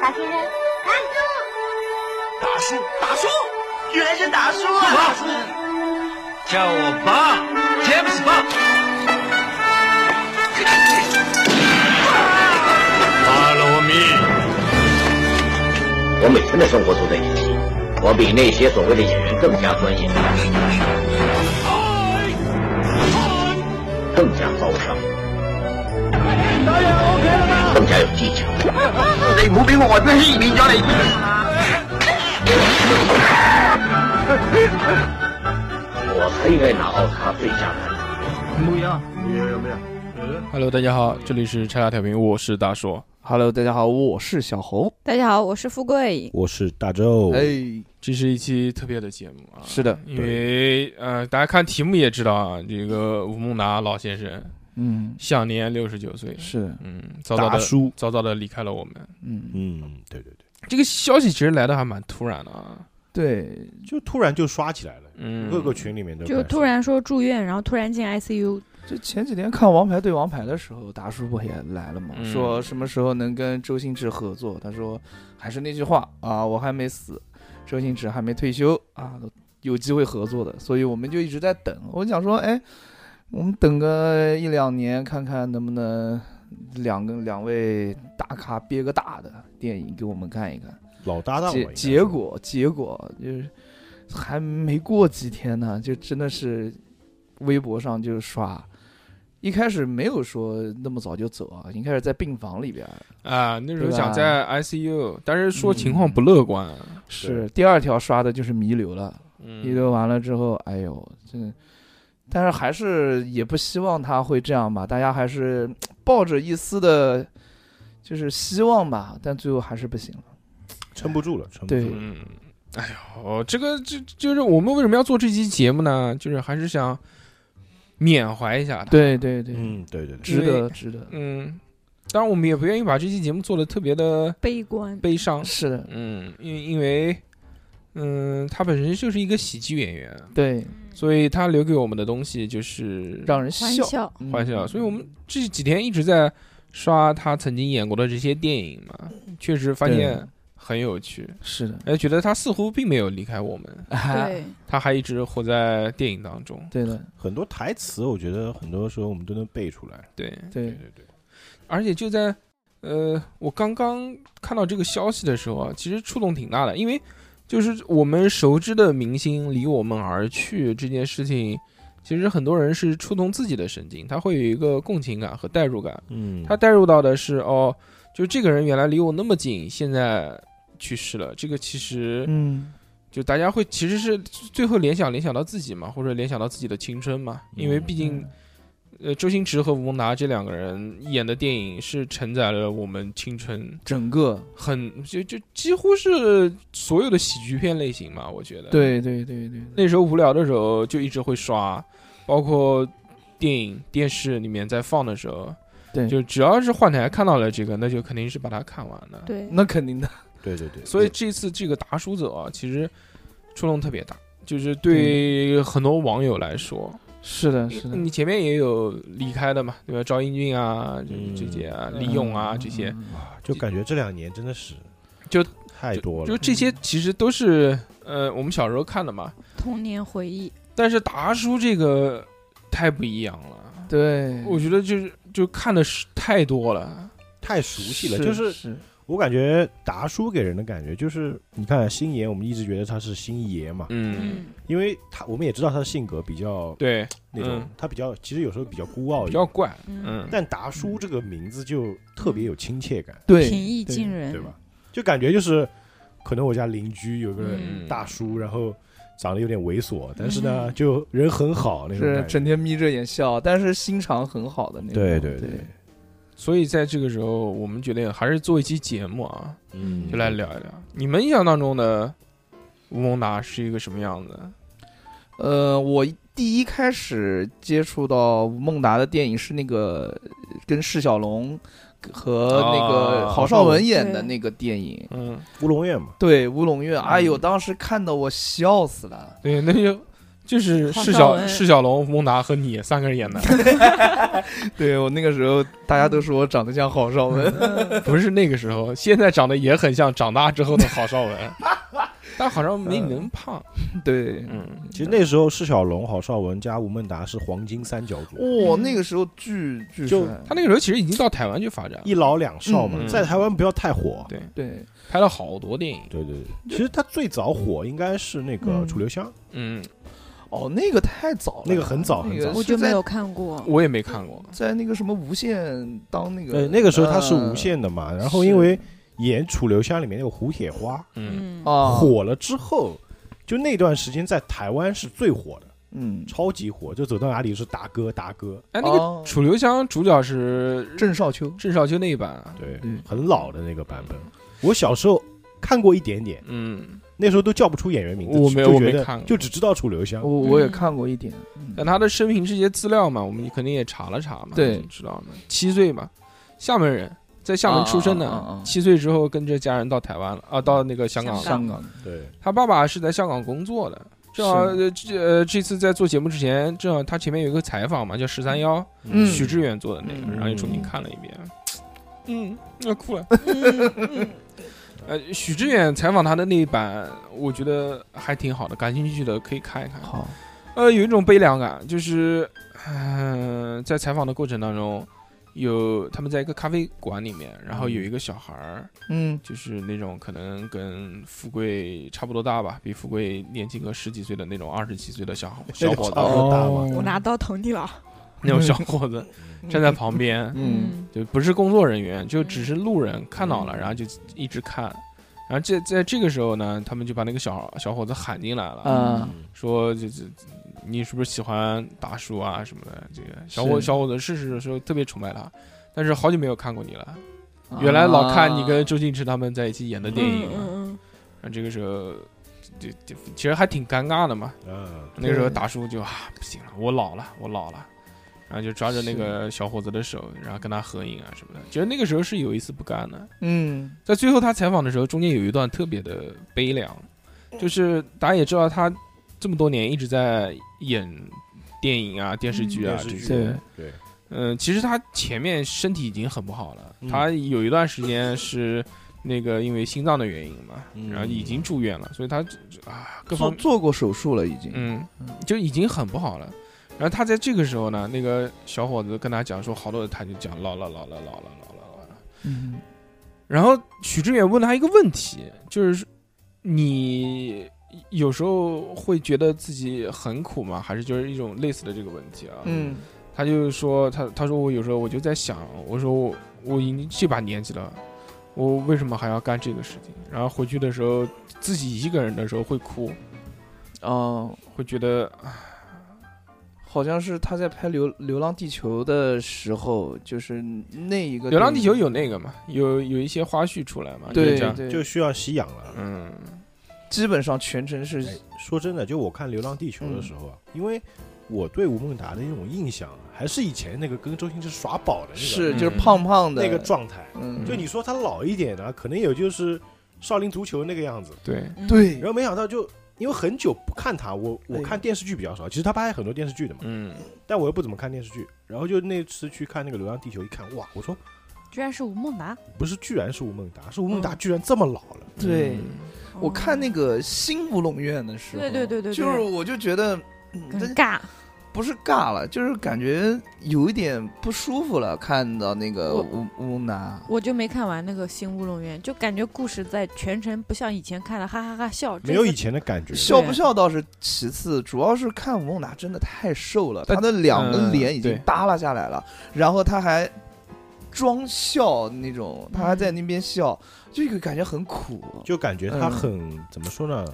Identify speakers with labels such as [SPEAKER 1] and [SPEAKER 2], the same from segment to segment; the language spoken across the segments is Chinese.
[SPEAKER 1] 打先生，打
[SPEAKER 2] 大叔，
[SPEAKER 3] 大叔，原来是大叔啊！
[SPEAKER 2] 大叔，叫我爸詹姆斯爸。Follow me，
[SPEAKER 4] 我每天的生活都在演戏，我比那些所谓的演员更加专业，更加高尚，更加有技巧。
[SPEAKER 3] 你唔好俾我外邊欺騙咗你。
[SPEAKER 4] 我才应该拿奥斯卡最佳男主。
[SPEAKER 5] Hello，大家好，这里是拆家调频，我是大硕。
[SPEAKER 6] Hello，大家好，我是小侯。
[SPEAKER 7] 大家好，我是富贵。
[SPEAKER 8] 我是大周，
[SPEAKER 6] 哎，
[SPEAKER 5] 这是一期特别的节目啊，
[SPEAKER 6] 是的
[SPEAKER 5] 因为呃，大家看题目也知道啊，这个吴孟达老先生
[SPEAKER 6] 嗯，
[SPEAKER 5] 享年六十九岁，
[SPEAKER 6] 是，
[SPEAKER 5] 嗯，早早
[SPEAKER 8] 大
[SPEAKER 5] 的
[SPEAKER 8] 叔
[SPEAKER 5] 早早的离开了我们。
[SPEAKER 6] 嗯，
[SPEAKER 8] 嗯，对对对，
[SPEAKER 5] 这个消息其实来的还蛮突然的啊，
[SPEAKER 6] 对，
[SPEAKER 8] 就突然就刷起来了，
[SPEAKER 5] 嗯，
[SPEAKER 8] 各个群里面都
[SPEAKER 7] 嗯就
[SPEAKER 8] 开始
[SPEAKER 7] 突然说住院，然后突然进 ICU，
[SPEAKER 6] 就前几天看《王牌对王牌》的时候，达叔不也来了吗？
[SPEAKER 5] 嗯
[SPEAKER 6] 说什么时候能跟周星驰合作？他说还是那句话啊，我还没死，周星驰还没退休啊，有机会合作的，所以我们就一直在等。我想说，哎，我们等个一两年，看看能不能两个两位大咖憋个大的电影给我们看一看。
[SPEAKER 8] 老搭档了
[SPEAKER 6] 结
[SPEAKER 8] 应该是
[SPEAKER 6] 结果结果就是还没过几天呢，就真的是微博上就刷，一开始没有说那么早就走啊，一开始在病房里边儿
[SPEAKER 5] 啊，那时候
[SPEAKER 6] 对吧
[SPEAKER 5] 想在 ICU，但是说情况不乐观，
[SPEAKER 6] 是第二条刷的就是弥留了，弥
[SPEAKER 5] 嗯，
[SPEAKER 6] 留完了之后，哎呦，真。但是还是也不希望他会这样吧，大家还是嗯抱着一丝的，就是希望吧，但最后还是不行了。
[SPEAKER 8] 撑不住了，撑不住了，
[SPEAKER 5] 嗯，哎呦，这个就就是我们为什么要做这期节目呢？就是还是想缅怀一下他，
[SPEAKER 6] 对对对，
[SPEAKER 8] 嗯，对对对，
[SPEAKER 6] 值得值得，
[SPEAKER 5] 嗯，当然我们也不愿意把这期节目做的特别的
[SPEAKER 7] 悲观。
[SPEAKER 5] 悲伤，
[SPEAKER 6] 是的，
[SPEAKER 5] 嗯，因因为，嗯，他本身就是一个喜剧演员，啊
[SPEAKER 6] 对，
[SPEAKER 5] 所以他留给我们的东西就是
[SPEAKER 6] 让人
[SPEAKER 7] 欢
[SPEAKER 6] 笑。
[SPEAKER 7] 笑，
[SPEAKER 6] 嗯
[SPEAKER 5] 欢笑，所以我们这几天一直在刷他曾经演过的这些电影嘛，确实发现很有趣，
[SPEAKER 6] 嗯 是的，
[SPEAKER 5] 哎，觉得他似乎并没有离开我们，
[SPEAKER 7] 对，
[SPEAKER 5] 他还一直活在电影当中，
[SPEAKER 6] 对的，
[SPEAKER 8] 很多台词我觉得很多时候我们都能背出来，
[SPEAKER 5] 对，
[SPEAKER 6] 对，
[SPEAKER 8] 对对对，
[SPEAKER 5] 而且就在呃，我刚刚看到这个消息的时候啊，其实触动挺大的，因为就是我们熟知的明星离我们而去这件事情，其实很多人是触动自己的神经，他会有一个共情感和代入感。
[SPEAKER 8] 嗯，
[SPEAKER 5] 他带入到的是哦，就这个人原来离我那么近，现在去世了。这个其实
[SPEAKER 6] 嗯，
[SPEAKER 5] 就大家会其实是最后联想联想到自己嘛，或者联想到自己的青春嘛，因为毕竟呃，周星驰和吴孟达这两个人演的电影是承载了我们青春
[SPEAKER 6] 整个，
[SPEAKER 5] 很就就几乎是所有的喜剧片类型嘛，我觉得。，
[SPEAKER 6] 对对对对，
[SPEAKER 5] 那时候无聊的时候就一直会刷，包括电影、电视里面在放的时候，
[SPEAKER 6] 对
[SPEAKER 5] 就只要是换台看到了这个，那就肯定是把它看完了。，
[SPEAKER 7] 对，
[SPEAKER 6] 那肯定的，
[SPEAKER 8] 对对对，
[SPEAKER 5] 所以这次这个达叔走啊，其实触动特别大，就是对很多网友来说，
[SPEAKER 6] 是的，是的，
[SPEAKER 5] 你前面也有离开的嘛，对吧？赵英俊啊，这
[SPEAKER 8] 嗯
[SPEAKER 5] 这些啊，李咏啊，这些，
[SPEAKER 6] 嗯，
[SPEAKER 8] 就感觉这两年真的是
[SPEAKER 5] 就
[SPEAKER 8] 太多
[SPEAKER 5] 就
[SPEAKER 8] 了，
[SPEAKER 5] 这些其实都是呃我们小时候看的嘛，
[SPEAKER 7] 童年回忆，
[SPEAKER 5] 但是达叔这个太不一样了。
[SPEAKER 6] 对，
[SPEAKER 5] 我觉得就是就看的是太多了，
[SPEAKER 8] 太熟悉了，
[SPEAKER 6] 是
[SPEAKER 8] 就是
[SPEAKER 6] 是
[SPEAKER 8] 我感觉达叔给人的感觉就是，你看星爷，我们一直觉得他是星爷嘛，
[SPEAKER 5] 嗯，
[SPEAKER 7] 嗯，
[SPEAKER 8] 因为他我们也知道他的性格比较
[SPEAKER 5] 对，
[SPEAKER 8] 那种
[SPEAKER 5] 嗯，
[SPEAKER 8] 他比较其实有时候比较孤傲一
[SPEAKER 5] 比
[SPEAKER 8] 点
[SPEAKER 5] 较，怪，
[SPEAKER 7] 嗯
[SPEAKER 5] 嗯，
[SPEAKER 8] 但达叔这个名字就特别有亲切感，
[SPEAKER 6] 对，
[SPEAKER 7] 平易
[SPEAKER 6] 对
[SPEAKER 7] 近，
[SPEAKER 5] 嗯
[SPEAKER 7] 人，
[SPEAKER 8] 对吧？就感觉就是，可能我家邻居有个
[SPEAKER 7] 嗯
[SPEAKER 8] 大叔，然后长得有点猥琐，但是
[SPEAKER 5] 嗯
[SPEAKER 8] 呢，就人很好那种
[SPEAKER 6] 是
[SPEAKER 8] 感觉。
[SPEAKER 6] 整天眯着眼笑，但是心肠很好的那种，
[SPEAKER 8] 对对
[SPEAKER 6] 对，
[SPEAKER 5] 所以在这个时候，我们决定还是做一期节目啊，
[SPEAKER 8] 嗯
[SPEAKER 5] 就来聊一聊你们印象当中的吴孟达是一个什么样子？
[SPEAKER 6] 呃，我第一开始接触到吴孟达的电影是那个呃跟释小龙和那个
[SPEAKER 5] 啊
[SPEAKER 6] 郝邵文演的
[SPEAKER 7] 对
[SPEAKER 6] 那个电影。
[SPEAKER 5] 嗯，
[SPEAKER 8] 乌龙院嘛，
[SPEAKER 6] 对乌龙院，哎呦，
[SPEAKER 5] 嗯
[SPEAKER 6] 当时看的我笑死了。
[SPEAKER 5] 对，那就就是
[SPEAKER 7] 郝
[SPEAKER 5] 释
[SPEAKER 7] 邵
[SPEAKER 5] 小
[SPEAKER 7] 文
[SPEAKER 5] 释小龙、吴孟达和你三个人演的，
[SPEAKER 6] 对我那个时候，大家都说我长得像郝邵文，
[SPEAKER 5] 不是那个时候，现在长得也很像长大之后的郝邵文， 但郝邵文没你那么胖。
[SPEAKER 6] 对，
[SPEAKER 5] 嗯，
[SPEAKER 8] 其实那时候释小龙、郝邵文加吴孟达是黄金三角组，
[SPEAKER 5] 嗯
[SPEAKER 6] 哇，那个时候巨巨
[SPEAKER 8] 就
[SPEAKER 6] 帅
[SPEAKER 5] 他那个时候其实已经到台湾去发展了，
[SPEAKER 8] 一老两少嘛
[SPEAKER 5] 嗯，嗯
[SPEAKER 8] 在台湾不要太火。
[SPEAKER 5] 对
[SPEAKER 6] 对，
[SPEAKER 5] 拍了好多电影。
[SPEAKER 8] 对对对，其实他最早火应该是那个
[SPEAKER 7] 嗯
[SPEAKER 8] 楚留香，
[SPEAKER 5] 嗯，
[SPEAKER 6] 哦，那个太早了，
[SPEAKER 8] 那个很早
[SPEAKER 6] 那
[SPEAKER 8] 很
[SPEAKER 6] 个
[SPEAKER 8] 早
[SPEAKER 6] 是
[SPEAKER 7] 我就没
[SPEAKER 6] 在
[SPEAKER 7] 有看过。
[SPEAKER 5] 我也没看过。
[SPEAKER 6] 在那个什么无线当那个
[SPEAKER 8] 呃，，那个时候他
[SPEAKER 6] 呃
[SPEAKER 8] 是无线的嘛，然后因为演楚留香里面那个胡铁花
[SPEAKER 5] 嗯，
[SPEAKER 7] 嗯，
[SPEAKER 6] 啊，
[SPEAKER 8] 火了之后，就那段时间在台湾是最火的，
[SPEAKER 6] 嗯，
[SPEAKER 8] 超级火，就走到哪里是达哥达哥，
[SPEAKER 5] 哎，那个
[SPEAKER 6] 哦
[SPEAKER 5] 《楚留香》主角是
[SPEAKER 6] 郑少秋，
[SPEAKER 5] 郑少秋那一版。
[SPEAKER 8] 对
[SPEAKER 6] 嗯，
[SPEAKER 8] 很老的那个版本。我小时候看过一点点，
[SPEAKER 5] 嗯，
[SPEAKER 8] 那时候都叫不出演员名字，
[SPEAKER 5] 我没
[SPEAKER 8] 就
[SPEAKER 5] 我
[SPEAKER 8] 觉
[SPEAKER 5] 没
[SPEAKER 8] 得
[SPEAKER 5] 看过
[SPEAKER 8] 就只知道楚留香
[SPEAKER 6] 我。我也
[SPEAKER 7] 嗯
[SPEAKER 6] 看过一点，
[SPEAKER 5] 但他的生平这些资料嘛，我们肯定也查了查嘛，
[SPEAKER 6] 对
[SPEAKER 5] 就知道嘛。七岁嘛，厦门人，在厦门出生
[SPEAKER 6] 啊啊啊
[SPEAKER 5] 的
[SPEAKER 6] 啊。
[SPEAKER 5] 七岁之后跟着家人到台湾了，啊，到那个香港了。
[SPEAKER 6] 香港的
[SPEAKER 8] 对，
[SPEAKER 5] 他爸爸是在香港工作的。正好
[SPEAKER 6] 是
[SPEAKER 5] 呃这呃这次在做节目之前，正好他前面有一个采访嘛，叫十三幺，
[SPEAKER 6] 嗯
[SPEAKER 5] 许志远做的那个，
[SPEAKER 8] 嗯
[SPEAKER 5] 然后又重新看了一遍，嗯，要哭了。 呃，许志远采访他的那一版，我觉得还挺好的，感兴趣的可以看一看。
[SPEAKER 6] 好，
[SPEAKER 5] 呃，有一种悲凉感，就是，嗯、在采访的过程当中，有他们在一个咖啡馆里面，然后有一个小孩儿，
[SPEAKER 6] 嗯
[SPEAKER 5] 就是那种可能跟富贵差不多大吧，比富贵年轻个十几岁的那种二十几岁的 小小伙
[SPEAKER 8] 那个
[SPEAKER 5] 子，
[SPEAKER 8] 哦大嘛
[SPEAKER 7] 我拿刀捅你了。
[SPEAKER 5] 那种小伙子站在旁边，
[SPEAKER 6] 嗯，
[SPEAKER 5] 就不是工作人员，就只是路人看到了，然后就一直看，然后这在这个时候呢，他们就把那个小小伙子喊进来了，
[SPEAKER 8] 嗯
[SPEAKER 6] 啊，
[SPEAKER 5] 说这这。你是不是喜欢大叔啊什么的？这个小伙
[SPEAKER 6] 是
[SPEAKER 5] 小伙子是是说特别崇拜他，但是好久没有看过你了。
[SPEAKER 6] 啊
[SPEAKER 7] 啊
[SPEAKER 5] 原来老看你跟周星驰他们在一起演的电影，啊
[SPEAKER 7] 嗯
[SPEAKER 5] 那这个时候，就就其实还挺尴尬的嘛。
[SPEAKER 8] 嗯，
[SPEAKER 5] 那个时候大叔就啊不行了，我老了，我老了，然后就抓着那个小伙子的手，然后跟他合影啊什么的。其实那个时候是有一丝不甘的。
[SPEAKER 6] 嗯
[SPEAKER 5] 在最后他采访的时候，中间有一段特别的悲凉，就是大家也知道他这么多年一直在演电影啊、电视剧啊
[SPEAKER 8] 嗯电视
[SPEAKER 5] 这
[SPEAKER 8] 剧
[SPEAKER 5] 些。
[SPEAKER 8] 对，
[SPEAKER 5] 嗯，其实他前面身体已经很不好了，
[SPEAKER 8] 嗯
[SPEAKER 5] 他有一段时间是那个因为心脏的原因嘛，
[SPEAKER 8] 嗯
[SPEAKER 5] 然后已经住院了，所以他啊各
[SPEAKER 6] 做
[SPEAKER 5] 方
[SPEAKER 6] 做过手术了已经，
[SPEAKER 5] 嗯就已经很不好了。然后他在这个时候呢，那个小伙子跟他讲说，好多他就讲老了老了老了老了老了。
[SPEAKER 6] 嗯
[SPEAKER 5] 然后许知远问他一个问题，就是你有时候会觉得自己很苦吗？还是就是一种类似的这个问题啊？
[SPEAKER 6] 嗯
[SPEAKER 5] 他就说他他说我有时候我就在想，我说我我已经这把年纪了，我为什么还要干这个事情？然后回去的时候自己一个人的时候会哭，
[SPEAKER 6] 哦，
[SPEAKER 5] 会觉得啊
[SPEAKER 6] 好像是他在拍《流流浪地球》的时候，就是那一个
[SPEAKER 5] 《流浪地球》
[SPEAKER 6] 电影
[SPEAKER 5] 有那个嘛，有有一些花絮出来嘛，就
[SPEAKER 6] 对
[SPEAKER 5] 是这样，
[SPEAKER 6] 对，
[SPEAKER 8] 就需要吸氧了。
[SPEAKER 5] 嗯
[SPEAKER 6] 基本上全程是
[SPEAKER 8] 哎说真的，就我看《流浪地球》的时候啊，因为我对吴孟达的那种印象啊，还是以前那个跟周星驰耍宝的那个
[SPEAKER 6] 是
[SPEAKER 5] 嗯
[SPEAKER 6] 就是胖胖的
[SPEAKER 8] 那个，状态。
[SPEAKER 6] 嗯，
[SPEAKER 8] 就你说他老一点呢，可能也就是少林足球那个样子。
[SPEAKER 5] 对，
[SPEAKER 7] 嗯，
[SPEAKER 6] 对
[SPEAKER 8] 然，后没想到就因为很久不看他，我我
[SPEAKER 6] 哎
[SPEAKER 8] 看电视剧比较少，其实他拍很多电视剧的嘛，
[SPEAKER 5] 嗯
[SPEAKER 8] 但我又不怎么看电视剧。然后就那次去看那个《流浪地球》，一看哇，我说
[SPEAKER 7] 居然是吴孟达。
[SPEAKER 8] 不是，居然是吴孟达，是吴
[SPEAKER 6] 嗯
[SPEAKER 8] 孟达居然这么老了。
[SPEAKER 6] 对
[SPEAKER 5] 嗯
[SPEAKER 6] 我看那
[SPEAKER 7] 个
[SPEAKER 6] 个新乌龙院的时候，
[SPEAKER 7] 对对对对对
[SPEAKER 6] 就是我就觉得，嗯这
[SPEAKER 7] 很尬，
[SPEAKER 6] 不是尬了，就是感觉有一点不舒服了。看到那个
[SPEAKER 7] 我
[SPEAKER 6] 乌乌娜，
[SPEAKER 7] 我就没看完那个《新乌龙院》，就感觉故事在全程不像以前看的哈哈哈笑，
[SPEAKER 8] 没有
[SPEAKER 7] 这
[SPEAKER 8] 以
[SPEAKER 7] 次
[SPEAKER 8] 前的感觉，
[SPEAKER 6] 笑不笑倒是其次，主要是看吴孟达真的太瘦了，
[SPEAKER 5] 但
[SPEAKER 6] 他的两个
[SPEAKER 5] 嗯
[SPEAKER 6] 脸已经
[SPEAKER 5] 对
[SPEAKER 6] 耷拉下来了，然后他还装笑那种，他还在那边笑，就就感觉很苦。
[SPEAKER 8] 就感觉
[SPEAKER 6] 嗯
[SPEAKER 8] 他很怎么说呢？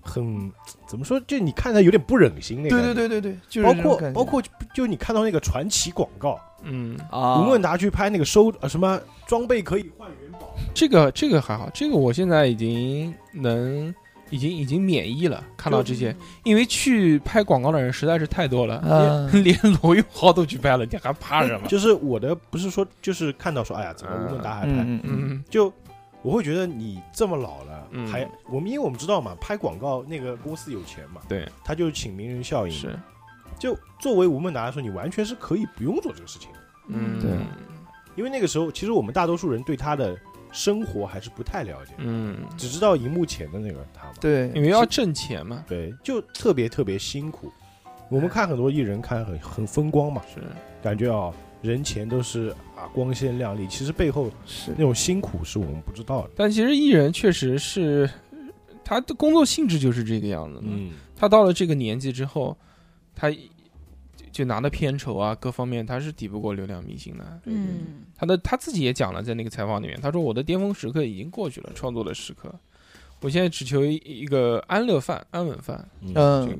[SPEAKER 8] 很怎么说？就你看他有点不忍心那个
[SPEAKER 6] 对对
[SPEAKER 8] 感觉。
[SPEAKER 6] 对对对，就是
[SPEAKER 8] 包
[SPEAKER 6] 这种
[SPEAKER 8] 括
[SPEAKER 6] 感觉
[SPEAKER 8] 包括就就你看到那个传奇广告，
[SPEAKER 5] 嗯，
[SPEAKER 6] 啊，
[SPEAKER 8] 吴孟达去拍那个收呃什么装备可以换元宝，
[SPEAKER 5] 这个这个还好，这个我现在已经能已经已经免疫了，看到这些，
[SPEAKER 6] 嗯
[SPEAKER 5] 因为去拍广告的人实在是太多了，
[SPEAKER 6] 啊
[SPEAKER 5] 连 连罗永浩都去拍了，你 还怕什么？
[SPEAKER 8] 就是我的不是说就是看到说哎呀怎么
[SPEAKER 5] 嗯
[SPEAKER 8] 吴孟达还拍，
[SPEAKER 6] 嗯嗯嗯，
[SPEAKER 5] 嗯，
[SPEAKER 8] 就我会觉得你这么老了，
[SPEAKER 5] 嗯
[SPEAKER 8] 还我们因为我们知道嘛，拍广告那个公司有钱嘛，
[SPEAKER 5] 对，
[SPEAKER 8] 他就请名人效应，
[SPEAKER 5] 是，
[SPEAKER 8] 就作为吴孟达来说，你完全是可以不用做这个事情的，
[SPEAKER 5] 嗯，
[SPEAKER 6] 对，
[SPEAKER 8] 因为那个时候其实我们大多数人对他的生活还是不太了解，
[SPEAKER 5] 嗯，
[SPEAKER 8] 只知道荧幕前的那个他嘛，
[SPEAKER 6] 对，
[SPEAKER 5] 因为要挣钱嘛，
[SPEAKER 8] 对，就特别特别辛苦。我们看很多艺人看很很风光嘛，
[SPEAKER 5] 是，
[SPEAKER 8] 感觉啊人前都是啊光鲜亮丽，其实背后
[SPEAKER 6] 是
[SPEAKER 8] 那种辛苦是我们不知道的。
[SPEAKER 5] 但其实艺人确实是他的工作性质就是这个样子嘛，
[SPEAKER 8] 嗯，
[SPEAKER 5] 他到了这个年纪之后，他一就拿的片酬啊，各方面他是抵不过流量明星的。
[SPEAKER 7] 嗯，
[SPEAKER 5] 他的他自己也讲了，在那个采访里面，他说我的巅峰时刻已经过去了，创作的时刻，我现在只求一一个安乐饭、安稳饭。
[SPEAKER 8] 嗯，
[SPEAKER 5] 这
[SPEAKER 6] 嗯，
[SPEAKER 5] 个，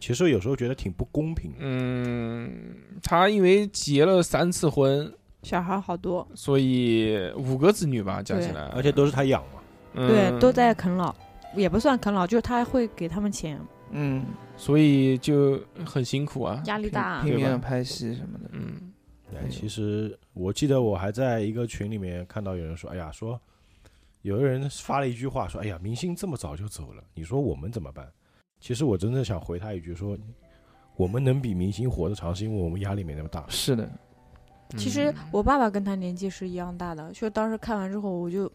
[SPEAKER 8] 其实有时候觉得挺不公平的。
[SPEAKER 5] 嗯，他因为结了三次婚，
[SPEAKER 7] 小孩好多，
[SPEAKER 5] 所以五个子女吧，加起来，
[SPEAKER 8] 而且都是他养嘛，
[SPEAKER 5] 嗯
[SPEAKER 7] 对，都在啃老，也不算啃老，就是他还会给他们钱，
[SPEAKER 6] 嗯，
[SPEAKER 5] 所以就很辛苦啊，
[SPEAKER 7] 压力大
[SPEAKER 5] 对
[SPEAKER 6] 拼
[SPEAKER 5] 吧
[SPEAKER 6] 命地拍戏什么的，
[SPEAKER 5] 嗯，
[SPEAKER 8] 哎，其实我记得我还在一个群里面看到有人说，哎呀，说有个人发了一句话说，哎呀，明星这么早就走了，你说我们怎么办？其实我真的想回他一句说，我们能比明星活得长，是因为我们压力没那么大。
[SPEAKER 6] 是 的，
[SPEAKER 5] 嗯
[SPEAKER 7] 其实我爸爸跟他年纪是一样大的，就当时看完之后，我就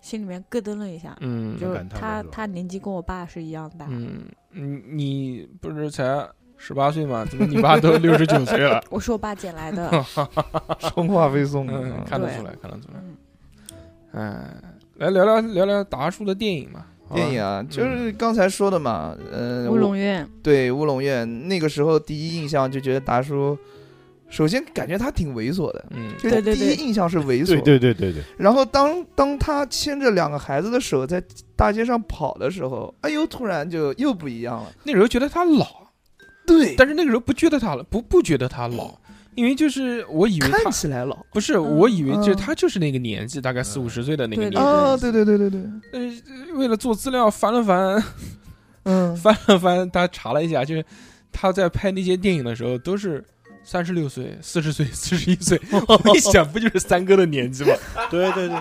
[SPEAKER 7] 心里面咯噔了一下，
[SPEAKER 5] 嗯，
[SPEAKER 7] 就
[SPEAKER 8] 很
[SPEAKER 7] 是
[SPEAKER 8] 感叹
[SPEAKER 7] 他
[SPEAKER 8] 那种
[SPEAKER 7] 他年纪跟我爸是一样大，
[SPEAKER 5] 嗯，你你不是才十八岁吗？怎么你爸都六十九岁了？
[SPEAKER 7] 我是我爸捡来的，
[SPEAKER 6] 充话费送的
[SPEAKER 5] 嗯，
[SPEAKER 6] 啊，
[SPEAKER 5] 看得
[SPEAKER 7] 对
[SPEAKER 5] 出来，看得出来。
[SPEAKER 7] 嗯
[SPEAKER 5] 哎，来聊聊聊聊达叔的电影嘛，好吧
[SPEAKER 6] 电影啊，就是刚才说的嘛，呃，
[SPEAKER 7] 乌
[SPEAKER 6] 我
[SPEAKER 7] 龙院，
[SPEAKER 6] 对乌龙院那个时候第一印象就觉得达叔，首先感觉他挺猥琐的，
[SPEAKER 5] 嗯，
[SPEAKER 6] 就
[SPEAKER 7] 对
[SPEAKER 6] 是
[SPEAKER 7] 对
[SPEAKER 6] 第
[SPEAKER 7] 对
[SPEAKER 6] 一印象是猥琐，
[SPEAKER 8] 对对对，
[SPEAKER 6] 然后当当他牵着两个孩子的手在大街上跑的时候，哎呦，突然就又不一样了。
[SPEAKER 5] 那时候觉得他老，
[SPEAKER 6] 对
[SPEAKER 5] 但是那个时候不觉得他老，不不觉得他老，因为就是我以为他
[SPEAKER 6] 看起来老
[SPEAKER 5] 不是，我以为就
[SPEAKER 6] 嗯
[SPEAKER 5] 他就是那个年纪，大概四五十岁的那个
[SPEAKER 7] 对
[SPEAKER 5] 年
[SPEAKER 7] 对
[SPEAKER 5] 纪。
[SPEAKER 6] 啊，对对对对对，
[SPEAKER 5] 呃为了做资料，翻了翻，
[SPEAKER 6] 嗯，
[SPEAKER 5] 翻了翻，他查了一下，就是他在拍那些电影的时候都是。三十六岁、四十岁、 四十一岁，我一想不就是三哥的年纪吗？
[SPEAKER 8] 对对对，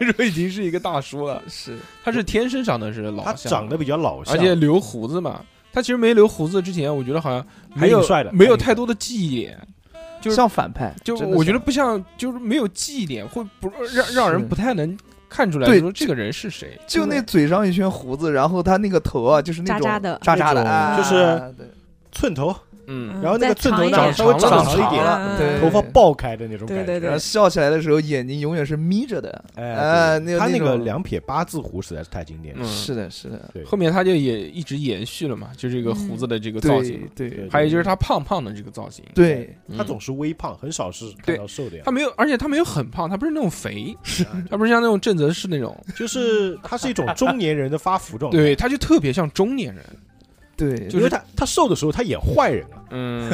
[SPEAKER 5] 那时候已经是一个大叔了。
[SPEAKER 6] 是
[SPEAKER 5] 他是天生长得是老
[SPEAKER 8] 他
[SPEAKER 5] 相
[SPEAKER 8] 长得比较老相，
[SPEAKER 5] 而且留胡子嘛。他其实没留胡子之前，我觉得好像没有
[SPEAKER 8] 还挺帅的
[SPEAKER 5] 没有
[SPEAKER 8] 还挺帅
[SPEAKER 5] 太多的记忆点，就是
[SPEAKER 6] 像反派，
[SPEAKER 5] 就
[SPEAKER 6] 真的
[SPEAKER 5] 我觉
[SPEAKER 6] 像
[SPEAKER 5] 得不像，就是没有记忆点，会不让让人
[SPEAKER 6] 是
[SPEAKER 5] 不太能看出来，
[SPEAKER 6] 对
[SPEAKER 5] 说这个人是谁。
[SPEAKER 6] 就那嘴上一圈胡子，然后他那个头啊，就是
[SPEAKER 7] 扎
[SPEAKER 6] 那种
[SPEAKER 7] 扎的
[SPEAKER 6] 扎扎的，
[SPEAKER 5] 那种
[SPEAKER 6] 啊
[SPEAKER 8] 就是
[SPEAKER 6] 对
[SPEAKER 8] 寸头，
[SPEAKER 5] 嗯，
[SPEAKER 8] 然后那
[SPEAKER 7] 再
[SPEAKER 8] 个寸
[SPEAKER 7] 长
[SPEAKER 8] 头
[SPEAKER 7] 一
[SPEAKER 8] 那儿
[SPEAKER 7] 点
[SPEAKER 8] 稍微
[SPEAKER 5] 长
[SPEAKER 8] 长
[SPEAKER 5] 了
[SPEAKER 8] 了一
[SPEAKER 5] 长
[SPEAKER 8] 点，
[SPEAKER 7] 嗯
[SPEAKER 6] 对
[SPEAKER 8] 头发爆开的那种感
[SPEAKER 7] 对
[SPEAKER 8] 觉。
[SPEAKER 7] 对
[SPEAKER 6] 然后
[SPEAKER 7] 对，
[SPEAKER 6] 笑起来的时候眼睛永远是眯着的。
[SPEAKER 8] 哎
[SPEAKER 6] 哎，
[SPEAKER 8] 对
[SPEAKER 6] 那
[SPEAKER 8] 他
[SPEAKER 6] 那
[SPEAKER 8] 那个
[SPEAKER 6] 种
[SPEAKER 8] 两撇八字胡实在是太经典了。
[SPEAKER 5] 嗯
[SPEAKER 6] 是的，是的，
[SPEAKER 8] 对，
[SPEAKER 5] 后面他就也一直延续了嘛，就这个胡子的这个造
[SPEAKER 6] 对
[SPEAKER 5] 型，
[SPEAKER 6] 对
[SPEAKER 5] 还有就是他胖胖的这个造型。
[SPEAKER 6] 对，
[SPEAKER 5] 嗯
[SPEAKER 8] 他总是微胖，很少是看到瘦的呀
[SPEAKER 5] 他。没有，而且他没有很胖，他不是那种肥，
[SPEAKER 8] 是
[SPEAKER 5] 他不是像那种郑则仕那种，
[SPEAKER 8] 就是他是一种中年人的发福状态。
[SPEAKER 5] 对，，他就特别像中年人。
[SPEAKER 6] 对，
[SPEAKER 5] 就
[SPEAKER 8] 因为他他瘦的时候他演坏人啊，
[SPEAKER 5] 嗯，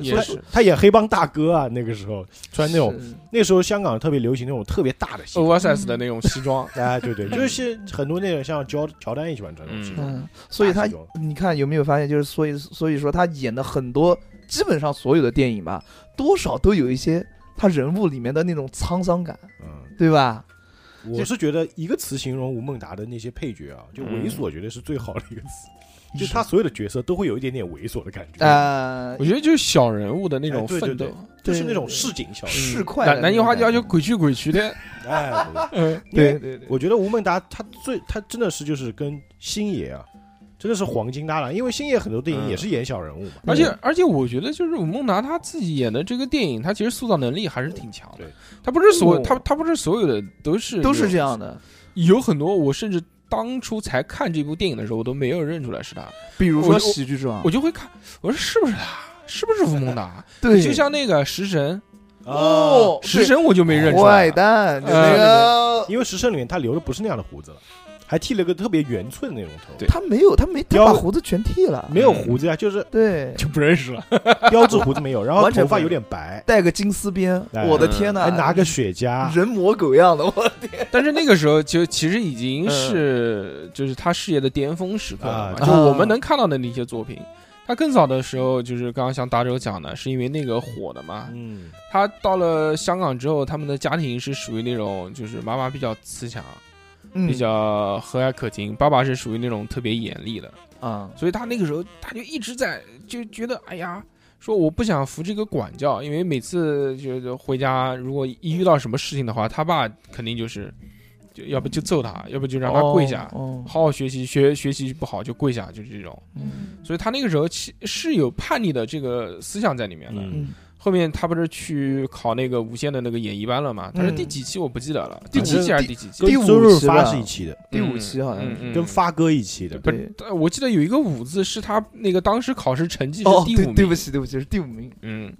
[SPEAKER 5] 也
[SPEAKER 8] 他
[SPEAKER 5] 是。
[SPEAKER 8] 他演黑帮大哥啊，那个时候穿那种
[SPEAKER 6] 是
[SPEAKER 8] 那时候香港特别流行那种特别大的西装。
[SPEAKER 5] 哦 oversize 的那种西装，
[SPEAKER 8] 哎，对对，就是很多那种像乔乔丹也喜欢穿那种西装，
[SPEAKER 6] 嗯，所以
[SPEAKER 8] 大
[SPEAKER 6] 他
[SPEAKER 8] 西装
[SPEAKER 6] 你看有没有发现，就是所以所以说他演的很多，基本上所有的电影吧，多少都有一些他人物里面的那种沧桑感，
[SPEAKER 8] 嗯，
[SPEAKER 6] 对吧？
[SPEAKER 8] 我是觉得一个词形容吴孟达的那些配角啊，就猥琐，绝对是最好的一个词。就他所有的角色都会有一点点猥琐的感觉，
[SPEAKER 6] 呃
[SPEAKER 5] 我，觉得就是小人物的那种
[SPEAKER 8] 哎对对
[SPEAKER 5] 奋斗
[SPEAKER 8] 对。就是
[SPEAKER 6] 对
[SPEAKER 8] 那种
[SPEAKER 6] 对
[SPEAKER 8] 市井小人。
[SPEAKER 6] 市侩的
[SPEAKER 5] 南南京花轿
[SPEAKER 6] 那
[SPEAKER 5] 就
[SPEAKER 6] 种
[SPEAKER 5] 鬼去鬼去的，
[SPEAKER 8] 哎，对对
[SPEAKER 5] 嗯，
[SPEAKER 8] 因为
[SPEAKER 6] 对对对，
[SPEAKER 8] 我觉得吴孟达他最他真的是就是跟星爷啊，真的是黄金搭档，因为星爷很多电影
[SPEAKER 5] 嗯
[SPEAKER 8] 也是演小人物嘛。
[SPEAKER 5] 而且而且我觉得就是吴孟达他自己演的这个电影，他其实塑造能力还是挺强的
[SPEAKER 8] 对。
[SPEAKER 5] 他不是所有
[SPEAKER 6] 哦
[SPEAKER 5] 他他不是所有的都是
[SPEAKER 6] 都是这
[SPEAKER 5] 样，
[SPEAKER 6] 样的。
[SPEAKER 5] 有很多我甚至当初才看这部电影的时候，我都没有认出来是他，
[SPEAKER 6] 比如
[SPEAKER 5] 我
[SPEAKER 6] 说
[SPEAKER 5] 我
[SPEAKER 6] 喜剧之王
[SPEAKER 5] 我，就会看，我说是不是他？是不是吴孟达？
[SPEAKER 6] 对，
[SPEAKER 5] 就啊像那个食神，
[SPEAKER 8] 哦，
[SPEAKER 6] 对
[SPEAKER 5] 食神我就没认出来
[SPEAKER 6] 坏。蛋，就
[SPEAKER 5] 呃
[SPEAKER 6] 那个
[SPEAKER 8] 因为《食神》里面他留的不是那样的胡子了，还剃了个特别圆寸的那种头，
[SPEAKER 5] 对
[SPEAKER 6] 他没有，他没他
[SPEAKER 8] 妖
[SPEAKER 6] 把胡子全剃了，
[SPEAKER 8] 没有胡子呀、就是
[SPEAKER 6] 对，
[SPEAKER 5] 就不认识了，
[SPEAKER 8] 标志胡子没有，然后
[SPEAKER 6] 完全
[SPEAKER 8] 头发
[SPEAKER 6] 不
[SPEAKER 8] 有点白，
[SPEAKER 6] 戴个金丝边，
[SPEAKER 8] 哎
[SPEAKER 6] 我的天哪，
[SPEAKER 8] 还拿个雪
[SPEAKER 5] 啊
[SPEAKER 8] 茄，
[SPEAKER 6] 人模狗样的，我
[SPEAKER 5] 但是那个时候就其实已嗯经是就是他事业的巅峰时刻了嘛，
[SPEAKER 8] 啊
[SPEAKER 5] 就我们能看到的那些作品，他更早的时候就是刚刚像达州讲的，是因为那个火的嘛。
[SPEAKER 8] 嗯，
[SPEAKER 5] 他到了香港之后，他们的家庭是属于那种就是妈妈比较慈祥，
[SPEAKER 6] 嗯
[SPEAKER 5] 比较和蔼可亲，爸爸是属于那种特别严厉的。
[SPEAKER 6] 啊，
[SPEAKER 5] 所以他那个时候他就一直在就觉得哎呀，说我不想服这个管教，因为每次就是回家如果一遇到什么事情的话，他爸肯定就是就要不就揍他，要不就让他跪下，
[SPEAKER 6] 哦，
[SPEAKER 5] 好好学习，学学习不好就跪下，就是这种。
[SPEAKER 6] 嗯
[SPEAKER 5] 所以他那个时候其是有叛逆的这个思想在里面的。
[SPEAKER 8] 嗯
[SPEAKER 6] 嗯，
[SPEAKER 5] 后面他不是去考那个无线的那个演艺班了嘛？他是第
[SPEAKER 6] 嗯
[SPEAKER 5] 几期我不记得了，第
[SPEAKER 8] 反
[SPEAKER 5] 几期
[SPEAKER 8] 正
[SPEAKER 5] 还是第几期？
[SPEAKER 6] 第
[SPEAKER 8] 跟
[SPEAKER 6] 五
[SPEAKER 8] 周润
[SPEAKER 6] 期
[SPEAKER 8] 发
[SPEAKER 6] 吧
[SPEAKER 8] 是一期的，
[SPEAKER 6] 第五期好
[SPEAKER 5] 嗯
[SPEAKER 6] 像是
[SPEAKER 5] 嗯嗯
[SPEAKER 8] 跟发哥一起的。
[SPEAKER 5] 不
[SPEAKER 6] 对
[SPEAKER 5] 是，呃我记得有一个五字是他那个当时考试成绩是
[SPEAKER 6] 哦，
[SPEAKER 5] 第五
[SPEAKER 6] 对，
[SPEAKER 5] 名，
[SPEAKER 6] 对不起，对不起，是第五名，
[SPEAKER 5] 嗯，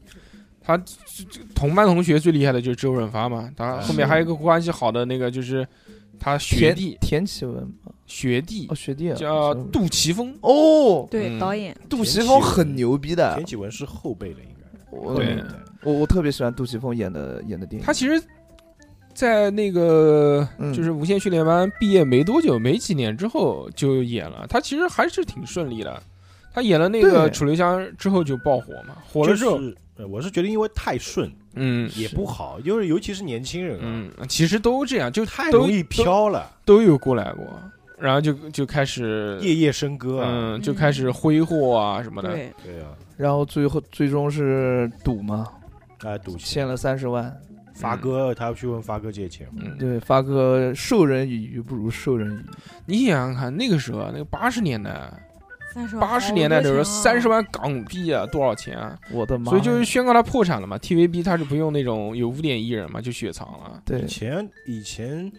[SPEAKER 5] 他这这同班同学最厉害的就是周润发嘛，
[SPEAKER 8] 啊
[SPEAKER 5] 他后面还有一个关系好的那个就是他学
[SPEAKER 6] 田
[SPEAKER 5] 弟
[SPEAKER 6] 田启文嘛
[SPEAKER 5] 学弟
[SPEAKER 6] 哦，学弟啊
[SPEAKER 5] 叫
[SPEAKER 6] 什么
[SPEAKER 5] 杜琪峰，
[SPEAKER 6] 哦，
[SPEAKER 7] 对，
[SPEAKER 5] 嗯
[SPEAKER 7] 导演
[SPEAKER 6] 杜琪峰很牛逼的
[SPEAKER 8] 田，启文是后辈了，应该。
[SPEAKER 6] 我
[SPEAKER 5] 对
[SPEAKER 6] 我我特别喜欢杜琪峰演的演的电影，
[SPEAKER 5] 他其实，在那个
[SPEAKER 6] 嗯
[SPEAKER 5] 就是无线训练班毕业没多久，没几年之后就演了，他其实还是挺顺利的。他演了那个
[SPEAKER 6] 对
[SPEAKER 5] 《楚留香》之后就爆火嘛，火了
[SPEAKER 8] 就
[SPEAKER 5] 之后，
[SPEAKER 8] 是，呃我是觉得因为太顺
[SPEAKER 5] 嗯
[SPEAKER 8] 也不好，就是尤其是年轻人啊，
[SPEAKER 5] 嗯，其实都这样，就
[SPEAKER 8] 太
[SPEAKER 5] 都
[SPEAKER 8] 容易飘了，
[SPEAKER 5] 都有过来过，然后就就开始
[SPEAKER 8] 夜夜笙歌啊。
[SPEAKER 5] 嗯，就开始挥霍啊什么的。
[SPEAKER 7] 对，
[SPEAKER 8] 对啊，
[SPEAKER 6] 然后最后最终是赌嘛，
[SPEAKER 8] 大家哎赌气。
[SPEAKER 6] 欠了三十万，
[SPEAKER 8] 发哥他去问发哥借钱嘛，
[SPEAKER 5] 嗯，
[SPEAKER 6] 对，发哥授人以鱼不如授人以渔，
[SPEAKER 5] 你想想看，那个时候啊那个八十年代，
[SPEAKER 7] 三十哦
[SPEAKER 5] 八十年代的
[SPEAKER 7] 啊
[SPEAKER 5] 时候，三十万港币啊，多少钱啊？
[SPEAKER 6] 我的妈呀，
[SPEAKER 5] 所以就是宣告他破产了嘛。TVB 它是不用那种有污点艺人嘛，就雪藏了。
[SPEAKER 6] 对
[SPEAKER 8] 以前以前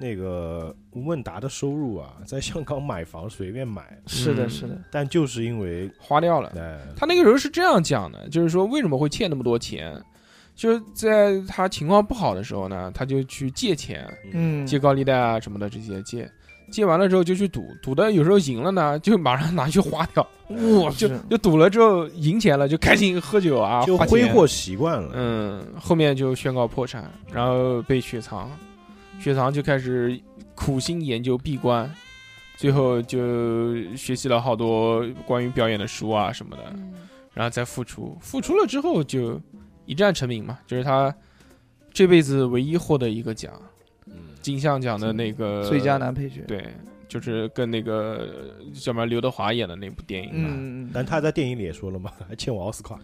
[SPEAKER 8] 那个吴孟达的收入啊，在香港买房随便买，
[SPEAKER 6] 是的，
[SPEAKER 5] 嗯
[SPEAKER 6] 是的，
[SPEAKER 8] 但就是因为
[SPEAKER 5] 花掉
[SPEAKER 6] 嗯
[SPEAKER 5] 了。
[SPEAKER 8] 呃
[SPEAKER 5] 他那个时候是这样讲的，就是说为什么会欠那么多钱，就是在他情况不好的时候呢，他就去借钱，
[SPEAKER 6] 嗯，
[SPEAKER 5] 借高利贷啊什么的这些借。借完了之后就去赌，赌的有时候赢了呢， 就马上拿去花掉；
[SPEAKER 6] 哇，
[SPEAKER 5] 就是就赌了之后赢钱了，就开心喝酒啊，
[SPEAKER 8] 就
[SPEAKER 5] 花钱
[SPEAKER 8] 挥霍习惯了，
[SPEAKER 5] 嗯，后面就宣告破产，然后被雪藏，雪藏就开始苦心研究闭关，最后就学习了好多关于表演的书啊什么的，
[SPEAKER 7] 嗯，
[SPEAKER 5] 然后再复出，复出了之后就一战成名嘛，就是他这辈子唯一获得一个奖，
[SPEAKER 8] 嗯
[SPEAKER 5] 金像奖的那个
[SPEAKER 6] 最佳，男配角，
[SPEAKER 5] 对，就是跟那个叫什么刘德华演的那部电影嘛，啊
[SPEAKER 6] 嗯，嗯嗯
[SPEAKER 8] 但他在电影里也说了嘛，还欠我奥斯卡，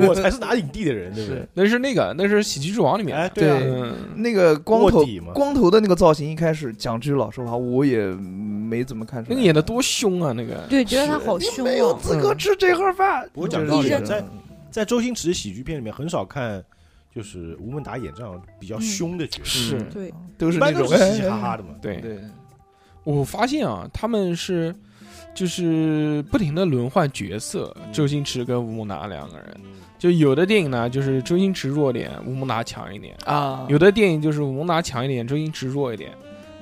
[SPEAKER 8] 我才是拿影帝的人，对不对
[SPEAKER 6] 是？
[SPEAKER 5] 那是那个那是喜剧之王里面的，
[SPEAKER 8] 哎，对啊
[SPEAKER 6] 对
[SPEAKER 5] 嗯。
[SPEAKER 6] 那个光
[SPEAKER 8] 卧
[SPEAKER 6] 头
[SPEAKER 8] 底嘛
[SPEAKER 6] 光头的那个造型，一开始讲句老实话，我也没怎么看出
[SPEAKER 5] 那
[SPEAKER 6] 来。
[SPEAKER 5] 个演的多凶啊！那个
[SPEAKER 7] 对，觉得
[SPEAKER 6] 是
[SPEAKER 7] 他好凶
[SPEAKER 6] 没有
[SPEAKER 7] 哦，
[SPEAKER 6] 资格吃这盒饭。
[SPEAKER 8] 我
[SPEAKER 6] 就
[SPEAKER 8] 讲
[SPEAKER 6] 是
[SPEAKER 8] 道
[SPEAKER 7] 理
[SPEAKER 6] 这
[SPEAKER 7] 的
[SPEAKER 6] 种
[SPEAKER 8] 在周星驰的喜剧片里面很少看，就是吴孟达演这样比较凶的角色，
[SPEAKER 6] 是
[SPEAKER 5] 嗯
[SPEAKER 7] 对，
[SPEAKER 6] 都嗯是
[SPEAKER 8] 一
[SPEAKER 6] 那
[SPEAKER 8] 般
[SPEAKER 6] 种
[SPEAKER 8] 都是嘻嘻哈哈
[SPEAKER 6] 的。
[SPEAKER 8] 的嘛。
[SPEAKER 5] 对，
[SPEAKER 6] 对，
[SPEAKER 5] 我发现啊，他们是就是不停的轮换角色，
[SPEAKER 8] 嗯
[SPEAKER 5] 周星驰跟吴孟达两个人。
[SPEAKER 8] 嗯
[SPEAKER 5] 就有的电影呢，就是周星驰弱点，吴孟达强一点；
[SPEAKER 6] 啊，
[SPEAKER 5] 有的电影就是吴孟达强一点，周星驰弱一点。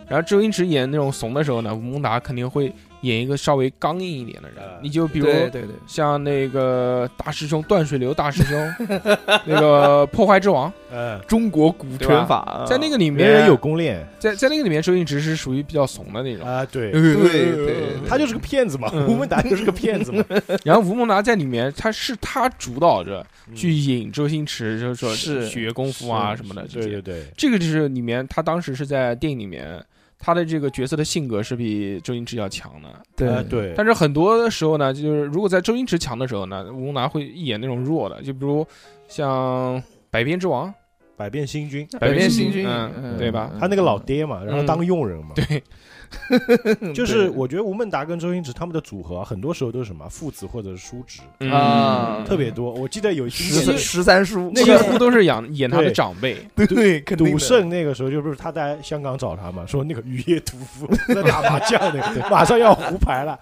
[SPEAKER 5] 然后周星驰演那种怂的时候呢，吴孟达肯定会演一个稍微刚硬一点的人
[SPEAKER 6] 哎
[SPEAKER 8] 呃。
[SPEAKER 5] 你就比如
[SPEAKER 6] 对对对，
[SPEAKER 5] 像那个大师兄断水流大师 兄，那个破坏之王，
[SPEAKER 8] 呃，
[SPEAKER 6] 中国古
[SPEAKER 5] 对吧
[SPEAKER 6] 拳
[SPEAKER 8] 啊
[SPEAKER 6] 法啊
[SPEAKER 5] 在那个里
[SPEAKER 8] 别
[SPEAKER 5] 面
[SPEAKER 8] 人有公链
[SPEAKER 5] 在在那个里面，周星驰是属于比较怂的那种。
[SPEAKER 8] 啊，对，
[SPEAKER 6] 对对对，
[SPEAKER 8] 他就是个骗子嘛，
[SPEAKER 5] 嗯
[SPEAKER 8] 吴孟达就是个骗 子嘛，
[SPEAKER 5] 然后吴孟达在里面，他是他主导着
[SPEAKER 8] 嗯
[SPEAKER 5] 去引周星驰，就是说
[SPEAKER 6] 是
[SPEAKER 5] 学功夫啊
[SPEAKER 8] 是
[SPEAKER 5] 什么的这
[SPEAKER 8] 对对
[SPEAKER 5] 些。
[SPEAKER 8] 对，
[SPEAKER 5] 这个就是里面他当时是在电影里面，他的这个角色的性格是比周星驰要强的。
[SPEAKER 8] 啊
[SPEAKER 6] 对
[SPEAKER 8] 对，
[SPEAKER 5] 但是很多的时候呢，就是如果在周星驰强的时候呢，吴孟达会演那种弱的，就比如像《百变之王》，
[SPEAKER 8] 百变星君，
[SPEAKER 5] 百变
[SPEAKER 6] 星君，
[SPEAKER 5] 嗯，对吧？
[SPEAKER 8] 他那个老爹嘛，然后当佣人嘛，
[SPEAKER 5] 对，
[SPEAKER 8] 就是我觉得吴孟达跟周星驰他们的组合，很多时候都是什么父子或者是叔侄，
[SPEAKER 5] 嗯
[SPEAKER 6] 啊
[SPEAKER 8] 特别多。我记得有一
[SPEAKER 6] 十
[SPEAKER 8] 次
[SPEAKER 6] 三十三叔
[SPEAKER 5] 几乎都是演演他的
[SPEAKER 8] 对
[SPEAKER 5] 长辈。
[SPEAKER 6] 对肯定的
[SPEAKER 8] 赌圣那个时候就不是他在香港找他嘛，说那个渔业屠夫 在打麻将 那个，马上要胡牌了，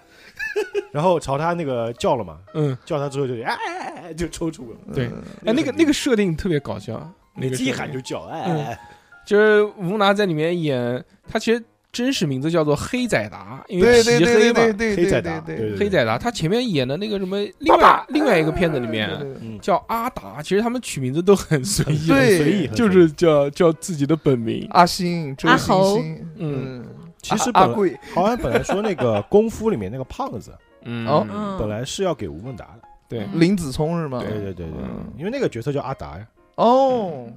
[SPEAKER 8] 然后朝他那个叫了嘛，
[SPEAKER 5] 嗯，
[SPEAKER 8] 叫他之后就哎哎哎哎就抽搐了，
[SPEAKER 5] 对
[SPEAKER 6] 嗯
[SPEAKER 5] 哎，那个那个设定特别搞笑，那
[SPEAKER 8] 你
[SPEAKER 5] 个
[SPEAKER 8] 自己
[SPEAKER 5] 设定
[SPEAKER 8] 喊就叫，哎哎哎，
[SPEAKER 5] 就是吴孟达在里面演，他其实真实名字叫做黑仔达，因为
[SPEAKER 6] 对
[SPEAKER 5] 皮
[SPEAKER 6] 对
[SPEAKER 5] 黑
[SPEAKER 6] 对对
[SPEAKER 5] 嘛。
[SPEAKER 6] 对
[SPEAKER 8] 黑
[SPEAKER 6] 对
[SPEAKER 8] 仔达，
[SPEAKER 6] 对
[SPEAKER 8] 对对
[SPEAKER 5] 黑
[SPEAKER 8] 对，
[SPEAKER 5] 仔达，他前面演的那个什么，另外另外一个片子里面
[SPEAKER 6] 对
[SPEAKER 8] 嗯，
[SPEAKER 5] 叫阿达，其实他们取名字都很随意，
[SPEAKER 6] 对
[SPEAKER 8] 哎很随意，很随
[SPEAKER 5] 就
[SPEAKER 8] 意
[SPEAKER 5] 是叫叫自己的本名。
[SPEAKER 6] 阿星周
[SPEAKER 7] 阿
[SPEAKER 6] 星
[SPEAKER 7] 猴
[SPEAKER 6] 星，
[SPEAKER 5] 嗯
[SPEAKER 6] 嗯，
[SPEAKER 8] 其实
[SPEAKER 6] 阿阿
[SPEAKER 8] 本来嗯
[SPEAKER 6] 贵
[SPEAKER 8] 好像本来说那个功夫里面那个胖子
[SPEAKER 5] 嗯
[SPEAKER 6] 哦
[SPEAKER 7] 嗯，
[SPEAKER 8] 本来是要给吴孟达的，
[SPEAKER 5] 对，
[SPEAKER 6] 林子聪是吗？
[SPEAKER 8] 对对对对
[SPEAKER 5] 嗯，
[SPEAKER 8] 因为那个角色叫阿达呀，
[SPEAKER 6] 哦，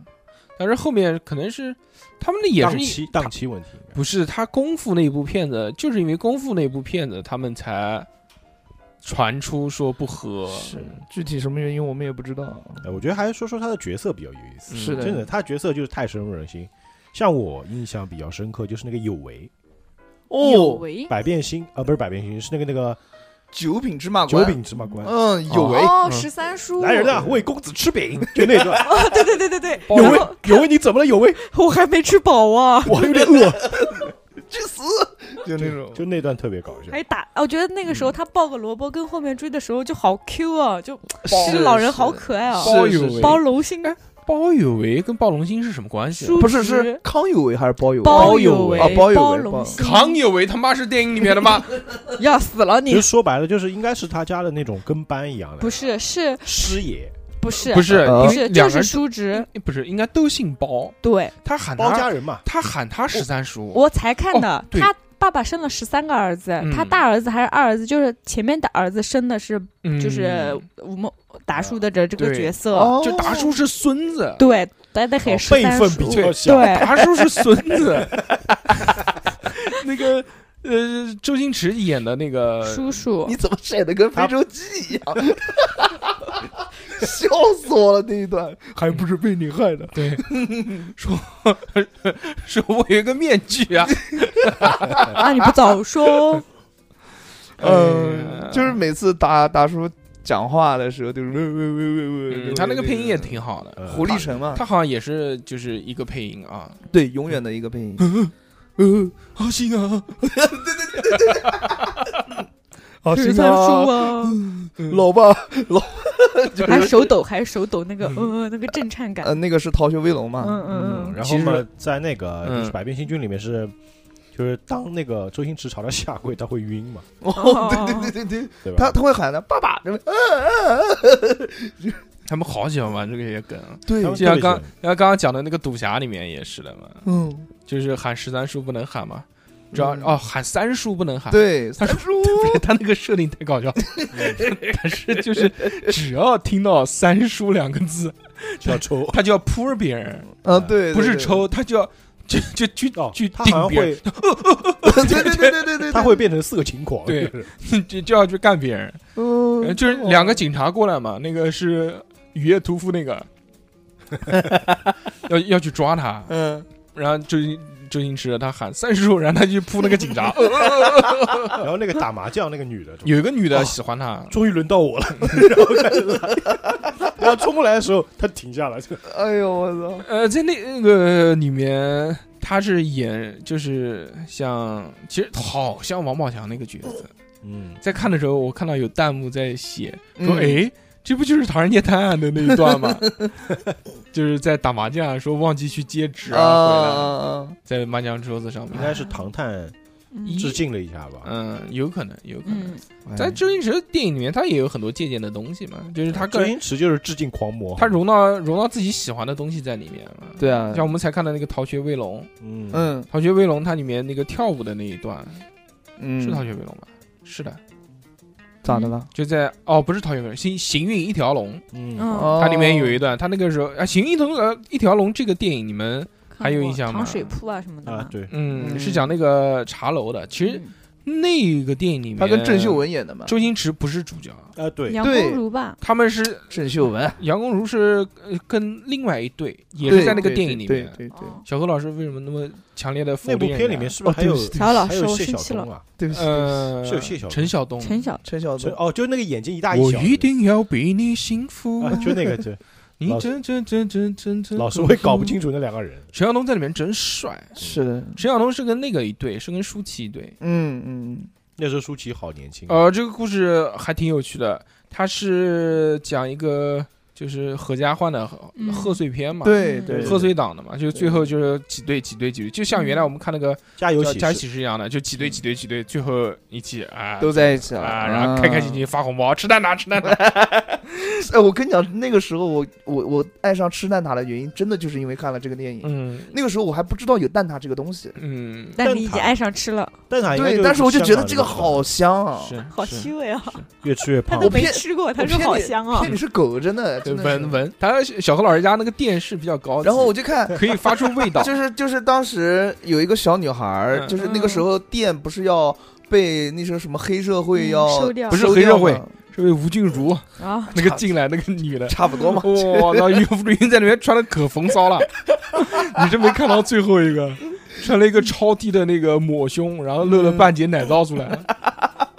[SPEAKER 5] 但是后面可能是他们的也
[SPEAKER 8] 档
[SPEAKER 5] 是一
[SPEAKER 8] 期档期问题，
[SPEAKER 5] 不是他功夫那部片子，就是因为功夫那部片子，他们才传出说不和。
[SPEAKER 6] 是嗯具体什么原因我们也不知道。
[SPEAKER 8] 呃我觉得还是说说他的角色比较有意思，
[SPEAKER 5] 嗯
[SPEAKER 6] 是
[SPEAKER 8] 真的，
[SPEAKER 6] 的，
[SPEAKER 8] 他角色就是太深入人心。像我印象比较深刻就是那个有为
[SPEAKER 7] 有
[SPEAKER 6] 哦，
[SPEAKER 7] 为
[SPEAKER 8] 百变星啊，不是百变星，是那个那个
[SPEAKER 6] 九品芝麻
[SPEAKER 8] 九
[SPEAKER 6] 官，
[SPEAKER 8] 品芝麻官，
[SPEAKER 6] 嗯，有为，
[SPEAKER 7] 哦
[SPEAKER 5] 嗯，
[SPEAKER 7] 十三叔，
[SPEAKER 8] 来人啊，为公子吃饼，就那段。
[SPEAKER 7] 哦，对对对对对，
[SPEAKER 8] 有
[SPEAKER 7] 然
[SPEAKER 8] 为
[SPEAKER 7] 后
[SPEAKER 8] 有为你怎么了？有为
[SPEAKER 7] 我还没吃饱啊，
[SPEAKER 8] 我有点饿，
[SPEAKER 6] 去死，就那种，
[SPEAKER 8] 就那段特别搞笑。
[SPEAKER 7] 还打，哦我觉得那个时候他抱个萝卜跟后面追的时候就好 Q 啊，就这
[SPEAKER 6] 是
[SPEAKER 7] 个老人好可爱啊，
[SPEAKER 5] 是包有为
[SPEAKER 7] 包龙星
[SPEAKER 5] 包有为跟鲍龙星是什么关系啊？
[SPEAKER 7] 叔
[SPEAKER 6] 不是
[SPEAKER 7] 侄
[SPEAKER 6] 是康有为还是包有为？
[SPEAKER 7] 包
[SPEAKER 8] 有
[SPEAKER 7] 为
[SPEAKER 8] 为
[SPEAKER 6] 啊包有为
[SPEAKER 7] 包
[SPEAKER 6] 包
[SPEAKER 7] 龙星，
[SPEAKER 5] 康有为他妈是电影里面 的吗？
[SPEAKER 7] 要死了
[SPEAKER 8] 其实
[SPEAKER 7] 你！
[SPEAKER 8] 说白了，就是应该是他家的那种跟班一样的，
[SPEAKER 7] 不是是
[SPEAKER 8] 师爷
[SPEAKER 7] 不是
[SPEAKER 5] 不是，
[SPEAKER 6] 呃
[SPEAKER 5] 因
[SPEAKER 7] 不
[SPEAKER 5] 为
[SPEAKER 7] 是
[SPEAKER 5] 两
[SPEAKER 7] 啊就
[SPEAKER 5] 个人嗯
[SPEAKER 7] 是叔侄，
[SPEAKER 5] 不是应该都姓包，
[SPEAKER 7] 对
[SPEAKER 5] 他喊
[SPEAKER 8] 包
[SPEAKER 5] 他
[SPEAKER 8] 家人嘛。
[SPEAKER 5] 他喊他十三叔，
[SPEAKER 7] 我才看的
[SPEAKER 5] 对
[SPEAKER 7] 他。爸爸生了十三个儿子，
[SPEAKER 5] 嗯
[SPEAKER 7] 他大儿子还是二儿子？就是前面的儿子生的是
[SPEAKER 5] 嗯
[SPEAKER 7] 就是吴孟达叔的这这个
[SPEAKER 5] 对
[SPEAKER 7] 角色，
[SPEAKER 6] 哦，
[SPEAKER 5] 就达叔是孙子，
[SPEAKER 7] 对，但得很
[SPEAKER 8] 哦
[SPEAKER 7] 十
[SPEAKER 8] 辈
[SPEAKER 7] 三
[SPEAKER 8] 分
[SPEAKER 7] 叔
[SPEAKER 8] 比较
[SPEAKER 5] 对
[SPEAKER 8] 小
[SPEAKER 7] 对，
[SPEAKER 5] 达叔是孙子， 那个呃，周星驰演的那个
[SPEAKER 7] 叔叔
[SPEAKER 6] 你，怎么晒得跟非洲鸡一样？ 笑死我了那一段，还不是被你害的。
[SPEAKER 5] 对，说 说我有一个面具啊，
[SPEAKER 7] 啊，你不早说，
[SPEAKER 6] 嗯，就是每次达达叔讲话的时候，就是喂喂喂喂喂
[SPEAKER 5] 嗯
[SPEAKER 6] 喂，
[SPEAKER 5] 他那个配音也挺好的，
[SPEAKER 8] 呃
[SPEAKER 6] 狐狸城嘛，
[SPEAKER 5] 他好像也是就是一个配音啊，
[SPEAKER 6] 对永远的一个配音。
[SPEAKER 5] 呃，好心啊，
[SPEAKER 6] 好
[SPEAKER 7] 十
[SPEAKER 6] 心
[SPEAKER 7] 三叔
[SPEAKER 6] 啊，
[SPEAKER 7] 啊，
[SPEAKER 6] 老爸， 老 就
[SPEAKER 7] 还
[SPEAKER 6] 是
[SPEAKER 7] 手抖，还手抖那个呃那个震颤感，
[SPEAKER 6] 呃，那个是《逃学威龙》
[SPEAKER 7] 嗯
[SPEAKER 6] 嘛，
[SPEAKER 7] 嗯嗯，
[SPEAKER 8] 然后
[SPEAKER 5] 其
[SPEAKER 8] 嘛，在那个
[SPEAKER 5] 嗯
[SPEAKER 8] 就是《百变星君》里面是，就是当那个周星驰朝他下跪，他会晕嘛，
[SPEAKER 6] 哦，对对对对对，
[SPEAKER 8] 对吧？
[SPEAKER 6] 他他会喊他爸爸，嗯嗯嗯，
[SPEAKER 5] 他们好喜欢玩这个些梗，
[SPEAKER 6] 对
[SPEAKER 8] 他们
[SPEAKER 5] 就像
[SPEAKER 8] 特别
[SPEAKER 5] 刚
[SPEAKER 8] 喜欢
[SPEAKER 5] 像刚刚讲的那个赌侠里面也是的嘛，
[SPEAKER 6] 嗯，
[SPEAKER 5] 就是喊十三叔不能喊嘛，主要
[SPEAKER 6] 嗯
[SPEAKER 5] 哦喊三叔不能喊，
[SPEAKER 6] 对，
[SPEAKER 5] 嗯他
[SPEAKER 6] 三叔，
[SPEAKER 5] 不 是他那个设定太搞笑，但是就是只要听到“三叔”两个字，，
[SPEAKER 8] 就要抽
[SPEAKER 5] 他就要扑着别人，
[SPEAKER 6] 啊，对，对
[SPEAKER 5] 不是
[SPEAKER 6] 对
[SPEAKER 5] 抽，他就要就就去
[SPEAKER 8] 哦
[SPEAKER 5] 去
[SPEAKER 8] 他
[SPEAKER 5] 顶
[SPEAKER 8] 好像
[SPEAKER 5] 别人
[SPEAKER 8] 会，
[SPEAKER 6] 对对对对对对对，
[SPEAKER 8] 他会变成四个情狂，
[SPEAKER 5] 对
[SPEAKER 8] 就是，
[SPEAKER 5] 就就要去干别人，
[SPEAKER 6] 嗯
[SPEAKER 5] 呃，就是两个警察过来嘛，那个是雨夜屠夫那个，要要去抓他，
[SPEAKER 6] 嗯，
[SPEAKER 5] 然后周星周星驰他喊三叔，然后他就扑那个警察，
[SPEAKER 8] 然后那个打麻将那个女的，
[SPEAKER 5] 有一个女的喜欢他，
[SPEAKER 8] 终于轮到我了， 然后开始拉然后冲过来的时候，他停下了，就
[SPEAKER 6] 哎呦我操，
[SPEAKER 5] 呃，在那那个里面，他是演就是像，其实好像王宝强那个角色。
[SPEAKER 8] 嗯，
[SPEAKER 5] 在看的时候，我看到有弹幕在写说：“
[SPEAKER 6] 嗯
[SPEAKER 5] 哎、这不就是《唐人街探案》的那一段 吗？就是在打麻将，啊说忘记去接纸啊，回来
[SPEAKER 6] 啊，
[SPEAKER 5] 在麻将桌子上
[SPEAKER 8] 应
[SPEAKER 5] 面。
[SPEAKER 8] 该是唐探
[SPEAKER 7] 嗯
[SPEAKER 8] 致敬了一下吧。
[SPEAKER 5] 嗯，有可能，有可能。
[SPEAKER 7] 嗯，
[SPEAKER 5] 在周星驰的电影里面，他也有很多借鉴的东西嘛，就是他个
[SPEAKER 8] 周
[SPEAKER 5] 人，
[SPEAKER 8] 星驰就是致敬狂魔，
[SPEAKER 5] 他融到融到自己喜欢的东西在里面嘛。
[SPEAKER 6] 对啊
[SPEAKER 5] 像我们才看到那个《逃学威龙》，
[SPEAKER 8] 嗯嗯，
[SPEAKER 6] 嗯
[SPEAKER 5] 《逃学威龙》它里面那个跳舞的那一段，
[SPEAKER 6] 嗯，
[SPEAKER 5] 是《逃学威龙》吧？是的，
[SPEAKER 6] 咋的了？
[SPEAKER 5] 就在哦，不是《逃学威龙》，行行运一条龙，
[SPEAKER 8] 嗯，
[SPEAKER 7] 嗯，
[SPEAKER 6] 哦
[SPEAKER 5] 它里面有一段，它那个时候啊，行运一条龙呃一条龙这个电影，你们
[SPEAKER 7] 看
[SPEAKER 5] 还有
[SPEAKER 7] 过
[SPEAKER 5] 印象吗
[SPEAKER 7] 糖水铺啊什么的
[SPEAKER 8] 啊
[SPEAKER 7] 嘛，
[SPEAKER 8] 对，
[SPEAKER 5] 嗯
[SPEAKER 6] 嗯
[SPEAKER 5] 是讲那个茶楼的，其实
[SPEAKER 7] 嗯
[SPEAKER 5] 那个电影里面，
[SPEAKER 6] 他跟郑秀、文演的嘛，
[SPEAKER 5] 周星驰不是主角，
[SPEAKER 8] 啊对，
[SPEAKER 7] 杨
[SPEAKER 6] 对
[SPEAKER 7] 恭如吧，
[SPEAKER 5] 他们是呃
[SPEAKER 6] 郑秀文
[SPEAKER 5] 杨恭如是呃跟另外一对，也是在那个电影里
[SPEAKER 6] 对
[SPEAKER 5] 面。
[SPEAKER 6] 对对，
[SPEAKER 7] 哦
[SPEAKER 5] 小何老师为什么那么强烈的
[SPEAKER 8] 那部片里面是不是还有
[SPEAKER 6] 哦对不起
[SPEAKER 7] 小老
[SPEAKER 8] 还
[SPEAKER 7] 师，
[SPEAKER 8] 有
[SPEAKER 7] 我
[SPEAKER 8] 谢
[SPEAKER 7] 生
[SPEAKER 8] 晓
[SPEAKER 7] 气
[SPEAKER 8] 东
[SPEAKER 7] 了，
[SPEAKER 8] 啊？
[SPEAKER 6] 对不起，
[SPEAKER 5] 呃
[SPEAKER 8] 是有谢晓东
[SPEAKER 5] 陈晓东
[SPEAKER 7] 陈晓
[SPEAKER 6] 陈晓
[SPEAKER 8] 就
[SPEAKER 6] 东，
[SPEAKER 8] 哦，就是那个眼睛一大一
[SPEAKER 5] 我
[SPEAKER 8] 小的，
[SPEAKER 5] 一定要比你幸福。
[SPEAKER 8] 啊，就那 个，就
[SPEAKER 5] 你
[SPEAKER 8] 老
[SPEAKER 5] 真真真真真真，
[SPEAKER 8] 老师会搞不清楚那两个人。
[SPEAKER 5] 陈晓东在里面真帅，
[SPEAKER 6] 是的，
[SPEAKER 5] 陈晓东是跟那个一对，是跟舒淇一对。
[SPEAKER 6] 嗯嗯，
[SPEAKER 8] 那时候舒
[SPEAKER 6] 哦
[SPEAKER 8] 淇好年轻，
[SPEAKER 5] 呃，这个故事还挺有趣的，它是讲一个就是合家欢的贺
[SPEAKER 7] 嗯
[SPEAKER 5] 贺岁片嘛，
[SPEAKER 6] 对
[SPEAKER 7] 嗯
[SPEAKER 6] 对，
[SPEAKER 5] 哦贺
[SPEAKER 6] 对
[SPEAKER 5] 岁档的嘛，就是最后就是几队几队几队，就像原来我们看那个
[SPEAKER 8] 加油
[SPEAKER 5] 叫
[SPEAKER 8] 喜
[SPEAKER 5] 加
[SPEAKER 8] 事
[SPEAKER 5] 喜事一样的，就几队几队几队，最后一起啊
[SPEAKER 6] 都在一起了
[SPEAKER 5] 啊，然后开开心。心发红包，吃蛋挞吃蛋挞，
[SPEAKER 6] 哎，我跟你讲，那个时候我我我爱上吃蛋挞的原因，真的就是因为看了这个电影。
[SPEAKER 5] 嗯
[SPEAKER 6] 那个时候我还不知道有蛋挞这个东西，
[SPEAKER 5] 嗯，
[SPEAKER 7] 但
[SPEAKER 8] 蛋
[SPEAKER 7] 你已经
[SPEAKER 8] 挞
[SPEAKER 7] 爱上吃了，
[SPEAKER 8] 蛋
[SPEAKER 5] 啊
[SPEAKER 8] 挞应该
[SPEAKER 6] 对，
[SPEAKER 8] 就
[SPEAKER 6] 但是我就觉得
[SPEAKER 8] 香港
[SPEAKER 6] 这个
[SPEAKER 8] 那种
[SPEAKER 6] 好香啊！
[SPEAKER 5] 是
[SPEAKER 1] 好
[SPEAKER 5] 是
[SPEAKER 1] 虚伪啊！
[SPEAKER 8] 越吃越
[SPEAKER 1] 他
[SPEAKER 8] 胖
[SPEAKER 1] 都。
[SPEAKER 6] 我
[SPEAKER 1] 没
[SPEAKER 6] 骗
[SPEAKER 1] 吃过，他
[SPEAKER 6] 我
[SPEAKER 1] 说
[SPEAKER 6] 骗
[SPEAKER 1] 好
[SPEAKER 6] 你
[SPEAKER 1] 香啊
[SPEAKER 6] 骗！
[SPEAKER 7] 嗯
[SPEAKER 6] 你是狗，真的，
[SPEAKER 5] 对
[SPEAKER 6] 真的
[SPEAKER 5] 闻
[SPEAKER 6] 是。
[SPEAKER 5] 闻，他小小何老师家那个电视比较高级，
[SPEAKER 6] 然后我就看，
[SPEAKER 5] 可以发出味道，
[SPEAKER 6] 就是就是当时有一个小女孩儿，
[SPEAKER 5] 嗯
[SPEAKER 6] 就是那个时候店不是要被那时候什么黑社会
[SPEAKER 7] 嗯
[SPEAKER 6] 要
[SPEAKER 7] 收掉
[SPEAKER 5] 不是黑社会
[SPEAKER 6] 收掉吗
[SPEAKER 5] 是不是吴君 如
[SPEAKER 7] 啊，
[SPEAKER 5] 那个进来那个女的，
[SPEAKER 6] 差不多嘛？
[SPEAKER 5] 哇，那岳父云在里面穿的可风骚 了，你真没看到最后一个，穿了一个超低的那个抹胸，然后露了半截奶罩出来，
[SPEAKER 6] 嗯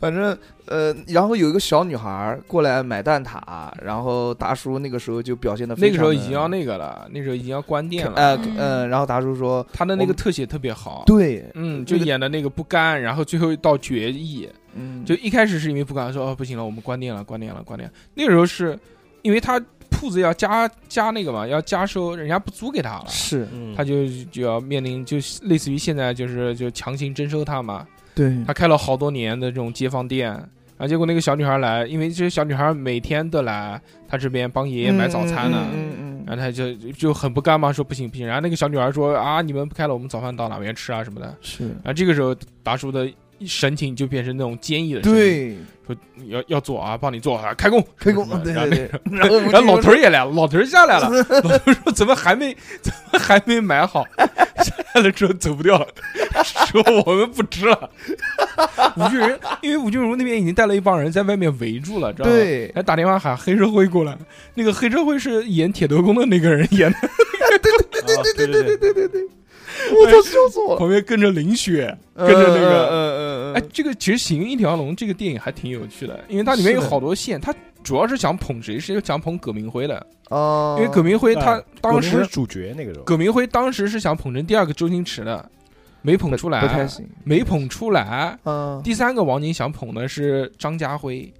[SPEAKER 6] 反正呃，然后有一个小女孩儿过来买蛋挞，然后达叔那个时候就表现的
[SPEAKER 5] 那个时候已经要那个了，那时候已经要关店了，
[SPEAKER 6] 呃
[SPEAKER 7] 嗯
[SPEAKER 6] 呃，然后达叔说
[SPEAKER 5] 他的那个特写特别好。
[SPEAKER 6] 对，
[SPEAKER 5] 嗯，就
[SPEAKER 6] 这个
[SPEAKER 5] 演的那个不甘，然后最后到决议，
[SPEAKER 6] 嗯，
[SPEAKER 5] 就一开始是因为不甘说哦不行了，我们关店了，关店了，关店了。那个时候是因为他铺子要加加那个嘛，要加收，人家不租给他了，
[SPEAKER 6] 是
[SPEAKER 8] 嗯
[SPEAKER 5] 他就就要面临就类似于现在就是就强行征收他嘛，
[SPEAKER 6] 对
[SPEAKER 5] 他开了好多年的这种街坊店，啊，结果那个小女孩来，因为这些小女孩每天都来他这边帮爷爷买早餐呢，
[SPEAKER 6] 嗯嗯嗯嗯嗯
[SPEAKER 5] 然后他就就很不甘嘛，说不行不行，然后那个小女孩说啊，你们不开了，我们早饭到哪边吃啊什么的，
[SPEAKER 6] 是
[SPEAKER 5] 然后这个时候达叔的神情就变成那种坚毅的，，
[SPEAKER 6] 对
[SPEAKER 5] 说要要做啊，帮你做啊，开工
[SPEAKER 6] 开工
[SPEAKER 5] 什么，
[SPEAKER 6] 对
[SPEAKER 5] 什么的然后那
[SPEAKER 6] 对对，然后
[SPEAKER 5] 然哎后老头儿也来了，老头儿下来 了，老头儿说怎么还没怎么还没买好？ 下来了之后走不掉了，说我们不吃了。 吴俊仁，因为吴俊如那边已经带了一帮人在外面围住了，知道吗？
[SPEAKER 6] 对
[SPEAKER 5] 还打电话喊黑社会过来，那个黑社会是演铁头功的那个人演的，
[SPEAKER 8] 啊对对对对对对，
[SPEAKER 6] 我操，笑死我了，
[SPEAKER 5] 旁边跟着林 雪，跟着那个，
[SPEAKER 6] 嗯嗯嗯嗯
[SPEAKER 5] 哎，，这个其实《行云一条龙》这个电影还挺有趣的，因为它里面有
[SPEAKER 6] 是的
[SPEAKER 5] 好多线，它主要是想捧谁，是想捧葛明辉的，
[SPEAKER 6] 哦，
[SPEAKER 5] 因为葛明辉他
[SPEAKER 8] 哎
[SPEAKER 5] 当
[SPEAKER 8] 我们
[SPEAKER 5] 时
[SPEAKER 8] 是主角那个时候，
[SPEAKER 5] 葛明辉当时是想捧成第二个周星驰的，没捧出来，
[SPEAKER 6] 不太行，
[SPEAKER 5] 没捧出来。
[SPEAKER 6] 嗯，
[SPEAKER 5] 第三个王晶想捧的是张家辉，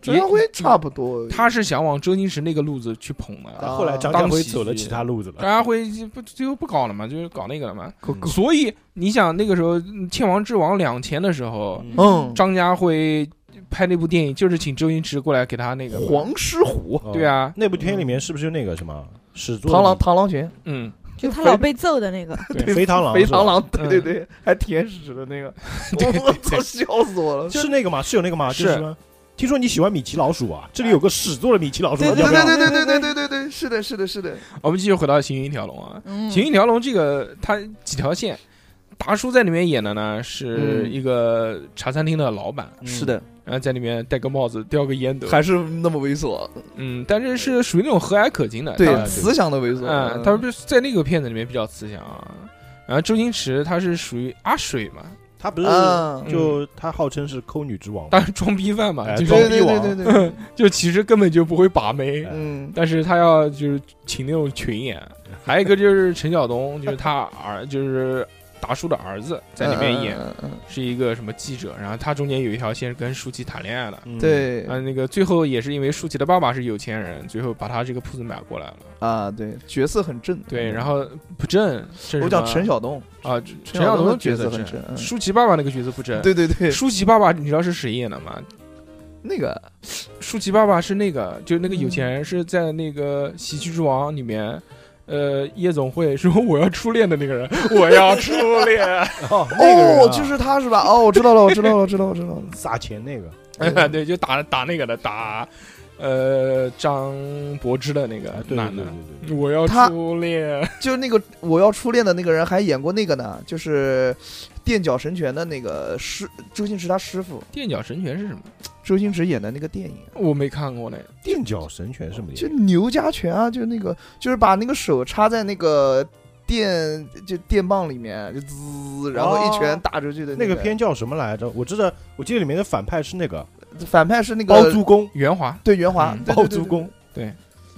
[SPEAKER 6] 陈家辉差不多，啊
[SPEAKER 5] 他是想往周星驰那个路子去捧的。
[SPEAKER 8] 啊但后来张
[SPEAKER 5] 当
[SPEAKER 8] 家辉
[SPEAKER 5] 喜
[SPEAKER 8] 走了
[SPEAKER 5] 剧
[SPEAKER 8] 其他路子了
[SPEAKER 5] 张。家辉就不最后不搞了嘛，就是搞那个了 嘛。
[SPEAKER 6] 狗狗
[SPEAKER 5] 所以你想那个时候《天王之王》两千的时候，
[SPEAKER 8] 嗯
[SPEAKER 6] 嗯，
[SPEAKER 5] 张家辉拍那部电影就是请周星驰过来给他那个嘛
[SPEAKER 6] 黄狮虎，
[SPEAKER 8] 哦
[SPEAKER 5] 对啊，
[SPEAKER 8] 那部片里面是不是就那个什么始祖
[SPEAKER 6] 螳螂螳螂拳，
[SPEAKER 5] 嗯，
[SPEAKER 7] 就他老被揍的那个，
[SPEAKER 6] 对
[SPEAKER 8] 肥螳螂
[SPEAKER 6] 肥
[SPEAKER 8] 是吧
[SPEAKER 6] 螳螂，对对
[SPEAKER 5] 嗯
[SPEAKER 6] 对，还舔屎的那个，
[SPEAKER 5] 对
[SPEAKER 6] 我操，笑死我了！
[SPEAKER 8] 是那个吗？是有那个吗？
[SPEAKER 5] 是
[SPEAKER 8] 就是吗听说你喜欢米奇老鼠啊？这里有个始作的米奇老鼠，
[SPEAKER 6] 对
[SPEAKER 8] 要不
[SPEAKER 6] 对
[SPEAKER 8] 要
[SPEAKER 6] 对对对对对对对，是的，是的，是的，
[SPEAKER 5] 我们继续回到《行云一条龙》啊，
[SPEAKER 7] 嗯
[SPEAKER 5] 《行云一条龙》这个它几条线，达叔在里面演的呢是
[SPEAKER 6] 嗯
[SPEAKER 5] 一个茶餐厅的老板，嗯
[SPEAKER 6] 是的，
[SPEAKER 5] 然后在里面戴个帽子，叼个烟斗，
[SPEAKER 6] 还是那么猥琐，
[SPEAKER 5] 嗯，但是是属于那种和蔼可亲的，
[SPEAKER 6] 对
[SPEAKER 5] 当
[SPEAKER 6] 慈祥的猥琐，
[SPEAKER 5] 嗯，他是在那个片子里面比较慈祥啊。然后周星驰他是属于阿水嘛，
[SPEAKER 8] 他不是
[SPEAKER 6] 啊，
[SPEAKER 8] 就他号称是抠女之王吗，
[SPEAKER 5] 当然装逼犯嘛，
[SPEAKER 8] 哎
[SPEAKER 5] 就是
[SPEAKER 6] 对
[SPEAKER 8] 装
[SPEAKER 6] 对
[SPEAKER 8] 逼
[SPEAKER 6] 对
[SPEAKER 8] 王
[SPEAKER 6] 对对对，
[SPEAKER 5] 就其实根本就不会把妹，
[SPEAKER 8] 哎
[SPEAKER 6] 嗯，
[SPEAKER 5] 但是他要就是请那种群演，还有一个就是陈晓东，就是他儿，就是达叔的儿子在里面演，
[SPEAKER 6] 嗯，嗯嗯
[SPEAKER 5] 是一个什么记者，然后他中间有一条线是跟舒淇谈恋爱的，
[SPEAKER 6] 嗯
[SPEAKER 8] 嗯
[SPEAKER 6] 对
[SPEAKER 5] 啊，那个最后也是因为舒淇的爸爸是有钱人，最后把他这个铺子买过来了，
[SPEAKER 6] 啊，对，角色很正，
[SPEAKER 5] 对，然后不正，
[SPEAKER 6] 嗯我讲陈晓东，
[SPEAKER 5] 啊，
[SPEAKER 6] 陈
[SPEAKER 5] 陈
[SPEAKER 6] 晓
[SPEAKER 5] 晓
[SPEAKER 6] 东
[SPEAKER 5] 东的
[SPEAKER 6] 的角
[SPEAKER 5] 角色
[SPEAKER 6] 色很
[SPEAKER 5] 正
[SPEAKER 6] 正，嗯
[SPEAKER 5] 舒淇爸爸那个角色不正，
[SPEAKER 6] 对对对，
[SPEAKER 5] 舒淇爸爸你知道是谁演的吗？
[SPEAKER 6] 那个
[SPEAKER 5] 舒淇爸爸是那个，就那个有钱人是在那个《喜剧之王》里面，呃，夜总会说我要初恋的那个 人，我要初恋，
[SPEAKER 8] 哦，那个人啊
[SPEAKER 6] 哦，就是他是吧？哦，我知道了，我知道了，我知道了，我知道了，
[SPEAKER 8] 撒钱那 个，
[SPEAKER 5] 对，就打打那个的，打呃张柏芝的那个
[SPEAKER 6] 啊
[SPEAKER 8] 哎对对
[SPEAKER 5] 男
[SPEAKER 8] 对
[SPEAKER 5] 的，
[SPEAKER 8] 对对，
[SPEAKER 5] 我要
[SPEAKER 6] 他
[SPEAKER 5] 初恋，
[SPEAKER 6] 就是那个我要初恋的那个人还演过那个呢，就是垫脚神拳的那个师周星驰他师傅，
[SPEAKER 5] 垫脚神拳是什么？
[SPEAKER 6] 周星驰演的那个电影，
[SPEAKER 5] 我没看过呢。
[SPEAKER 8] 垫脚神拳什么
[SPEAKER 6] 就
[SPEAKER 8] 的，
[SPEAKER 6] 牛家拳啊，就那个就是把那个手插在那个电就电棒里面，就滋，然后一拳打出去的
[SPEAKER 8] 哦那
[SPEAKER 6] 个
[SPEAKER 8] 个片叫什么来着？我知道，我记得里面的反派是那个
[SPEAKER 6] 反派是那
[SPEAKER 8] 包
[SPEAKER 6] 个
[SPEAKER 8] 租公，
[SPEAKER 5] 袁华，
[SPEAKER 6] 对袁华
[SPEAKER 5] 嗯
[SPEAKER 6] 对
[SPEAKER 8] 包
[SPEAKER 6] 对对
[SPEAKER 8] 租公，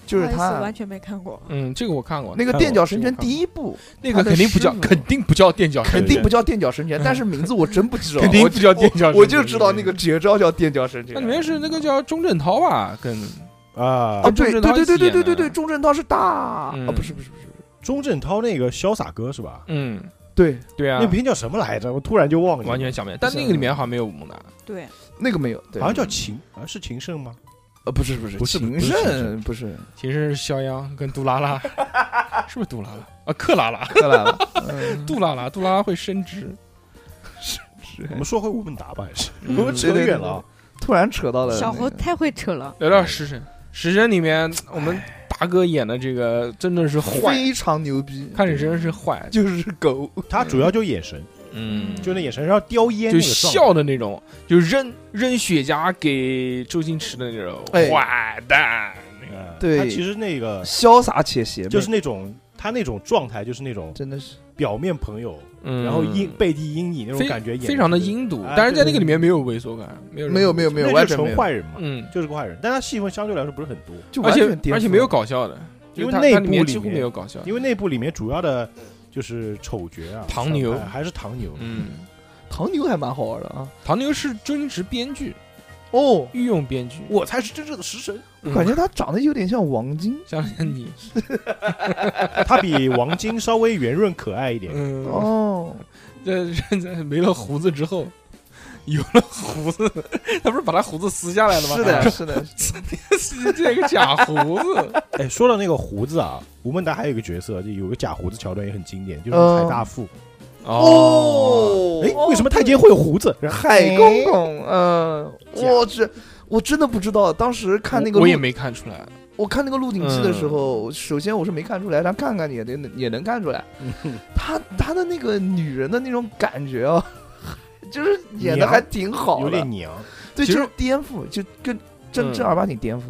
[SPEAKER 6] 就是
[SPEAKER 7] 不好意思
[SPEAKER 6] 他
[SPEAKER 7] 完全没看过。
[SPEAKER 5] 嗯，这个我看过，
[SPEAKER 6] 那个
[SPEAKER 8] 看过
[SPEAKER 6] 垫脚神拳
[SPEAKER 5] 看过
[SPEAKER 6] 第一部，
[SPEAKER 5] 那个肯定不叫
[SPEAKER 6] 他，的师傅
[SPEAKER 5] 肯定不叫垫脚神拳，
[SPEAKER 6] 肯定不叫垫脚神拳，
[SPEAKER 5] 对
[SPEAKER 6] 但是名字我真不 知道，
[SPEAKER 5] 肯定
[SPEAKER 6] 我
[SPEAKER 5] 不叫垫脚神拳
[SPEAKER 6] 我我就知道那个绝招叫垫脚神拳。
[SPEAKER 5] 那里面是那个叫钟镇涛吧，跟
[SPEAKER 8] 啊
[SPEAKER 6] 哦，
[SPEAKER 5] 跟钟
[SPEAKER 6] 对
[SPEAKER 5] 镇
[SPEAKER 6] 对
[SPEAKER 5] 涛
[SPEAKER 6] 对
[SPEAKER 5] 一起
[SPEAKER 6] 对对对
[SPEAKER 5] 演
[SPEAKER 6] 对
[SPEAKER 5] 的
[SPEAKER 6] 对，钟镇涛是大啊
[SPEAKER 5] 嗯，
[SPEAKER 6] 不是不是不是，
[SPEAKER 8] 钟镇涛那个潇洒哥是吧？
[SPEAKER 5] 嗯，
[SPEAKER 6] 对
[SPEAKER 5] 对啊
[SPEAKER 8] 那，部片叫什么来着？我突然就忘了，
[SPEAKER 5] 完全想不起来。但那个里面好像没有吴孟达，
[SPEAKER 7] 对，
[SPEAKER 6] 那个没有，对
[SPEAKER 8] 好像叫秦，啊是秦胜吗？
[SPEAKER 6] 呃不是不是
[SPEAKER 8] 不是不
[SPEAKER 6] 情
[SPEAKER 8] 是情
[SPEAKER 6] 圣
[SPEAKER 8] 圣
[SPEAKER 6] 不是，
[SPEAKER 5] 其实是肖央跟杜拉拉，是不是杜拉拉啊？克拉 拉，
[SPEAKER 6] 再来了， 嗯
[SPEAKER 5] 杜拉拉，杜拉拉会升职。
[SPEAKER 6] 是
[SPEAKER 8] 我们说回吴孟达吧，还是
[SPEAKER 5] 嗯
[SPEAKER 8] 我们扯远了啊。
[SPEAKER 6] 突然扯到了
[SPEAKER 7] 小
[SPEAKER 6] 那
[SPEAKER 7] 侯
[SPEAKER 6] 个
[SPEAKER 7] 太会扯了，
[SPEAKER 5] 聊聊食神，食神里面我们大哥演的这个真的是坏，
[SPEAKER 6] 非常牛逼，
[SPEAKER 5] 看着真是坏，
[SPEAKER 6] 就是狗，
[SPEAKER 8] 他主要就眼神，
[SPEAKER 5] 嗯
[SPEAKER 8] 就那眼神是要叼烟
[SPEAKER 5] 就
[SPEAKER 8] 那个状态。
[SPEAKER 5] 笑的那种，就扔扔雪茄给周星驰的那种
[SPEAKER 6] 哎
[SPEAKER 5] 坏蛋。
[SPEAKER 8] 嗯
[SPEAKER 6] 对
[SPEAKER 8] 他其实那个
[SPEAKER 6] 潇洒且邪魅，
[SPEAKER 8] 就是那种他那种状态，就是那种
[SPEAKER 6] 真的是
[SPEAKER 8] 表面朋友，
[SPEAKER 5] 嗯，
[SPEAKER 8] 然后阴背地阴你那种
[SPEAKER 5] 非
[SPEAKER 8] 感觉，
[SPEAKER 5] 非常的，阴毒
[SPEAKER 8] 哎，
[SPEAKER 5] 但是在
[SPEAKER 8] 对
[SPEAKER 5] 那个里面没有猥琐感，没有
[SPEAKER 6] 没有没有没有
[SPEAKER 8] 那就
[SPEAKER 6] 完
[SPEAKER 8] 是
[SPEAKER 6] 全没
[SPEAKER 8] 纯
[SPEAKER 6] 有，
[SPEAKER 8] 坏人嘛，
[SPEAKER 5] 嗯，
[SPEAKER 8] 就是个坏人。但他戏份相对来说不是很多，
[SPEAKER 6] 就
[SPEAKER 5] 而
[SPEAKER 6] 完全
[SPEAKER 5] 且
[SPEAKER 6] 颠覆
[SPEAKER 5] 而且没有搞笑的，
[SPEAKER 8] 因为
[SPEAKER 5] 它
[SPEAKER 8] 内
[SPEAKER 5] 它
[SPEAKER 8] 部
[SPEAKER 5] 里面
[SPEAKER 8] 里
[SPEAKER 5] 几乎
[SPEAKER 8] 面
[SPEAKER 5] 没有搞
[SPEAKER 6] 嗯
[SPEAKER 5] 笑，
[SPEAKER 8] 因为那部里面主要的就是丑角啊，
[SPEAKER 5] 唐牛
[SPEAKER 8] 反派还是唐牛，
[SPEAKER 5] 嗯，
[SPEAKER 6] 唐牛还蛮好玩的啊，
[SPEAKER 5] 唐牛是周星驰编剧，
[SPEAKER 6] 哦，
[SPEAKER 5] 御用编剧，
[SPEAKER 8] 我才是真正的食神，
[SPEAKER 5] 嗯
[SPEAKER 6] 感觉他长得有点像王晶。
[SPEAKER 5] 像你，
[SPEAKER 8] 他比王晶稍微圆润可爱一点。
[SPEAKER 5] 嗯，
[SPEAKER 6] 哦，
[SPEAKER 5] 这这这没了胡子之后，有了胡子，他不是把他胡子撕下来了吗？
[SPEAKER 6] 是的，是的，
[SPEAKER 5] 是这个假胡 子，
[SPEAKER 8] 哎，说到那个胡子啊，吴孟达还有一个角色，就有个假胡子桥段也很经典，就是
[SPEAKER 6] 嗯
[SPEAKER 8] 海大富。
[SPEAKER 5] 哦，
[SPEAKER 8] 哎、为什么太监会有胡子？然后
[SPEAKER 6] 海公公，嗯，我去，我真的不知道。当时看那个
[SPEAKER 5] 我
[SPEAKER 6] 鹿，
[SPEAKER 5] 我也没看出来，
[SPEAKER 6] 我看那个《鹿鼎记》的时
[SPEAKER 5] 嗯
[SPEAKER 6] 候，首先我是没看出来，但看看也能也能看 出来，他他的那个女人的那种感觉啊， 就是演的
[SPEAKER 8] 娘
[SPEAKER 6] 还挺好
[SPEAKER 8] 有
[SPEAKER 6] 的
[SPEAKER 8] 点，娘。
[SPEAKER 6] 对，
[SPEAKER 5] 其
[SPEAKER 6] 就
[SPEAKER 5] 实
[SPEAKER 6] 是颠覆，就跟正
[SPEAKER 5] 嗯
[SPEAKER 6] 正儿八经颠覆，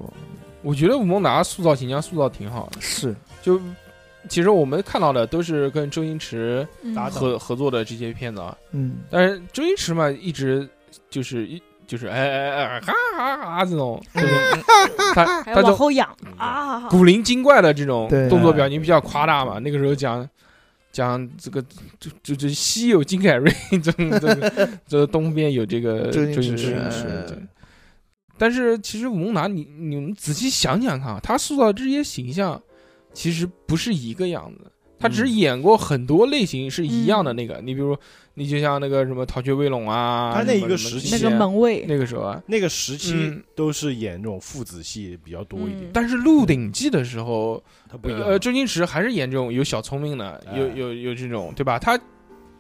[SPEAKER 5] 我觉得吴孟达塑造形象塑造挺好的，
[SPEAKER 6] 是
[SPEAKER 5] 就其实我们看到的都是跟周星驰
[SPEAKER 7] 嗯
[SPEAKER 8] 打
[SPEAKER 5] 合合作的这些片子啊，
[SPEAKER 6] 嗯，
[SPEAKER 5] 但是周星驰嘛，一直就是一就是哎哎哎哎哈哈哈这种，这种他
[SPEAKER 7] 嗯还
[SPEAKER 5] 他
[SPEAKER 7] 往
[SPEAKER 5] 就嗯
[SPEAKER 7] 后仰啊，
[SPEAKER 5] 古灵精怪的这种
[SPEAKER 6] 对
[SPEAKER 5] 动作表情比较夸大嘛。那个时候讲讲这个就就就西有金凯瑞，这这个这东边有这个
[SPEAKER 6] 周
[SPEAKER 5] 周星
[SPEAKER 6] 星驰
[SPEAKER 5] 驰
[SPEAKER 6] 嗯。
[SPEAKER 5] 对但是其实吴孟达，你你们仔细想想看啊，他塑造这些形象其实不是一个样子。他只演过很多类型是一样的那个，你比如你就像那个什么《逃学威龙》啊，
[SPEAKER 8] 他那
[SPEAKER 5] 什么
[SPEAKER 8] 一个
[SPEAKER 5] 什么
[SPEAKER 8] 时
[SPEAKER 5] 这
[SPEAKER 8] 期
[SPEAKER 7] 那
[SPEAKER 5] 些
[SPEAKER 7] 个门卫，
[SPEAKER 5] 那个时候啊，
[SPEAKER 8] 那个时期
[SPEAKER 5] 嗯
[SPEAKER 8] 都是演那种父子戏比较多一点，
[SPEAKER 7] 嗯
[SPEAKER 5] 但是《鹿鼎记》的时候，
[SPEAKER 8] 他不一样。
[SPEAKER 5] 呃，周星驰还是演这种有小聪明的，
[SPEAKER 8] 哎
[SPEAKER 5] 有有有这种，对吧？他